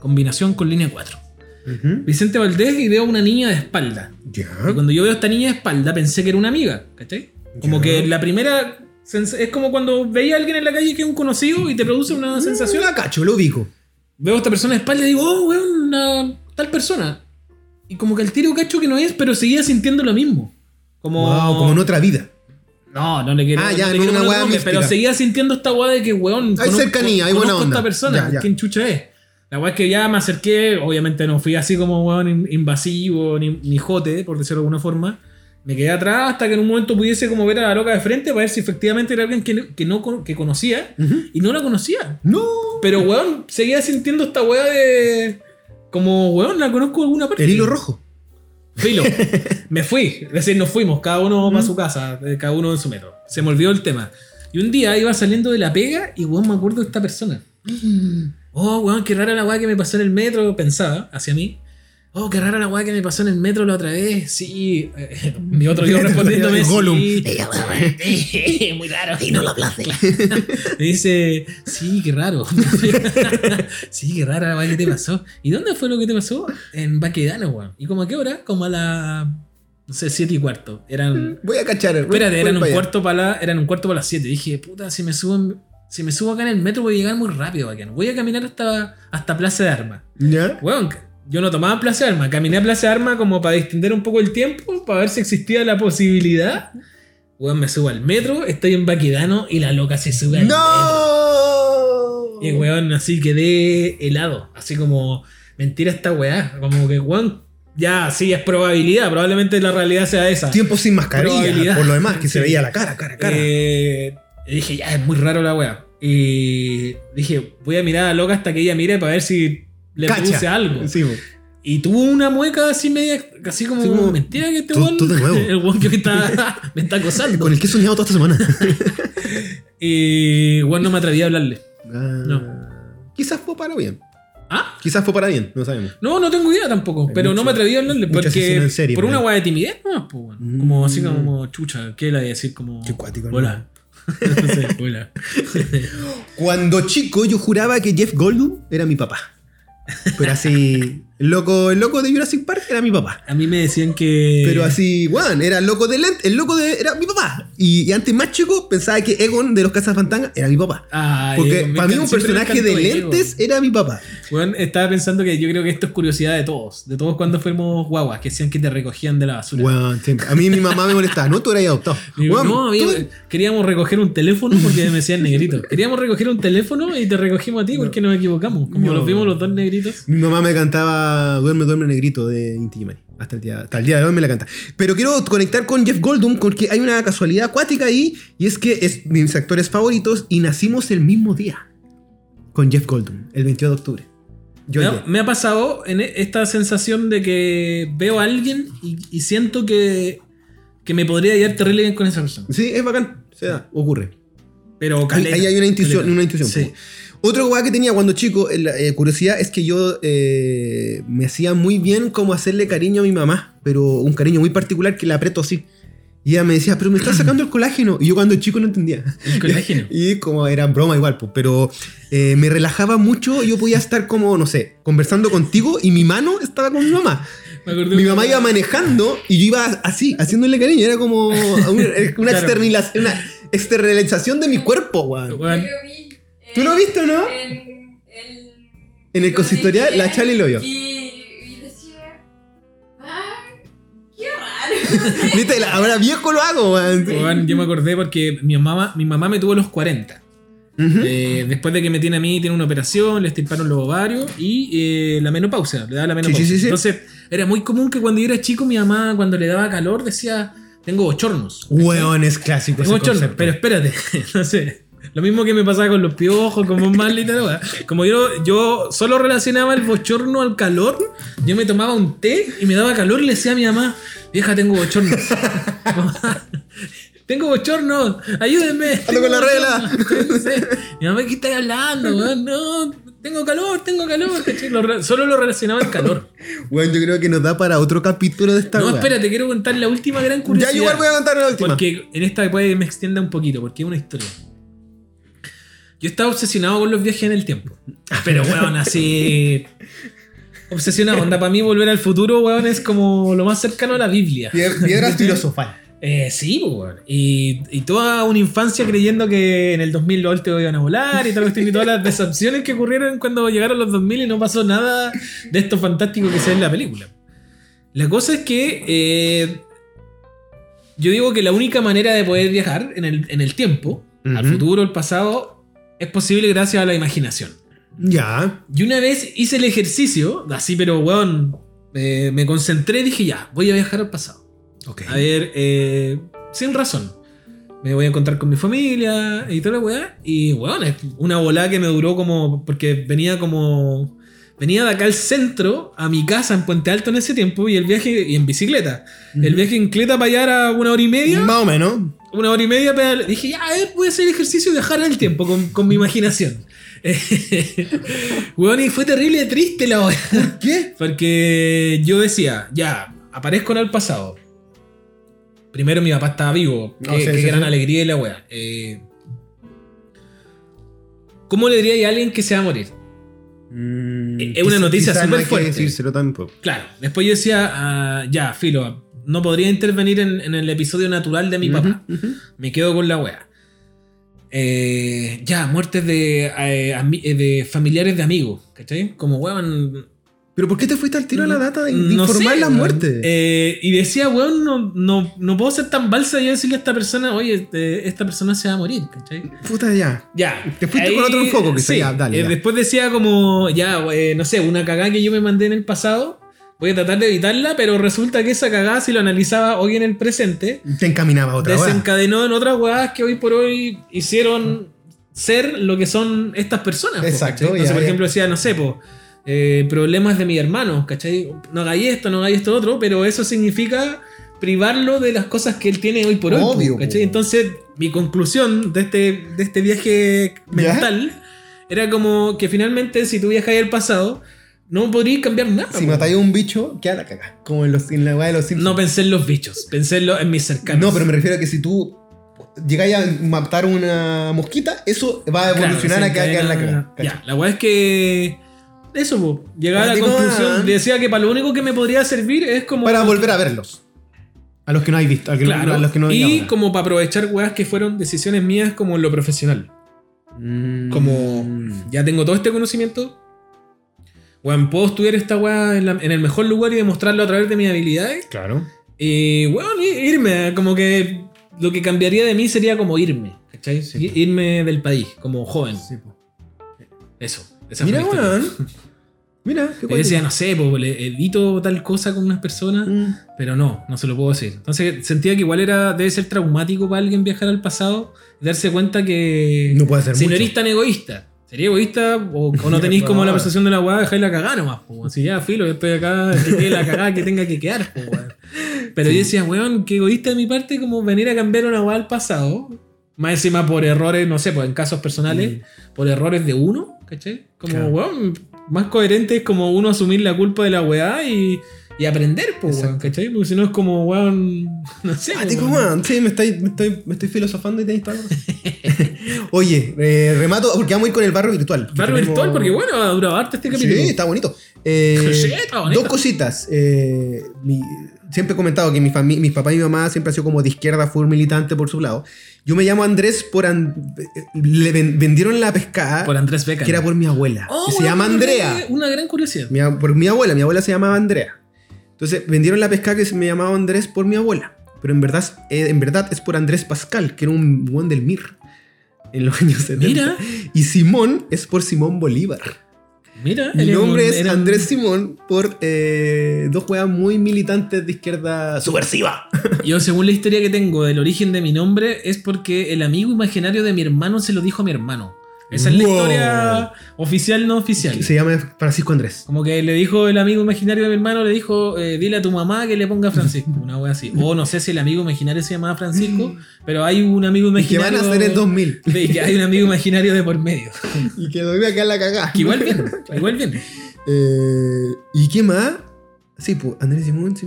Speaker 1: Combinación con línea 4.
Speaker 2: Ujú.
Speaker 1: Vicente Valdés y veo a una niña de espalda. Y
Speaker 2: Ya.
Speaker 1: cuando yo veo a esta niña de espalda pensé que era una amiga, ¿cachai? Como
Speaker 2: Ya.
Speaker 1: que la primera... sens- Es como cuando veía a alguien en la calle que es un conocido y te produce una sensación
Speaker 2: Sensación la cacho, lo ubico.
Speaker 1: veo a esta persona de espalda y digo, oh, weón, una tal persona. Y como que el tiro cacho que no es, pero seguía sintiendo lo mismo. Como,
Speaker 2: Wow, como en otra vida.
Speaker 1: no, no le quiero.
Speaker 2: Ah,
Speaker 1: no
Speaker 2: ya,
Speaker 1: le
Speaker 2: no,
Speaker 1: quiero
Speaker 2: una
Speaker 1: poner
Speaker 2: weá
Speaker 1: nombre,
Speaker 2: mística.
Speaker 1: Pero seguía sintiendo esta weá de que, weón.
Speaker 2: Hay cercanía, hay buena
Speaker 1: conozco a
Speaker 2: onda.
Speaker 1: esta persona,
Speaker 2: Ya, ya.
Speaker 1: ¿quién chucha es? La weá es que ya me acerqué, obviamente no fui así como weón in- invasivo, ni, ni jote, por decirlo de alguna forma. Me quedé atrás hasta que en un momento pudiese como ver a la loca de frente para ver si efectivamente era alguien que, que no con- que conocía.
Speaker 2: Ujú.
Speaker 1: Y no la conocía.
Speaker 2: No.
Speaker 1: Pero, weón, seguía sintiendo esta weá de. Como, weón, la conozco de alguna parte.
Speaker 2: El hilo rojo.
Speaker 1: Filo. Me fui. Es decir, nos fuimos, cada uno a
Speaker 3: Mm.
Speaker 1: su casa, eh, cada uno en su metro. Se me olvidó el tema. Y un día iba saliendo de la pega y, weón, me acuerdo de esta persona.
Speaker 3: Mm.
Speaker 1: Oh, weón, qué rara la weá que me pasó en el metro, pensaba, hacia mí. Oh, qué rara la weá que me pasó en el metro la otra vez. Sí. Eh, Mi otro yo respondiéndome.
Speaker 2: Gollum.
Speaker 1: sí.
Speaker 3: Muy raro. Y no lo hablaste.
Speaker 1: Me dice, sí, qué raro. sí, qué rara la weá que te pasó. ¿Y dónde fue lo que te pasó? En Baquedano, weón. ¿Y como a qué hora? Como a las, no sé, 7 y cuarto. Eran,
Speaker 2: Voy a cachar. voy-
Speaker 1: espérate,
Speaker 2: Mm. voy
Speaker 1: eran
Speaker 2: para
Speaker 1: un,
Speaker 2: allá.
Speaker 1: cuarto para la, eran un cuarto para las 7. Dije, puta, si me subo en- si me subo acá en el metro voy a llegar muy rápido, bacán. Voy a caminar hasta, hasta Plaza de Armas.
Speaker 2: ¿Ya?
Speaker 1: Weón, yo no tomaba Plaza de Armas, caminé a Plaza de Armas como para distender un poco el tiempo, para ver si existía la posibilidad. Weón, me subo al metro, estoy en Baquedano y la loca se sube al metro.
Speaker 2: ¡No!
Speaker 1: Y weón, así quedé helado. Así como, mentira esta weá. Como que weón, ya, sí, es probabilidad. Probablemente la realidad sea esa.
Speaker 2: Tiempo sin mascarilla,
Speaker 1: Probabilidad.
Speaker 2: por lo demás, que se
Speaker 1: Sí.
Speaker 2: veía la cara, cara, cara.
Speaker 1: Eh, y dije, ya, es muy raro la weá. Y dije, voy a mirar a la loca hasta que ella mire para ver si le
Speaker 2: Cacha.
Speaker 1: produce algo.
Speaker 2: Sí, bo.
Speaker 1: Y tuvo una mueca así media, así como,
Speaker 2: Así como,
Speaker 1: mentira que este
Speaker 2: tú-
Speaker 1: weón,
Speaker 2: tú de nuevo.
Speaker 1: el weón que me está, me está acosando.
Speaker 2: Con el que he soñado toda esta semana.
Speaker 1: Y weón, no me atreví a hablarle.
Speaker 2: no. Ah. Quizás fue para bien.
Speaker 1: ¿Ah?
Speaker 2: Quizás fue para bien, no sabemos.
Speaker 1: No, no tengo idea tampoco,
Speaker 2: Hay
Speaker 1: pero no
Speaker 2: mucho-
Speaker 1: me atreví a hablarle
Speaker 2: mucho
Speaker 1: porque
Speaker 2: asesino en serie,
Speaker 1: por
Speaker 2: man.
Speaker 1: una hueá de timidez no, pues, weón. como así como chucha, ¿qué le voy a decir? Como
Speaker 2: Qué cuático, ¿no?
Speaker 1: hola. Sí, hola.
Speaker 2: Cuando chico, yo juraba que Jeff Goldblum era mi papá. Pero así, el loco, el loco de Jurassic Park era mi papá.
Speaker 1: A mí me decían que
Speaker 2: Pero así, weón, era el loco de Lent, el loco de. era mi papá. Y, y antes más chico, pensaba que Egon de los Casas Fantanga era mi papá.
Speaker 1: Ay,
Speaker 2: Porque
Speaker 1: Ah, me
Speaker 2: para mí
Speaker 1: encanta-
Speaker 2: un
Speaker 1: siempre me
Speaker 2: personaje de
Speaker 1: encantó Diego.
Speaker 2: lentes era mi papá.
Speaker 1: Weón, estaba pensando que yo creo que esto es curiosidad de todos, de todos cuando fuimos guaguas, que decían que te recogían de la basura.
Speaker 2: Weón, siempre. A mí mi mamá me molestaba, no, tú eras adoptado.
Speaker 1: Y yo,
Speaker 2: Weón,
Speaker 1: no, eh.
Speaker 2: tú-
Speaker 1: había- queríamos recoger un teléfono porque me decían negrito. Queríamos recoger un teléfono y te recogimos a ti porque nos equivocamos. Como
Speaker 2: No.
Speaker 1: los vimos los dos negritos.
Speaker 2: Mi mamá me cantaba Duerme, duerme negrito de Inti Illimani. Hasta el, día, hasta el día de hoy me la canta. Pero quiero conectar con Jeff Goldblum porque hay una casualidad acuática ahí y es que es de mis actores favoritos y nacimos el mismo día con Jeff Goldblum, el 22 de octubre. Yo
Speaker 1: me,
Speaker 2: y
Speaker 1: ha,
Speaker 2: él.
Speaker 1: me ha pasado en e- esta sensación de que veo a alguien y, y siento que, que me podría llevar terrible bien con esa persona.
Speaker 2: Sí, es bacán. se da, ocurre.
Speaker 1: Pero
Speaker 2: Ahí-
Speaker 1: caleta,
Speaker 2: ahí hay una intuición.
Speaker 1: caleta.
Speaker 2: Una intuición
Speaker 1: Sí.
Speaker 2: po. Otra weá que tenía cuando chico, eh, la, eh, curiosidad, es que yo eh, me hacía muy bien como hacerle cariño a mi mamá, pero un cariño muy particular que la aprieto así. Y ella me decía, pero me estás sacando el colágeno. Y yo cuando chico no entendía.
Speaker 1: El colágeno.
Speaker 2: Y como era broma igual, pues, pero eh, me relajaba mucho. Yo podía estar como, no sé, conversando contigo y mi mano estaba con mi mamá.
Speaker 1: Me acordé
Speaker 2: Mi
Speaker 1: de-
Speaker 2: mamá iba manejando y yo iba así, haciéndole cariño. Era como una, una
Speaker 1: Claro.
Speaker 2: externila- una externalización de mi cuerpo, weón.
Speaker 1: Weón,
Speaker 4: Yo vi,
Speaker 2: ¿Tú
Speaker 4: eh,
Speaker 2: lo viste o no?
Speaker 4: En, en-
Speaker 2: En el consistorial, la Chali lo vio.
Speaker 4: Y, y decía, "Ah, qué raro.
Speaker 2: Viste, la- ahora viejo lo hago, weón.
Speaker 1: weón, yo me acordé porque mi mamá, mi mamá me tuvo a los 40.
Speaker 2: Ujú.
Speaker 1: Eh, después de que me tiene a mí, tiene una operación, le estirparon los ovarios y eh, la menopausia, le da la menopausia.
Speaker 2: Sí, sí, sí, sí.
Speaker 1: Entonces, era muy común que cuando yo era chico, mi mamá, cuando le daba calor, decía, tengo bochornos.
Speaker 2: Weón es clásico. ese
Speaker 1: Tengo bochornos,
Speaker 2: concepto.
Speaker 1: pero espérate, no sé. Lo mismo que me pasaba con los piojos, como mal y tal. weá. Como yo, yo solo relacionaba el bochorno al calor, yo me tomaba un té y me daba calor y le decía a mi mamá, vieja, tengo bochorno. Mamá, tengo bochorno, ayúdenme.
Speaker 2: Ando con la
Speaker 1: tengo
Speaker 2: regla.
Speaker 1: bochorno". Sí. Mi mamá, ¿qué estás hablando? weón? No, tengo calor, tengo calor. ¿cachai? Lo re- solo lo relacionaba al calor.
Speaker 2: Weón, yo creo que nos da para otro capítulo de esta
Speaker 1: No,
Speaker 2: weá.
Speaker 1: espérate, quiero contar la última gran
Speaker 2: Ya
Speaker 1: curiosidad.
Speaker 2: yo igual voy a contar la última.
Speaker 1: Porque en esta puede me extienda un poquito, porque es una historia. Yo estaba obsesionado con los viajes en el tiempo. Pero, weón, así. Obsesionado, onda, para mí volver al futuro, weón, es como lo más cercano a la Biblia.
Speaker 2: Pied- Piedras filosofal.
Speaker 1: Eh, sí, pues, weón. Y, y toda una infancia creyendo que en el 2000 los te iban a volar y tal, cuestión, y todas las decepciones que ocurrieron cuando llegaron los 2000 y no pasó nada de esto fantástico que se ve en la película. La cosa es que eh, yo digo que la única manera de poder viajar en el, en el tiempo, al
Speaker 2: Ujú.
Speaker 1: futuro, al pasado, es posible gracias a la imaginación.
Speaker 2: Ya.
Speaker 1: Y una vez hice el ejercicio, así, pero, weón, eh, me concentré y dije, ya, voy a viajar al pasado.
Speaker 2: Ok.
Speaker 1: A ver, eh, sin razón. Me voy a encontrar con mi familia y toda la weá. Y weón, es una volada que me duró como. Porque venía como. Venía de acá al centro, a mi casa en Puente Alto en ese tiempo, y el viaje. Y en bicicleta. El viaje en bicicleta para allá era una hora y media.
Speaker 2: Más o menos.
Speaker 1: Una hora y media pedal. Dije, ya, a ver, voy a hacer ejercicio y viajar en el tiempo con, con mi imaginación. weón, y fue terrible triste la hora.
Speaker 2: ¿Qué?
Speaker 1: Porque yo decía, ya, aparezco en el pasado. Primero mi papá estaba vivo. Qué,
Speaker 2: No, sí,
Speaker 1: qué
Speaker 2: sí,
Speaker 1: gran
Speaker 2: sí.
Speaker 1: alegría y la weá. Eh, ¿Cómo le diría a alguien que se va a morir?
Speaker 2: Es
Speaker 1: Mm,
Speaker 2: Mm,
Speaker 1: es una noticia súper fuerte.
Speaker 2: decírselo tampoco.
Speaker 1: Claro, después yo decía, ah, ya, filo, no podría intervenir en, en el episodio natural de mi papá.
Speaker 2: Ujú, ujú.
Speaker 1: Me quedo con la weá. Eh, ya, muertes de, eh, ami- eh, de familiares de amigos, ¿cachai? Como weón,
Speaker 2: Pero ¿por qué te fuiste al tiro a la data de, de
Speaker 1: No
Speaker 2: Ah, informar
Speaker 1: sé,
Speaker 2: la
Speaker 1: weón.
Speaker 2: muerte?
Speaker 1: Eh, y decía, weón, no, no, no puedo ser tan balsa yo decirle a esta persona, oye, este, esta persona se va a morir, ¿cachai?
Speaker 2: Puta ya.
Speaker 1: Ya.
Speaker 2: Te fuiste con otro enfoque, quizá, ya, dale,
Speaker 1: eh,
Speaker 2: ya.
Speaker 1: Después decía como, ya, eh, no sé, una cagada que yo me mandé en el pasado, voy a tratar de evitarla, pero resulta que esa cagada, si lo analizaba hoy en el presente,
Speaker 2: Te encaminaba a otra hora.
Speaker 1: desencadenó en otras weadas que hoy por hoy hicieron ser lo que son estas personas. po,
Speaker 2: Exacto,
Speaker 1: ¿cachai? Entonces,
Speaker 2: ya,
Speaker 1: por
Speaker 2: ya.
Speaker 1: ejemplo, decía, no sé, po, eh, problemas de mi hermano, ¿cachai? No hagáis esto, no hagáis esto otro, pero eso significa privarlo de las cosas que él tiene hoy por hoy. po,
Speaker 2: Obvio,
Speaker 1: ¿cachai?
Speaker 2: po.
Speaker 1: Entonces, mi conclusión de este, de este viaje mental era como que finalmente, si tú viajas al pasado, no podrías cambiar nada.
Speaker 2: Si
Speaker 1: po.
Speaker 2: matáis a un bicho, queda la caga. Como en, los, en la weá de los
Speaker 1: no
Speaker 2: Simpsons.
Speaker 1: pensé en los bichos, pensé en, lo- en mis cercanos.
Speaker 2: No, pero me refiero a que si tú llegáis a matar una mosquita, eso va a evolucionar
Speaker 1: Claro,
Speaker 2: a que haga la
Speaker 1: desencadena-
Speaker 2: caga.
Speaker 1: Ya, la weá es que. Eso, po. Llegaba a la
Speaker 2: Maldito
Speaker 1: conclusión.
Speaker 2: man.
Speaker 1: Decía que para lo único que me podría servir es como.
Speaker 2: Para volver a verlos. A los que no hay visto. A, que no-
Speaker 1: Claro,
Speaker 2: a los que no
Speaker 1: y
Speaker 2: digamos.
Speaker 1: como para aprovechar weas que fueron decisiones mías como en lo profesional.
Speaker 2: Mm.
Speaker 1: Como ya tengo todo este conocimiento, weón, puedo estudiar esta wea en, la- en el mejor lugar y demostrarlo a través de mis habilidades.
Speaker 2: Claro.
Speaker 1: Y weón, i- irme, como que lo que cambiaría de mí sería como irme, ¿cachai?
Speaker 2: Sí, po.
Speaker 1: irme del país, como joven.
Speaker 2: Sí, po.
Speaker 1: Eso. esa fue
Speaker 2: Mira,
Speaker 1: la historia.
Speaker 2: weón. Mira, qué
Speaker 1: Yo
Speaker 2: cuático.
Speaker 1: decía, no sé, po, le evito tal cosa con unas personas,
Speaker 2: Mm.
Speaker 1: pero no, no se lo puedo decir. Entonces sentía que igual era debe ser traumático para alguien viajar al pasado y darse cuenta que
Speaker 2: No puede hacer
Speaker 1: si no
Speaker 2: mucho.
Speaker 1: eres tan egoísta. Sería egoísta o, o no tenéis como la percepción de la weá, dejáis la cagada nomás, po. Si ya, filo, yo estoy acá, que quede la cagada que tenga que quedar, po, weón. Pero yo decía, weón, qué egoísta de mi parte como venir a cambiar una weá al pasado Más encima por errores, no sé, pues en casos
Speaker 2: Mm.
Speaker 1: personales, por errores de uno, ¿cachai? Como,
Speaker 2: Claro.
Speaker 1: weón, más coherente es como uno asumir la culpa de la weá y, y aprender, pues, weón,
Speaker 2: Exacto.
Speaker 1: ¿cachai? Porque si no es como, weón, no sé.
Speaker 2: Ah,
Speaker 1: pues,
Speaker 2: tipo,
Speaker 1: weón.
Speaker 2: weón, sí, me estoy, me estoy, me estoy filosofando y tenéis todo. Oye, eh, remato, porque vamos a ir con el barro virtual.
Speaker 1: Barro
Speaker 2: Tenemos-
Speaker 1: virtual, porque bueno, ha durado harto este
Speaker 2: Sí,
Speaker 1: capítulo.
Speaker 2: está bonito. Eh,
Speaker 1: Sí, está bonito.
Speaker 2: Dos cositas. Eh, mi- siempre he comentado que mi, fami- mi papá y mi mamá siempre han sido como de izquierda, full militante por su lado. Yo me llamo Andrés por... an- le ven- vendieron la pescada
Speaker 1: Por Andrés Becker.
Speaker 2: que era por mi abuela.
Speaker 1: Oh,
Speaker 2: que se
Speaker 1: weón,
Speaker 2: llama
Speaker 1: una
Speaker 2: Andrea.
Speaker 1: gran- Una gran curiosidad.
Speaker 2: Mi ab- por mi abuela, mi abuela se llamaba Andrea. Entonces vendieron la pesca que se me llamaba Andrés por mi abuela. Pero en verdad, eh, en verdad es por Andrés Pascal, que era un buen del MIR en los años 70.
Speaker 1: Mira,
Speaker 2: Y Simón es por Simón Bolívar.
Speaker 1: mira.
Speaker 2: Mi
Speaker 1: era un-
Speaker 2: nombre es
Speaker 1: era un-
Speaker 2: Andrés Simón por eh, dos juegas muy militantes de izquierda subversiva.
Speaker 1: Yo, según la historia que tengo del origen de mi nombre, es porque el amigo imaginario de mi hermano se lo dijo a mi hermano. Esa es la
Speaker 2: Wow.
Speaker 1: historia oficial, no oficial.
Speaker 2: Se llama Francisco Andrés.
Speaker 1: Como que le dijo el amigo imaginario de mi hermano, le dijo, eh, dile a tu mamá que le ponga Francisco, una wea así. O no sé si el amigo imaginario se llamaba Francisco, pero hay un amigo
Speaker 2: Y Mm. que van
Speaker 1: imaginario.
Speaker 2: a hacer en 2000.
Speaker 1: Sí, que hay un amigo imaginario de por medio.
Speaker 2: Y que lo voy a quedar la cagada.
Speaker 1: Que igual bien, igual bien.
Speaker 2: Eh, ¿Y qué más? Sí, pues Andrés Simón, sí,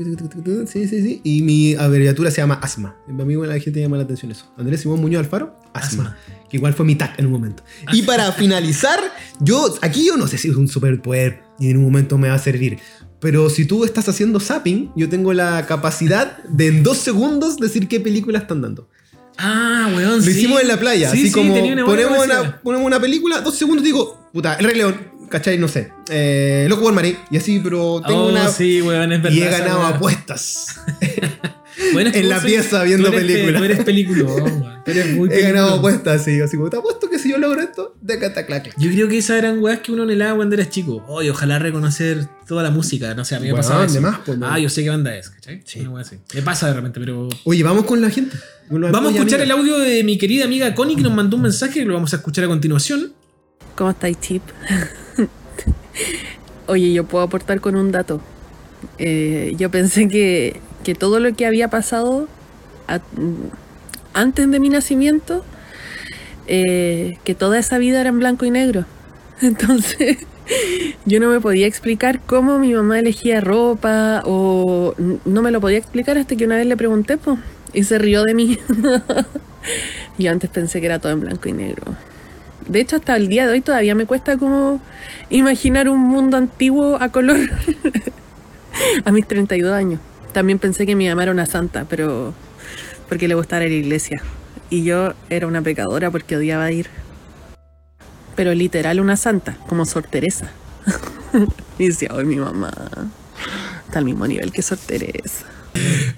Speaker 2: sí, sí, sí. Y mi abreviatura se llama ASMA. A mí bueno, la gente llama la atención eso. Andrés Simón Muñoz Alfaro, ASMA. Que igual fue mi tag en un momento. Y para finalizar, yo, aquí yo no sé si es un superpoder y en un momento me va a servir. Pero si tú estás haciendo zapping, yo tengo la capacidad de en dos segundos decir qué película están dando.
Speaker 1: Ah, weón.
Speaker 2: Lo
Speaker 1: sí.
Speaker 2: hicimos en la playa.
Speaker 1: Sí,
Speaker 2: así
Speaker 1: sí,
Speaker 2: como
Speaker 1: tenía una buena
Speaker 2: ponemos,
Speaker 1: capacidad.
Speaker 2: una, ponemos una película, dos segundos digo, puta, El Rey León, ¿cachai? No sé. Eh, Loco Wolverine. Y así, pero tengo
Speaker 1: Oh,
Speaker 2: una.
Speaker 1: sí, weón, es verdad.
Speaker 2: y he
Speaker 1: esa
Speaker 2: ganado
Speaker 1: weá.
Speaker 2: apuestas.
Speaker 1: Bueno, es que
Speaker 2: en
Speaker 1: vos
Speaker 2: la
Speaker 1: sois-
Speaker 2: pieza viendo
Speaker 1: tú eres pe-
Speaker 2: películas.
Speaker 1: Tú eres peliculón, weón. Tú eres muy
Speaker 2: He ganado
Speaker 1: peliculón.
Speaker 2: apuestas, sí. Así como, te apuesto que si yo logro esto, de cataclac.
Speaker 1: Yo creo que esas eran weas que uno anhelaba cuando eras chico. Oye, ojalá reconocer toda la música. No sé, a mí me
Speaker 2: Weón,
Speaker 1: pasaba eso.
Speaker 2: de más, pues, weón.
Speaker 1: ah, yo sé qué banda es, ¿cachai?
Speaker 2: Sí.
Speaker 1: Una wea así. Me pasa de repente, pero.
Speaker 2: Oye, vamos con la gente. Con los
Speaker 1: Vamos a
Speaker 2: amigos y
Speaker 1: escuchar el
Speaker 2: amigas.
Speaker 1: audio de mi querida amiga Connie que nos mandó un mensaje que lo vamos a escuchar a continuación.
Speaker 5: ¿Cómo estáis, Chip? Oye, yo puedo aportar con un dato. Eh, yo pensé que, que todo lo que había pasado a- antes de mi nacimiento, eh, que toda esa vida era en blanco y negro. Entonces, yo no me podía explicar cómo mi mamá elegía ropa o n- no me lo podía explicar hasta que una vez le pregunté, po, y se rió de mí. yo antes pensé que era todo en blanco y negro. De hecho, hasta el día de hoy todavía me cuesta como imaginar un mundo antiguo a color. a mis 32 años. También pensé que mi mamá era una santa, pero porque le gustaba ir a la iglesia. Y yo era una pecadora porque odiaba ir. Pero literal una santa, como Sor Teresa. y decía, hoy mi mamá está al mismo nivel que Sor Teresa.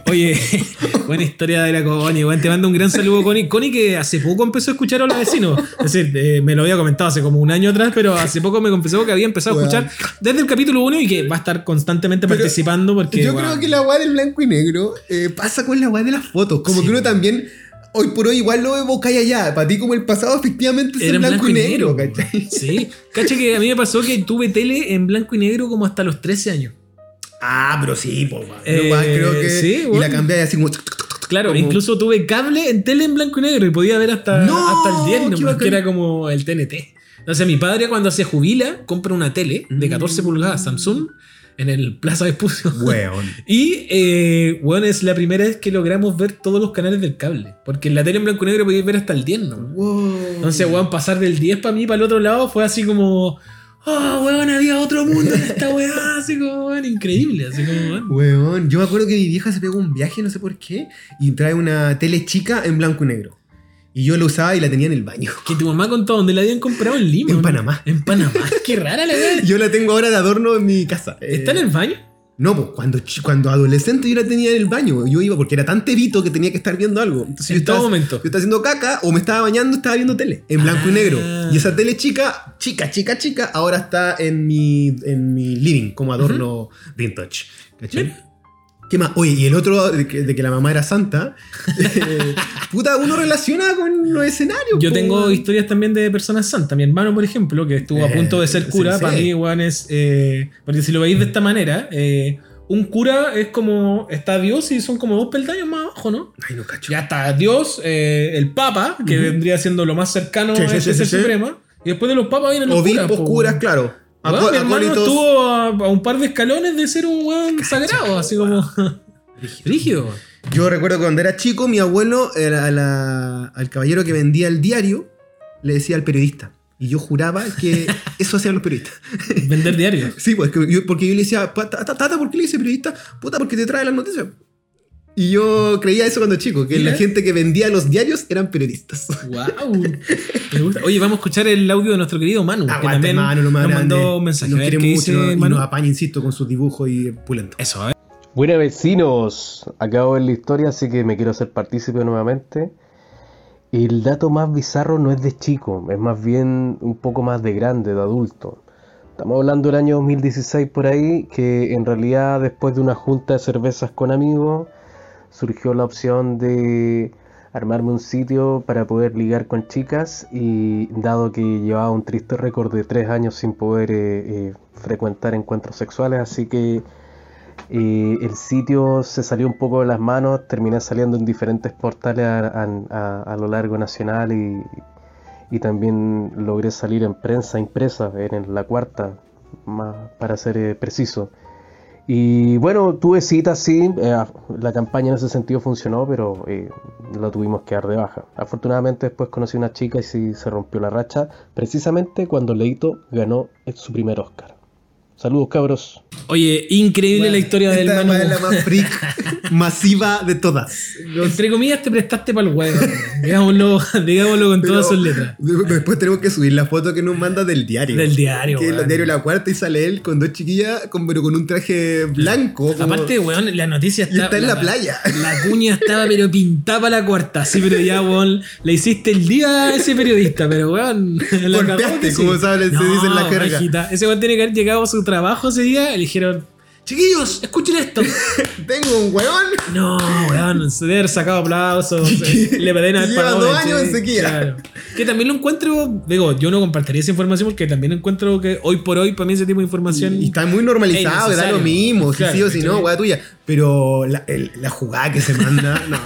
Speaker 1: Oye, buena historia de la Connie. weón. te mando un gran saludo, Connie. Connie que hace poco empezó a escuchar a los vecinos. Es decir, eh, me lo había comentado hace como un año atrás, pero hace poco me confesó que había empezado a
Speaker 2: Weón.
Speaker 1: escuchar desde el capítulo 1 y que va a estar constantemente
Speaker 2: Pero
Speaker 1: participando porque...
Speaker 2: Yo
Speaker 1: weón,
Speaker 2: creo que la weá del blanco y negro eh, pasa con la weá de las fotos. Como
Speaker 1: Sí.
Speaker 2: que uno también, hoy por hoy, igual lo evoca y allá. Para ti, como el pasado, efectivamente es
Speaker 1: Era
Speaker 2: en blanco, y negro,
Speaker 1: weón.
Speaker 2: ¿cachai?
Speaker 1: Sí. Cacha que a mí me pasó que tuve tele en blanco y negro como hasta los 13 años.
Speaker 2: Ah, pero sí, po, weón.
Speaker 1: Eh,
Speaker 2: Yo, weón, creo que.
Speaker 1: sí,
Speaker 2: y
Speaker 1: weón.
Speaker 2: la cambié así como.
Speaker 1: Claro,
Speaker 2: Como-
Speaker 1: incluso tuve cable en tele en blanco y negro y podía ver hasta,
Speaker 2: ¡No!
Speaker 1: hasta el diario,
Speaker 2: ¡Qué
Speaker 1: porque
Speaker 2: bacán!
Speaker 1: era como el TNT. Entonces mi padre cuando se jubila compra una tele de
Speaker 2: Mm.
Speaker 1: 14 pulgadas Samsung en el Plaza Vespucio.
Speaker 2: Weón.
Speaker 1: Y eh, bueno, es la primera vez que logramos ver todos los canales del cable. Porque en la tele en blanco y negro podías ver hasta el 10, ¿no? Entonces,
Speaker 2: Eh.
Speaker 1: weón, pasar del 10 para mí para el otro lado fue así como. Oh, weón, había otro mundo en esta weá. Así como, weón, increíble. Así como, weón.
Speaker 2: Weón, yo me acuerdo que mi vieja se pegó un viaje, no sé por qué, y trae una tele chica en blanco y negro. Y yo la usaba y la tenía en el baño.
Speaker 1: Que tu mamá contó dónde la habían comprado en Lima.
Speaker 2: En
Speaker 1: ¿no?
Speaker 2: Panamá.
Speaker 1: En Panamá. Qué rara la weá.
Speaker 2: Yo la tengo ahora de adorno en mi casa. Eh,
Speaker 1: ¿Está en el baño?
Speaker 2: No, pues cuando, chi- cuando adolescente yo la tenía en el baño. Yo iba porque era tan terito que tenía que estar viendo algo. Entonces
Speaker 1: En
Speaker 2: yo estaba,
Speaker 1: todo momento.
Speaker 2: Yo estaba haciendo caca o me estaba bañando, estaba viendo tele en blanco
Speaker 1: Ah.
Speaker 2: y negro. Y esa tele chica, chica, chica, chica, ahora está en mi, en mi living como adorno vintage. ¿Cachai? ¿Qué más? Oye, y el otro de que, de que la mamá era santa. eh, puta, uno relaciona con los escenarios.
Speaker 1: Yo
Speaker 2: po,
Speaker 1: tengo
Speaker 2: weón.
Speaker 1: historias también de personas santas. Mi hermano, por ejemplo, que estuvo a
Speaker 2: Eh,
Speaker 1: punto de ser
Speaker 2: sí,
Speaker 1: cura,
Speaker 2: sí.
Speaker 1: para mí, weón, es. eh, porque si lo veis de esta manera, eh, un cura es como. Está Dios y son como dos peldaños más abajo, abajo, ¿no?
Speaker 2: Ay, no cacho.
Speaker 1: Ya está Dios, eh, el Papa, que
Speaker 2: Ujú.
Speaker 1: vendría siendo lo más cercano
Speaker 2: Sí, sí,
Speaker 1: a ese
Speaker 2: sí, sí, sí.
Speaker 1: suprema. Y después de los papas vienen los curas,
Speaker 2: Obispos,
Speaker 1: po,
Speaker 2: curas,
Speaker 1: weón.
Speaker 2: claro.
Speaker 1: Weón,
Speaker 2: Acó-
Speaker 1: mi hermano
Speaker 2: acólitos.
Speaker 1: estuvo a, a un par de escalones de ser un weón sagrado, así como. Rígido.
Speaker 2: Yo recuerdo que cuando era chico, mi abuelo, el- a la- al caballero que vendía el diario, le decía al periodista. Y yo juraba que eso hacían los periodistas.
Speaker 1: Vender diarios.
Speaker 2: Sí, pues, que yo- porque yo le decía, "Pa- ta- ta- Tata, ¿por qué le dice periodista? Puta, porque te trae las noticias. Y yo creía eso cuando chico, que
Speaker 1: Mira.
Speaker 2: la gente que vendía los diarios eran periodistas.
Speaker 1: ¡Wow! Me gusta. Oye, vamos a escuchar el audio de nuestro querido Manu, que
Speaker 2: Aguante,
Speaker 1: también
Speaker 2: hermano, lo más
Speaker 1: nos
Speaker 2: grande.
Speaker 1: mandó un mensaje.
Speaker 2: Nos
Speaker 1: A ver
Speaker 2: quiere
Speaker 1: qué
Speaker 2: mucho
Speaker 1: dice
Speaker 2: y
Speaker 1: Manu.
Speaker 2: nos apaña, insisto, con sus dibujos y pulentos.
Speaker 1: Eso, a ver.
Speaker 6: Buenas vecinos, acabo de ver la historia, así que me quiero hacer partícipe nuevamente. El dato más bizarro no es de chico, es más bien un poco más de grande, de adulto. Estamos hablando del año 2016 por ahí, que en realidad después de una junta de cervezas con amigos, surgió la opción de armarme un sitio para poder ligar con chicas y dado que llevaba un triste récord de tres años sin poder eh, eh, frecuentar encuentros sexuales, así que eh, el sitio se salió un poco de las manos, terminé saliendo en diferentes portales a, a- a lo largo nacional y, y también logré salir en prensa impresa, en la cuarta, más para ser eh, preciso. Y bueno, tuve citas, sí, eh, la campaña en ese sentido funcionó, pero eh, la tuvimos que dar de baja. Afortunadamente después conocí a una chica y sí se rompió la racha, precisamente cuando Leito ganó su primer Oscar. Saludos cabros.
Speaker 1: Oye, increíble la historia del
Speaker 2: Esta
Speaker 1: Manu.
Speaker 2: es la más freak masiva de todas.
Speaker 1: Entre comillas, te prestaste para el huevo. digámoslo, digámoslo con todas
Speaker 2: Pero
Speaker 1: sus letras.
Speaker 2: de- Después tenemos que subir la foto que nos manda del diario.
Speaker 1: Del diario,
Speaker 2: Que es el
Speaker 1: weón.
Speaker 2: diario La Cuarta y sale él con dos chiquillas, con, pero con un traje blanco. como-
Speaker 1: Aparte, weón, la noticia
Speaker 2: Y
Speaker 1: está.
Speaker 2: está en la playa.
Speaker 1: La cuña estaba, pero pintaba la cuarta. Sí, pero ya, weón, le hiciste el día a ese periodista, pero weón. la
Speaker 2: Golpeaste,
Speaker 1: cagó que
Speaker 2: como saben, se dice en la jerga.
Speaker 1: majita, Ese weón tiene que haber llegado a su trabajo ese día y le dijeron: Chiquillos, escuchen esto.
Speaker 2: Tengo un weón.
Speaker 1: No, weón, se debe haber sacado aplausos. le pedían al
Speaker 2: Lleva
Speaker 1: parado
Speaker 2: dos
Speaker 1: de
Speaker 2: años en
Speaker 1: che-
Speaker 2: sequía.
Speaker 1: Que también lo encuentro, digo, yo no compartiría esa información porque también encuentro que hoy por hoy, para mí, ese tipo de información.
Speaker 2: Y está muy normalizado,
Speaker 1: Es
Speaker 2: da lo
Speaker 1: necesario.
Speaker 2: mismo. Si
Speaker 1: Claro,
Speaker 2: sí o si no,
Speaker 1: ¿cachai?
Speaker 2: weá tuya. Pero la, el- la jugada que se manda, no.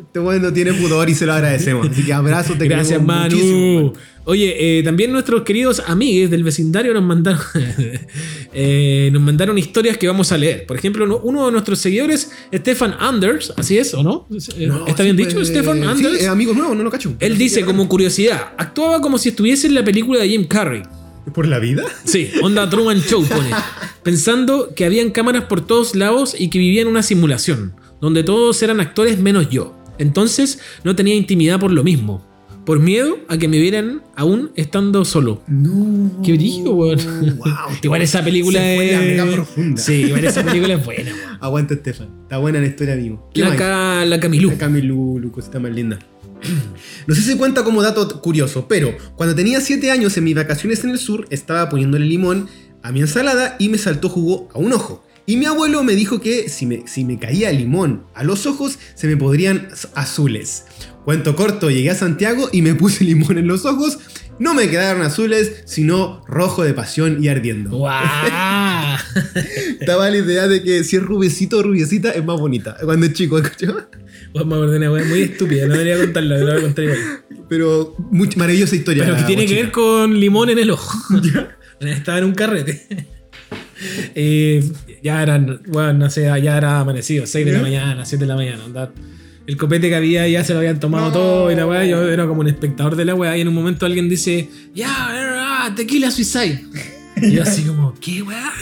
Speaker 2: Este weón no tiene pudor y se lo agradecemos. Así que abrazo, te
Speaker 1: Gracias,
Speaker 2: queremos
Speaker 1: Manu.
Speaker 2: muchísimo.
Speaker 1: Oye, eh, también nuestros queridos amigues del vecindario nos mandaron, eh, nos mandaron historias que vamos a leer. Por ejemplo, no- uno de nuestros seguidores, Stefan Anders, así es, ¿o no? Eh,
Speaker 2: No,
Speaker 1: ¿Está
Speaker 2: sí,
Speaker 1: bien
Speaker 2: pues,
Speaker 1: dicho, Stefan
Speaker 2: sí,
Speaker 1: Anders?
Speaker 2: eh, amigos nuevos, no lo cacho.
Speaker 1: Él dice, como curiosidad, actuaba como si estuviese en la película de Jim Carrey.
Speaker 2: ¿Por la vida?
Speaker 1: Sí, onda Truman Show pone. Pensando que habían cámaras por todos lados y que vivía en una simulación, donde todos eran actores menos yo. Entonces no tenía intimidad por lo mismo. Por miedo a que me vieran aún estando solo.
Speaker 2: No.
Speaker 1: Qué brillo, weón.
Speaker 2: Oh, Wow,
Speaker 1: Igual esa película
Speaker 2: se fue la
Speaker 1: es.
Speaker 2: mega profunda.
Speaker 1: Sí, igual esa película es buena. weón.
Speaker 2: Aguanta, Estefan. Está buena la historia, amigo. ¿Qué
Speaker 1: La,
Speaker 2: más?
Speaker 1: ca- la Camilú.
Speaker 2: Acá mi Lulu, cosita más linda. No sé si cuenta como dato curioso, pero cuando tenía 7 años en mis vacaciones en el sur, estaba poniéndole limón a mi ensalada y me saltó jugo a un ojo. Y mi abuelo me dijo que si me, si me caía limón a los ojos, se me podrían az- azules. Cuento corto, llegué a Santiago y me puse limón en los ojos. No me quedaron azules, sino rojo de pasión y ardiendo.
Speaker 1: ¡Guau!
Speaker 2: Estaba la idea de que si es rubecito o rubiecita es más bonita. Cuando es chico, ¿cachai?
Speaker 1: Weón, me acordé de una weá muy estúpida, no debería contarla, pero la voy a contar igual.
Speaker 2: Pero much- maravillosa historia.
Speaker 1: Pero que
Speaker 2: la
Speaker 1: tiene que
Speaker 2: guachita.
Speaker 1: ver con limón en el ojo. Estaba en un carrete. Eh, ya eran, bueno, no sé, ya era amanecido, 6 de la mañana, 7 de la mañana. onda. El copete que había ya se lo habían tomado todo y la weá, yo era como un espectador de la weá y en un momento alguien dice, ya, ah, tequila suicide. Y yo así como, ¿qué weá?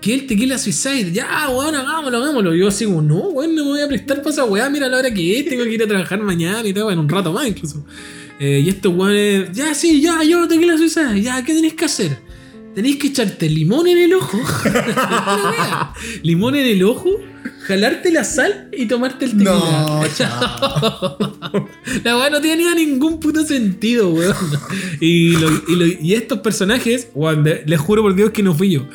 Speaker 1: ¿Qué el tequila suicide? Ya, weón, hagámoslo, hagámoslo. Y yo así como, no, weón, no me voy a prestar para esa weá, mira la hora que es, tengo que ir a trabajar mañana y todo, en un rato más incluso. Eh, y estos weones, ya sí, ya, yo tequila suicide, ya, ¿qué tenéis que hacer? Tenéis que echarte limón en el ojo. Una wea. limón en el ojo, jalarte la sal y tomarte el tequila.
Speaker 2: No, chao.
Speaker 1: La weá no tenía ningún puto sentido, weón. Y, lo- y lo- y estos personajes, weón, de- les juro por Dios que no fui yo.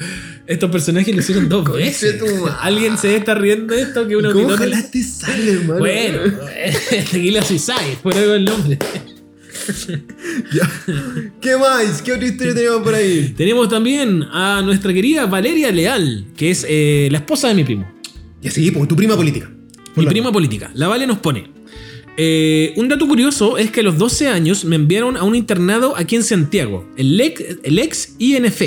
Speaker 1: Estos personajes lo hicieron dos veces.
Speaker 2: tu madre.
Speaker 1: Alguien se está riendo de esto que un
Speaker 2: ¿Cómo
Speaker 1: auditor.
Speaker 2: jalaste sal, hermano?
Speaker 1: Bueno, tequila suicide, por algo el nombre.
Speaker 2: Ya. ¿Qué más? ¿Qué otra historia tenemos por ahí?
Speaker 1: Tenemos también a nuestra querida Valeria Leal, que es eh, la esposa de mi primo.
Speaker 2: Ya seguimos, pues, tu prima política.
Speaker 1: Mi
Speaker 2: la-
Speaker 1: prima política. La Vale nos pone. eh, un dato curioso es que a los 12 años me enviaron a un internado aquí en Santiago, el ex, el ex INF,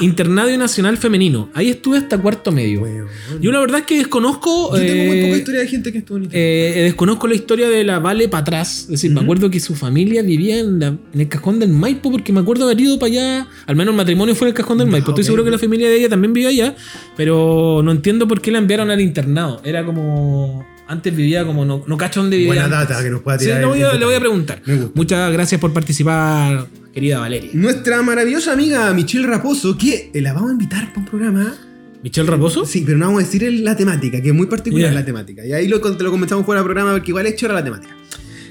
Speaker 1: Internado Nacional Femenino. Ahí estuve hasta cuarto medio.
Speaker 2: Weón.
Speaker 1: Yo la verdad es que desconozco.
Speaker 2: Yo tengo muy
Speaker 1: eh,
Speaker 2: poca historia de gente que estuvo en Italia.
Speaker 1: eh, desconozco la historia de la Vale para atrás. Es decir, me acuerdo que su familia vivía en, la- en el cajón del Maipo porque me acuerdo haber ido para allá. Al menos el matrimonio fue en el cajón del Maipo. Estoy
Speaker 2: ok.
Speaker 1: seguro que la familia de ella también vivía allá. Pero no entiendo por qué la enviaron al internado. Era como... Antes vivía como... No, no cacho dónde vivía.
Speaker 2: Buena
Speaker 1: antes.
Speaker 2: data que nos pueda
Speaker 1: Sí,
Speaker 2: tirar.
Speaker 1: le
Speaker 2: el-
Speaker 1: voy, a, le voy a preguntar.
Speaker 2: Me gusta.
Speaker 1: Muchas gracias por participar, querida Valeria.
Speaker 2: Nuestra maravillosa amiga Michelle Raposo, que eh, la vamos a invitar para un programa.
Speaker 1: ¿Michelle Raposo?
Speaker 2: Sí, pero no vamos a decir el- la temática, que es muy particular
Speaker 1: ¿Mm? Ya.
Speaker 2: la temática. Y ahí lo, te lo comenzamos fuera del programa porque igual es chora la temática.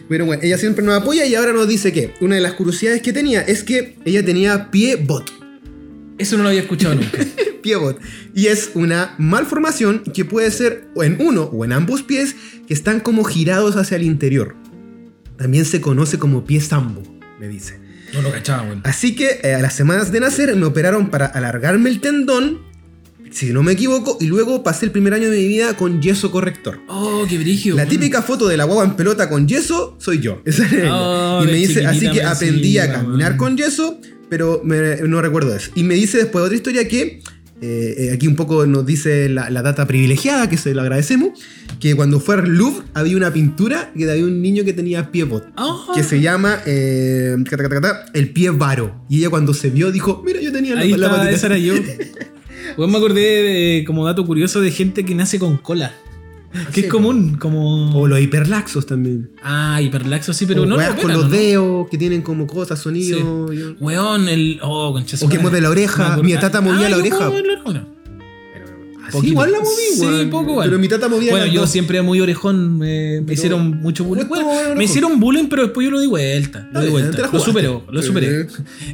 Speaker 2: Pero bueno, ella siempre nos apoya y ahora nos dice que una de las curiosidades que tenía es que ella tenía pie bot.
Speaker 1: Eso no lo había escuchado nunca.
Speaker 2: Piebot. Y es una malformación que puede ser o en uno o en ambos pies que están como girados hacia el interior. También se conoce como pie sambo, me dice.
Speaker 1: No lo cachaba, güey.
Speaker 2: Así que eh, a las semanas de nacer me operaron para alargarme el tendón, si no me equivoco, y luego pasé el primer año de mi vida con yeso corrector.
Speaker 1: Oh, qué brillo.
Speaker 2: La típica foto de la guagua en pelota con yeso soy yo. Esa era ella.
Speaker 1: Oh,
Speaker 2: y me
Speaker 1: de
Speaker 2: dice, así
Speaker 1: chiquitita
Speaker 2: que
Speaker 1: me
Speaker 2: aprendí a
Speaker 1: encima,
Speaker 2: caminar
Speaker 1: weón.
Speaker 2: con yeso, pero me- no recuerdo eso. Y me dice después otra historia que, eh, eh, aquí un poco nos dice la, la data privilegiada, que se lo agradecemos, que cuando fue al Louvre había una pintura que había un niño que tenía pie bot.
Speaker 1: Oh.
Speaker 2: Que se llama eh, ta, ta, ta, ta, el pie varo. Y ella cuando se vio dijo, mira, yo tenía la,
Speaker 1: Ahí
Speaker 2: la
Speaker 1: estaba,
Speaker 2: patita".
Speaker 1: esa era yo. Weón, me acordé de, eh, como dato curioso de gente que nace con cola. Que
Speaker 2: Sí,
Speaker 1: es común, como.
Speaker 2: O los hiperlaxos también.
Speaker 1: Ah, hiperlaxo, sí, pero
Speaker 2: O
Speaker 1: no lo
Speaker 2: weas con
Speaker 1: operan,
Speaker 2: los
Speaker 1: ¿no?
Speaker 2: dedos que tienen como cosas, sonidos. yo-
Speaker 1: Weón, el. Oh, concha su
Speaker 2: O que
Speaker 1: madre.
Speaker 2: mueve la oreja.
Speaker 1: Me acuerdo-
Speaker 2: Mi tata movía
Speaker 1: Ah,
Speaker 2: la
Speaker 1: yo
Speaker 2: oreja.
Speaker 1: puedo mover la oreja.
Speaker 2: Así
Speaker 1: Poquito.
Speaker 2: igual la moví,
Speaker 1: Sí,
Speaker 2: weón.
Speaker 1: poco igual.
Speaker 2: Pero mi tata movía
Speaker 1: Bueno,
Speaker 2: las
Speaker 1: yo
Speaker 2: dos.
Speaker 1: siempre muy orejón. Me, me
Speaker 2: Pero-
Speaker 1: hicieron mucho bullying.
Speaker 2: Justo
Speaker 1: Bueno,
Speaker 2: mover la oreja.
Speaker 1: me hicieron bullying, pero después yo lo di vuelta. Lo di
Speaker 2: bien, te la
Speaker 1: vuelta. Lo
Speaker 2: jugaste.
Speaker 1: superó, lo
Speaker 2: Sí.
Speaker 1: superé.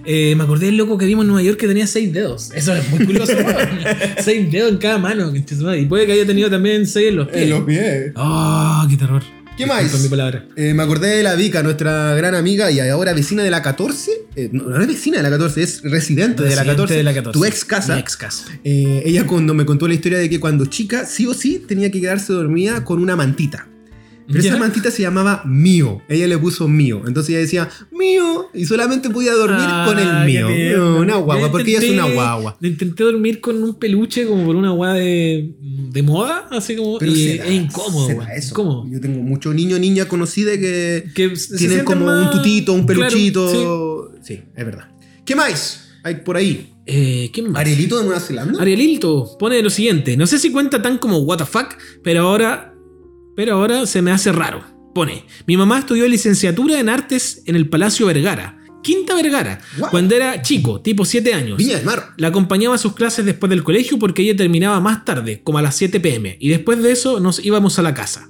Speaker 1: Eh, me acordé del loco que vimos en Nueva York que tenía seis dedos. Eso es muy curioso. weón. seis dedos en cada mano. concha su madre. Y puede que haya tenido también seis en los pies.
Speaker 2: En los pies.
Speaker 1: Ah, qué terror.
Speaker 2: ¿Qué más?
Speaker 1: Con mi palabra.
Speaker 2: Eh, me acordé de la Vika, nuestra gran amiga y ahora vecina de la 14. Eh, no, no es vecina de la 14, es residente, de la
Speaker 1: Residente
Speaker 2: 14.
Speaker 1: de la 14.
Speaker 2: Tu ex casa.
Speaker 1: Mi ex casa.
Speaker 2: Eh, ella cuando me contó la historia de que cuando chica, sí o sí, tenía que quedarse dormida con una mantita. Pero
Speaker 1: Ya.
Speaker 2: esa mantita se llamaba mío. Ella le puso mío. Entonces ella decía mío y solamente podía dormir
Speaker 1: Ah,
Speaker 2: con el mío.
Speaker 1: qué tierno.
Speaker 2: No, una guagua,
Speaker 1: Yo
Speaker 2: porque ella es una
Speaker 1: intenté-
Speaker 2: guagua.
Speaker 1: Intenté dormir con un peluche como por una guagua de, de moda, así como.
Speaker 2: Pero
Speaker 1: Oh, y
Speaker 2: se da-
Speaker 1: es incómodo,
Speaker 2: se da
Speaker 1: güey,
Speaker 2: eso.
Speaker 1: incómodo.
Speaker 2: Yo tengo mucho niño niña conocida que
Speaker 1: Que se
Speaker 2: tienen
Speaker 1: sienten
Speaker 2: como
Speaker 1: más-
Speaker 2: un tutito, un
Speaker 1: claro,
Speaker 2: peluchito. sí. es verdad. ¿Qué más? Hay por ahí.
Speaker 1: sí. Eh, ¿Quién más?
Speaker 2: ¿Arielito de Nueva Zelanda?
Speaker 1: Arielito pone lo siguiente. No sé si cuenta tan como what the fuck, pero ahora. Pero ahora se me hace raro. Pone. Mi mamá estudió licenciatura en artes en el Palacio Vergara. Quinta Vergara.
Speaker 2: Guau.
Speaker 1: Cuando era chico, tipo 7 años.
Speaker 2: Viña del Mar.
Speaker 1: La acompañaba a sus clases después del colegio porque ella terminaba más tarde, como a las 7 pm, y después de eso nos íbamos a la casa.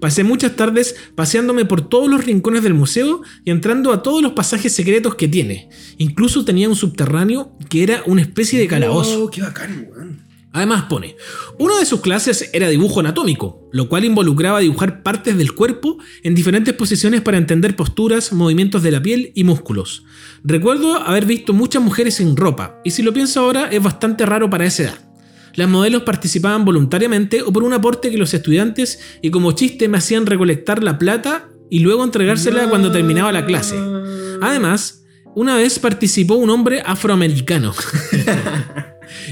Speaker 1: Pasé muchas tardes paseándome por todos los rincones del museo y entrando a todos los pasajes secretos que tiene. Incluso tenía un subterráneo que era una especie de calabozo.
Speaker 2: Oh, qué bacán, weón.
Speaker 1: Además pone, uno de sus clases era dibujo anatómico, lo cual involucraba dibujar partes del cuerpo en diferentes posiciones para entender posturas, movimientos de la piel y músculos. Recuerdo haber visto muchas mujeres sin ropa, y si lo pienso ahora es bastante raro para esa edad. Las modelos participaban voluntariamente o por un aporte que los estudiantes y como chiste me hacían recolectar la plata y luego entregársela cuando terminaba la clase. Además, una vez participó un hombre afroamericano.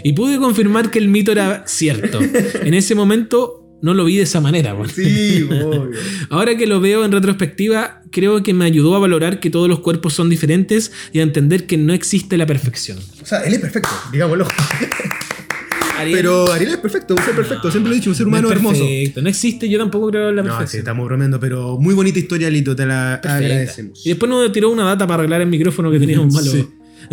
Speaker 1: y pude confirmar que el mito era cierto. En ese momento no lo vi de esa manera. weón.
Speaker 2: Sí, obvio.
Speaker 1: Ahora que lo veo en retrospectiva, creo que me ayudó a valorar que todos los cuerpos son diferentes y a entender que no existe la perfección.
Speaker 2: O sea, él es perfecto, digámoslo.
Speaker 1: Ariel,
Speaker 2: Pero Ariel es perfecto, un ser perfecto. Siempre lo he dicho, un ser
Speaker 1: no
Speaker 2: humano
Speaker 1: es
Speaker 2: hermoso.
Speaker 1: perfecto, No existe, yo tampoco creo en la
Speaker 2: No, sí,
Speaker 1: perfección.
Speaker 2: estamos bromeando, pero muy bonita historia, Lito. Te la
Speaker 1: Perfecta.
Speaker 2: agradecemos.
Speaker 1: Y después nos tiró una data para arreglar el micrófono que teníamos malo.
Speaker 2: Sí.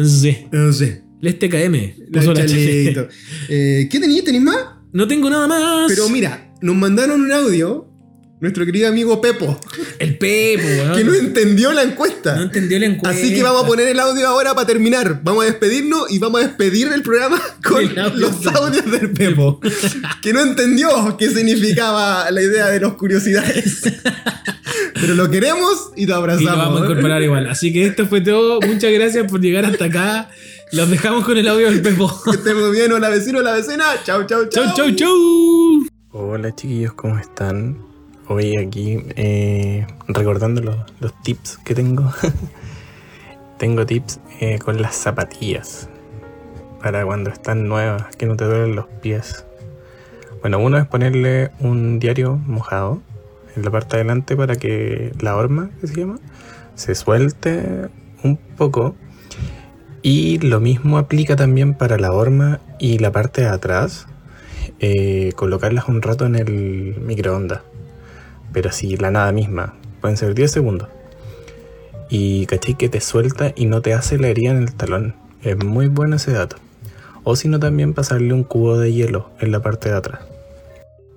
Speaker 1: Sí.
Speaker 2: No sé.
Speaker 1: El STKM.
Speaker 2: La
Speaker 1: puso la
Speaker 2: Chalito. Eh, ¿Qué tenías? ¿Tenís más?
Speaker 1: No tengo nada más.
Speaker 2: Pero mira, nos mandaron un audio, nuestro querido amigo Pepo,
Speaker 1: El Pepo, weón.
Speaker 2: que no entendió la encuesta.
Speaker 1: Ah. No entendió la encuesta.
Speaker 2: Así que vamos a poner el audio ahora para terminar. Vamos a despedirnos y vamos a despedir el programa con
Speaker 1: El audio
Speaker 2: los
Speaker 1: del-
Speaker 2: audios del Pepo. que no entendió qué significaba la idea de los curiosidades. Pero lo queremos y te
Speaker 1: Y
Speaker 2: abrazamos.
Speaker 1: lo vamos a incorporar igual. Así que esto fue todo. Muchas gracias por llegar hasta acá. Los dejamos con el audio del Pepo.
Speaker 2: Que estés muy bien, hola vecino, hola vecina. Chau, chau, chau.
Speaker 1: Chau, chau, chau.
Speaker 7: Hola chiquillos, ¿cómo están? Oye, aquí eh, recordando los, los tips que tengo. tengo tips eh, con las zapatillas. Para cuando están nuevas, que no te duelen los pies. Bueno, uno es ponerle un diario mojado en la parte de adelante para que la horma, que se llama, se suelte un poco. Y lo mismo aplica también para la horma y la parte de atrás. eh, colocarlas un rato en el microondas. Pero así, la nada misma. Pueden ser 10 segundos. Y caché que te suelta y no te hace la herida en el talón. Es muy bueno ese dato. O si no, también pasarle un cubo de hielo en la parte de atrás.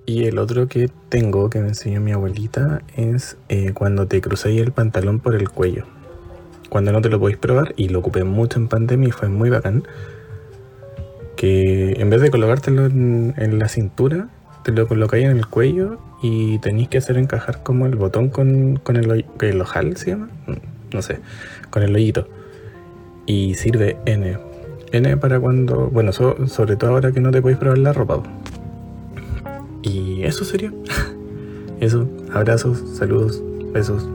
Speaker 7: Y el otro que tengo, que me enseñó mi abuelita, es eh, cuando te crucéis el pantalón por el cuello. Cuando no te lo podéis probar, y lo ocupé mucho en pandemia y fue muy bacán, que en vez de colocártelo en, en la cintura, te lo colocáis en el cuello y tenéis que hacer encajar como el botón con, con el, hoy- el ojal, ¿se llama? Mm, No sé, con el hoyito. Y sirve N. N para cuando, bueno, so- sobre todo ahora que no te podéis probar la ropa. po. Y eso sería. Eso, abrazos, saludos, besos.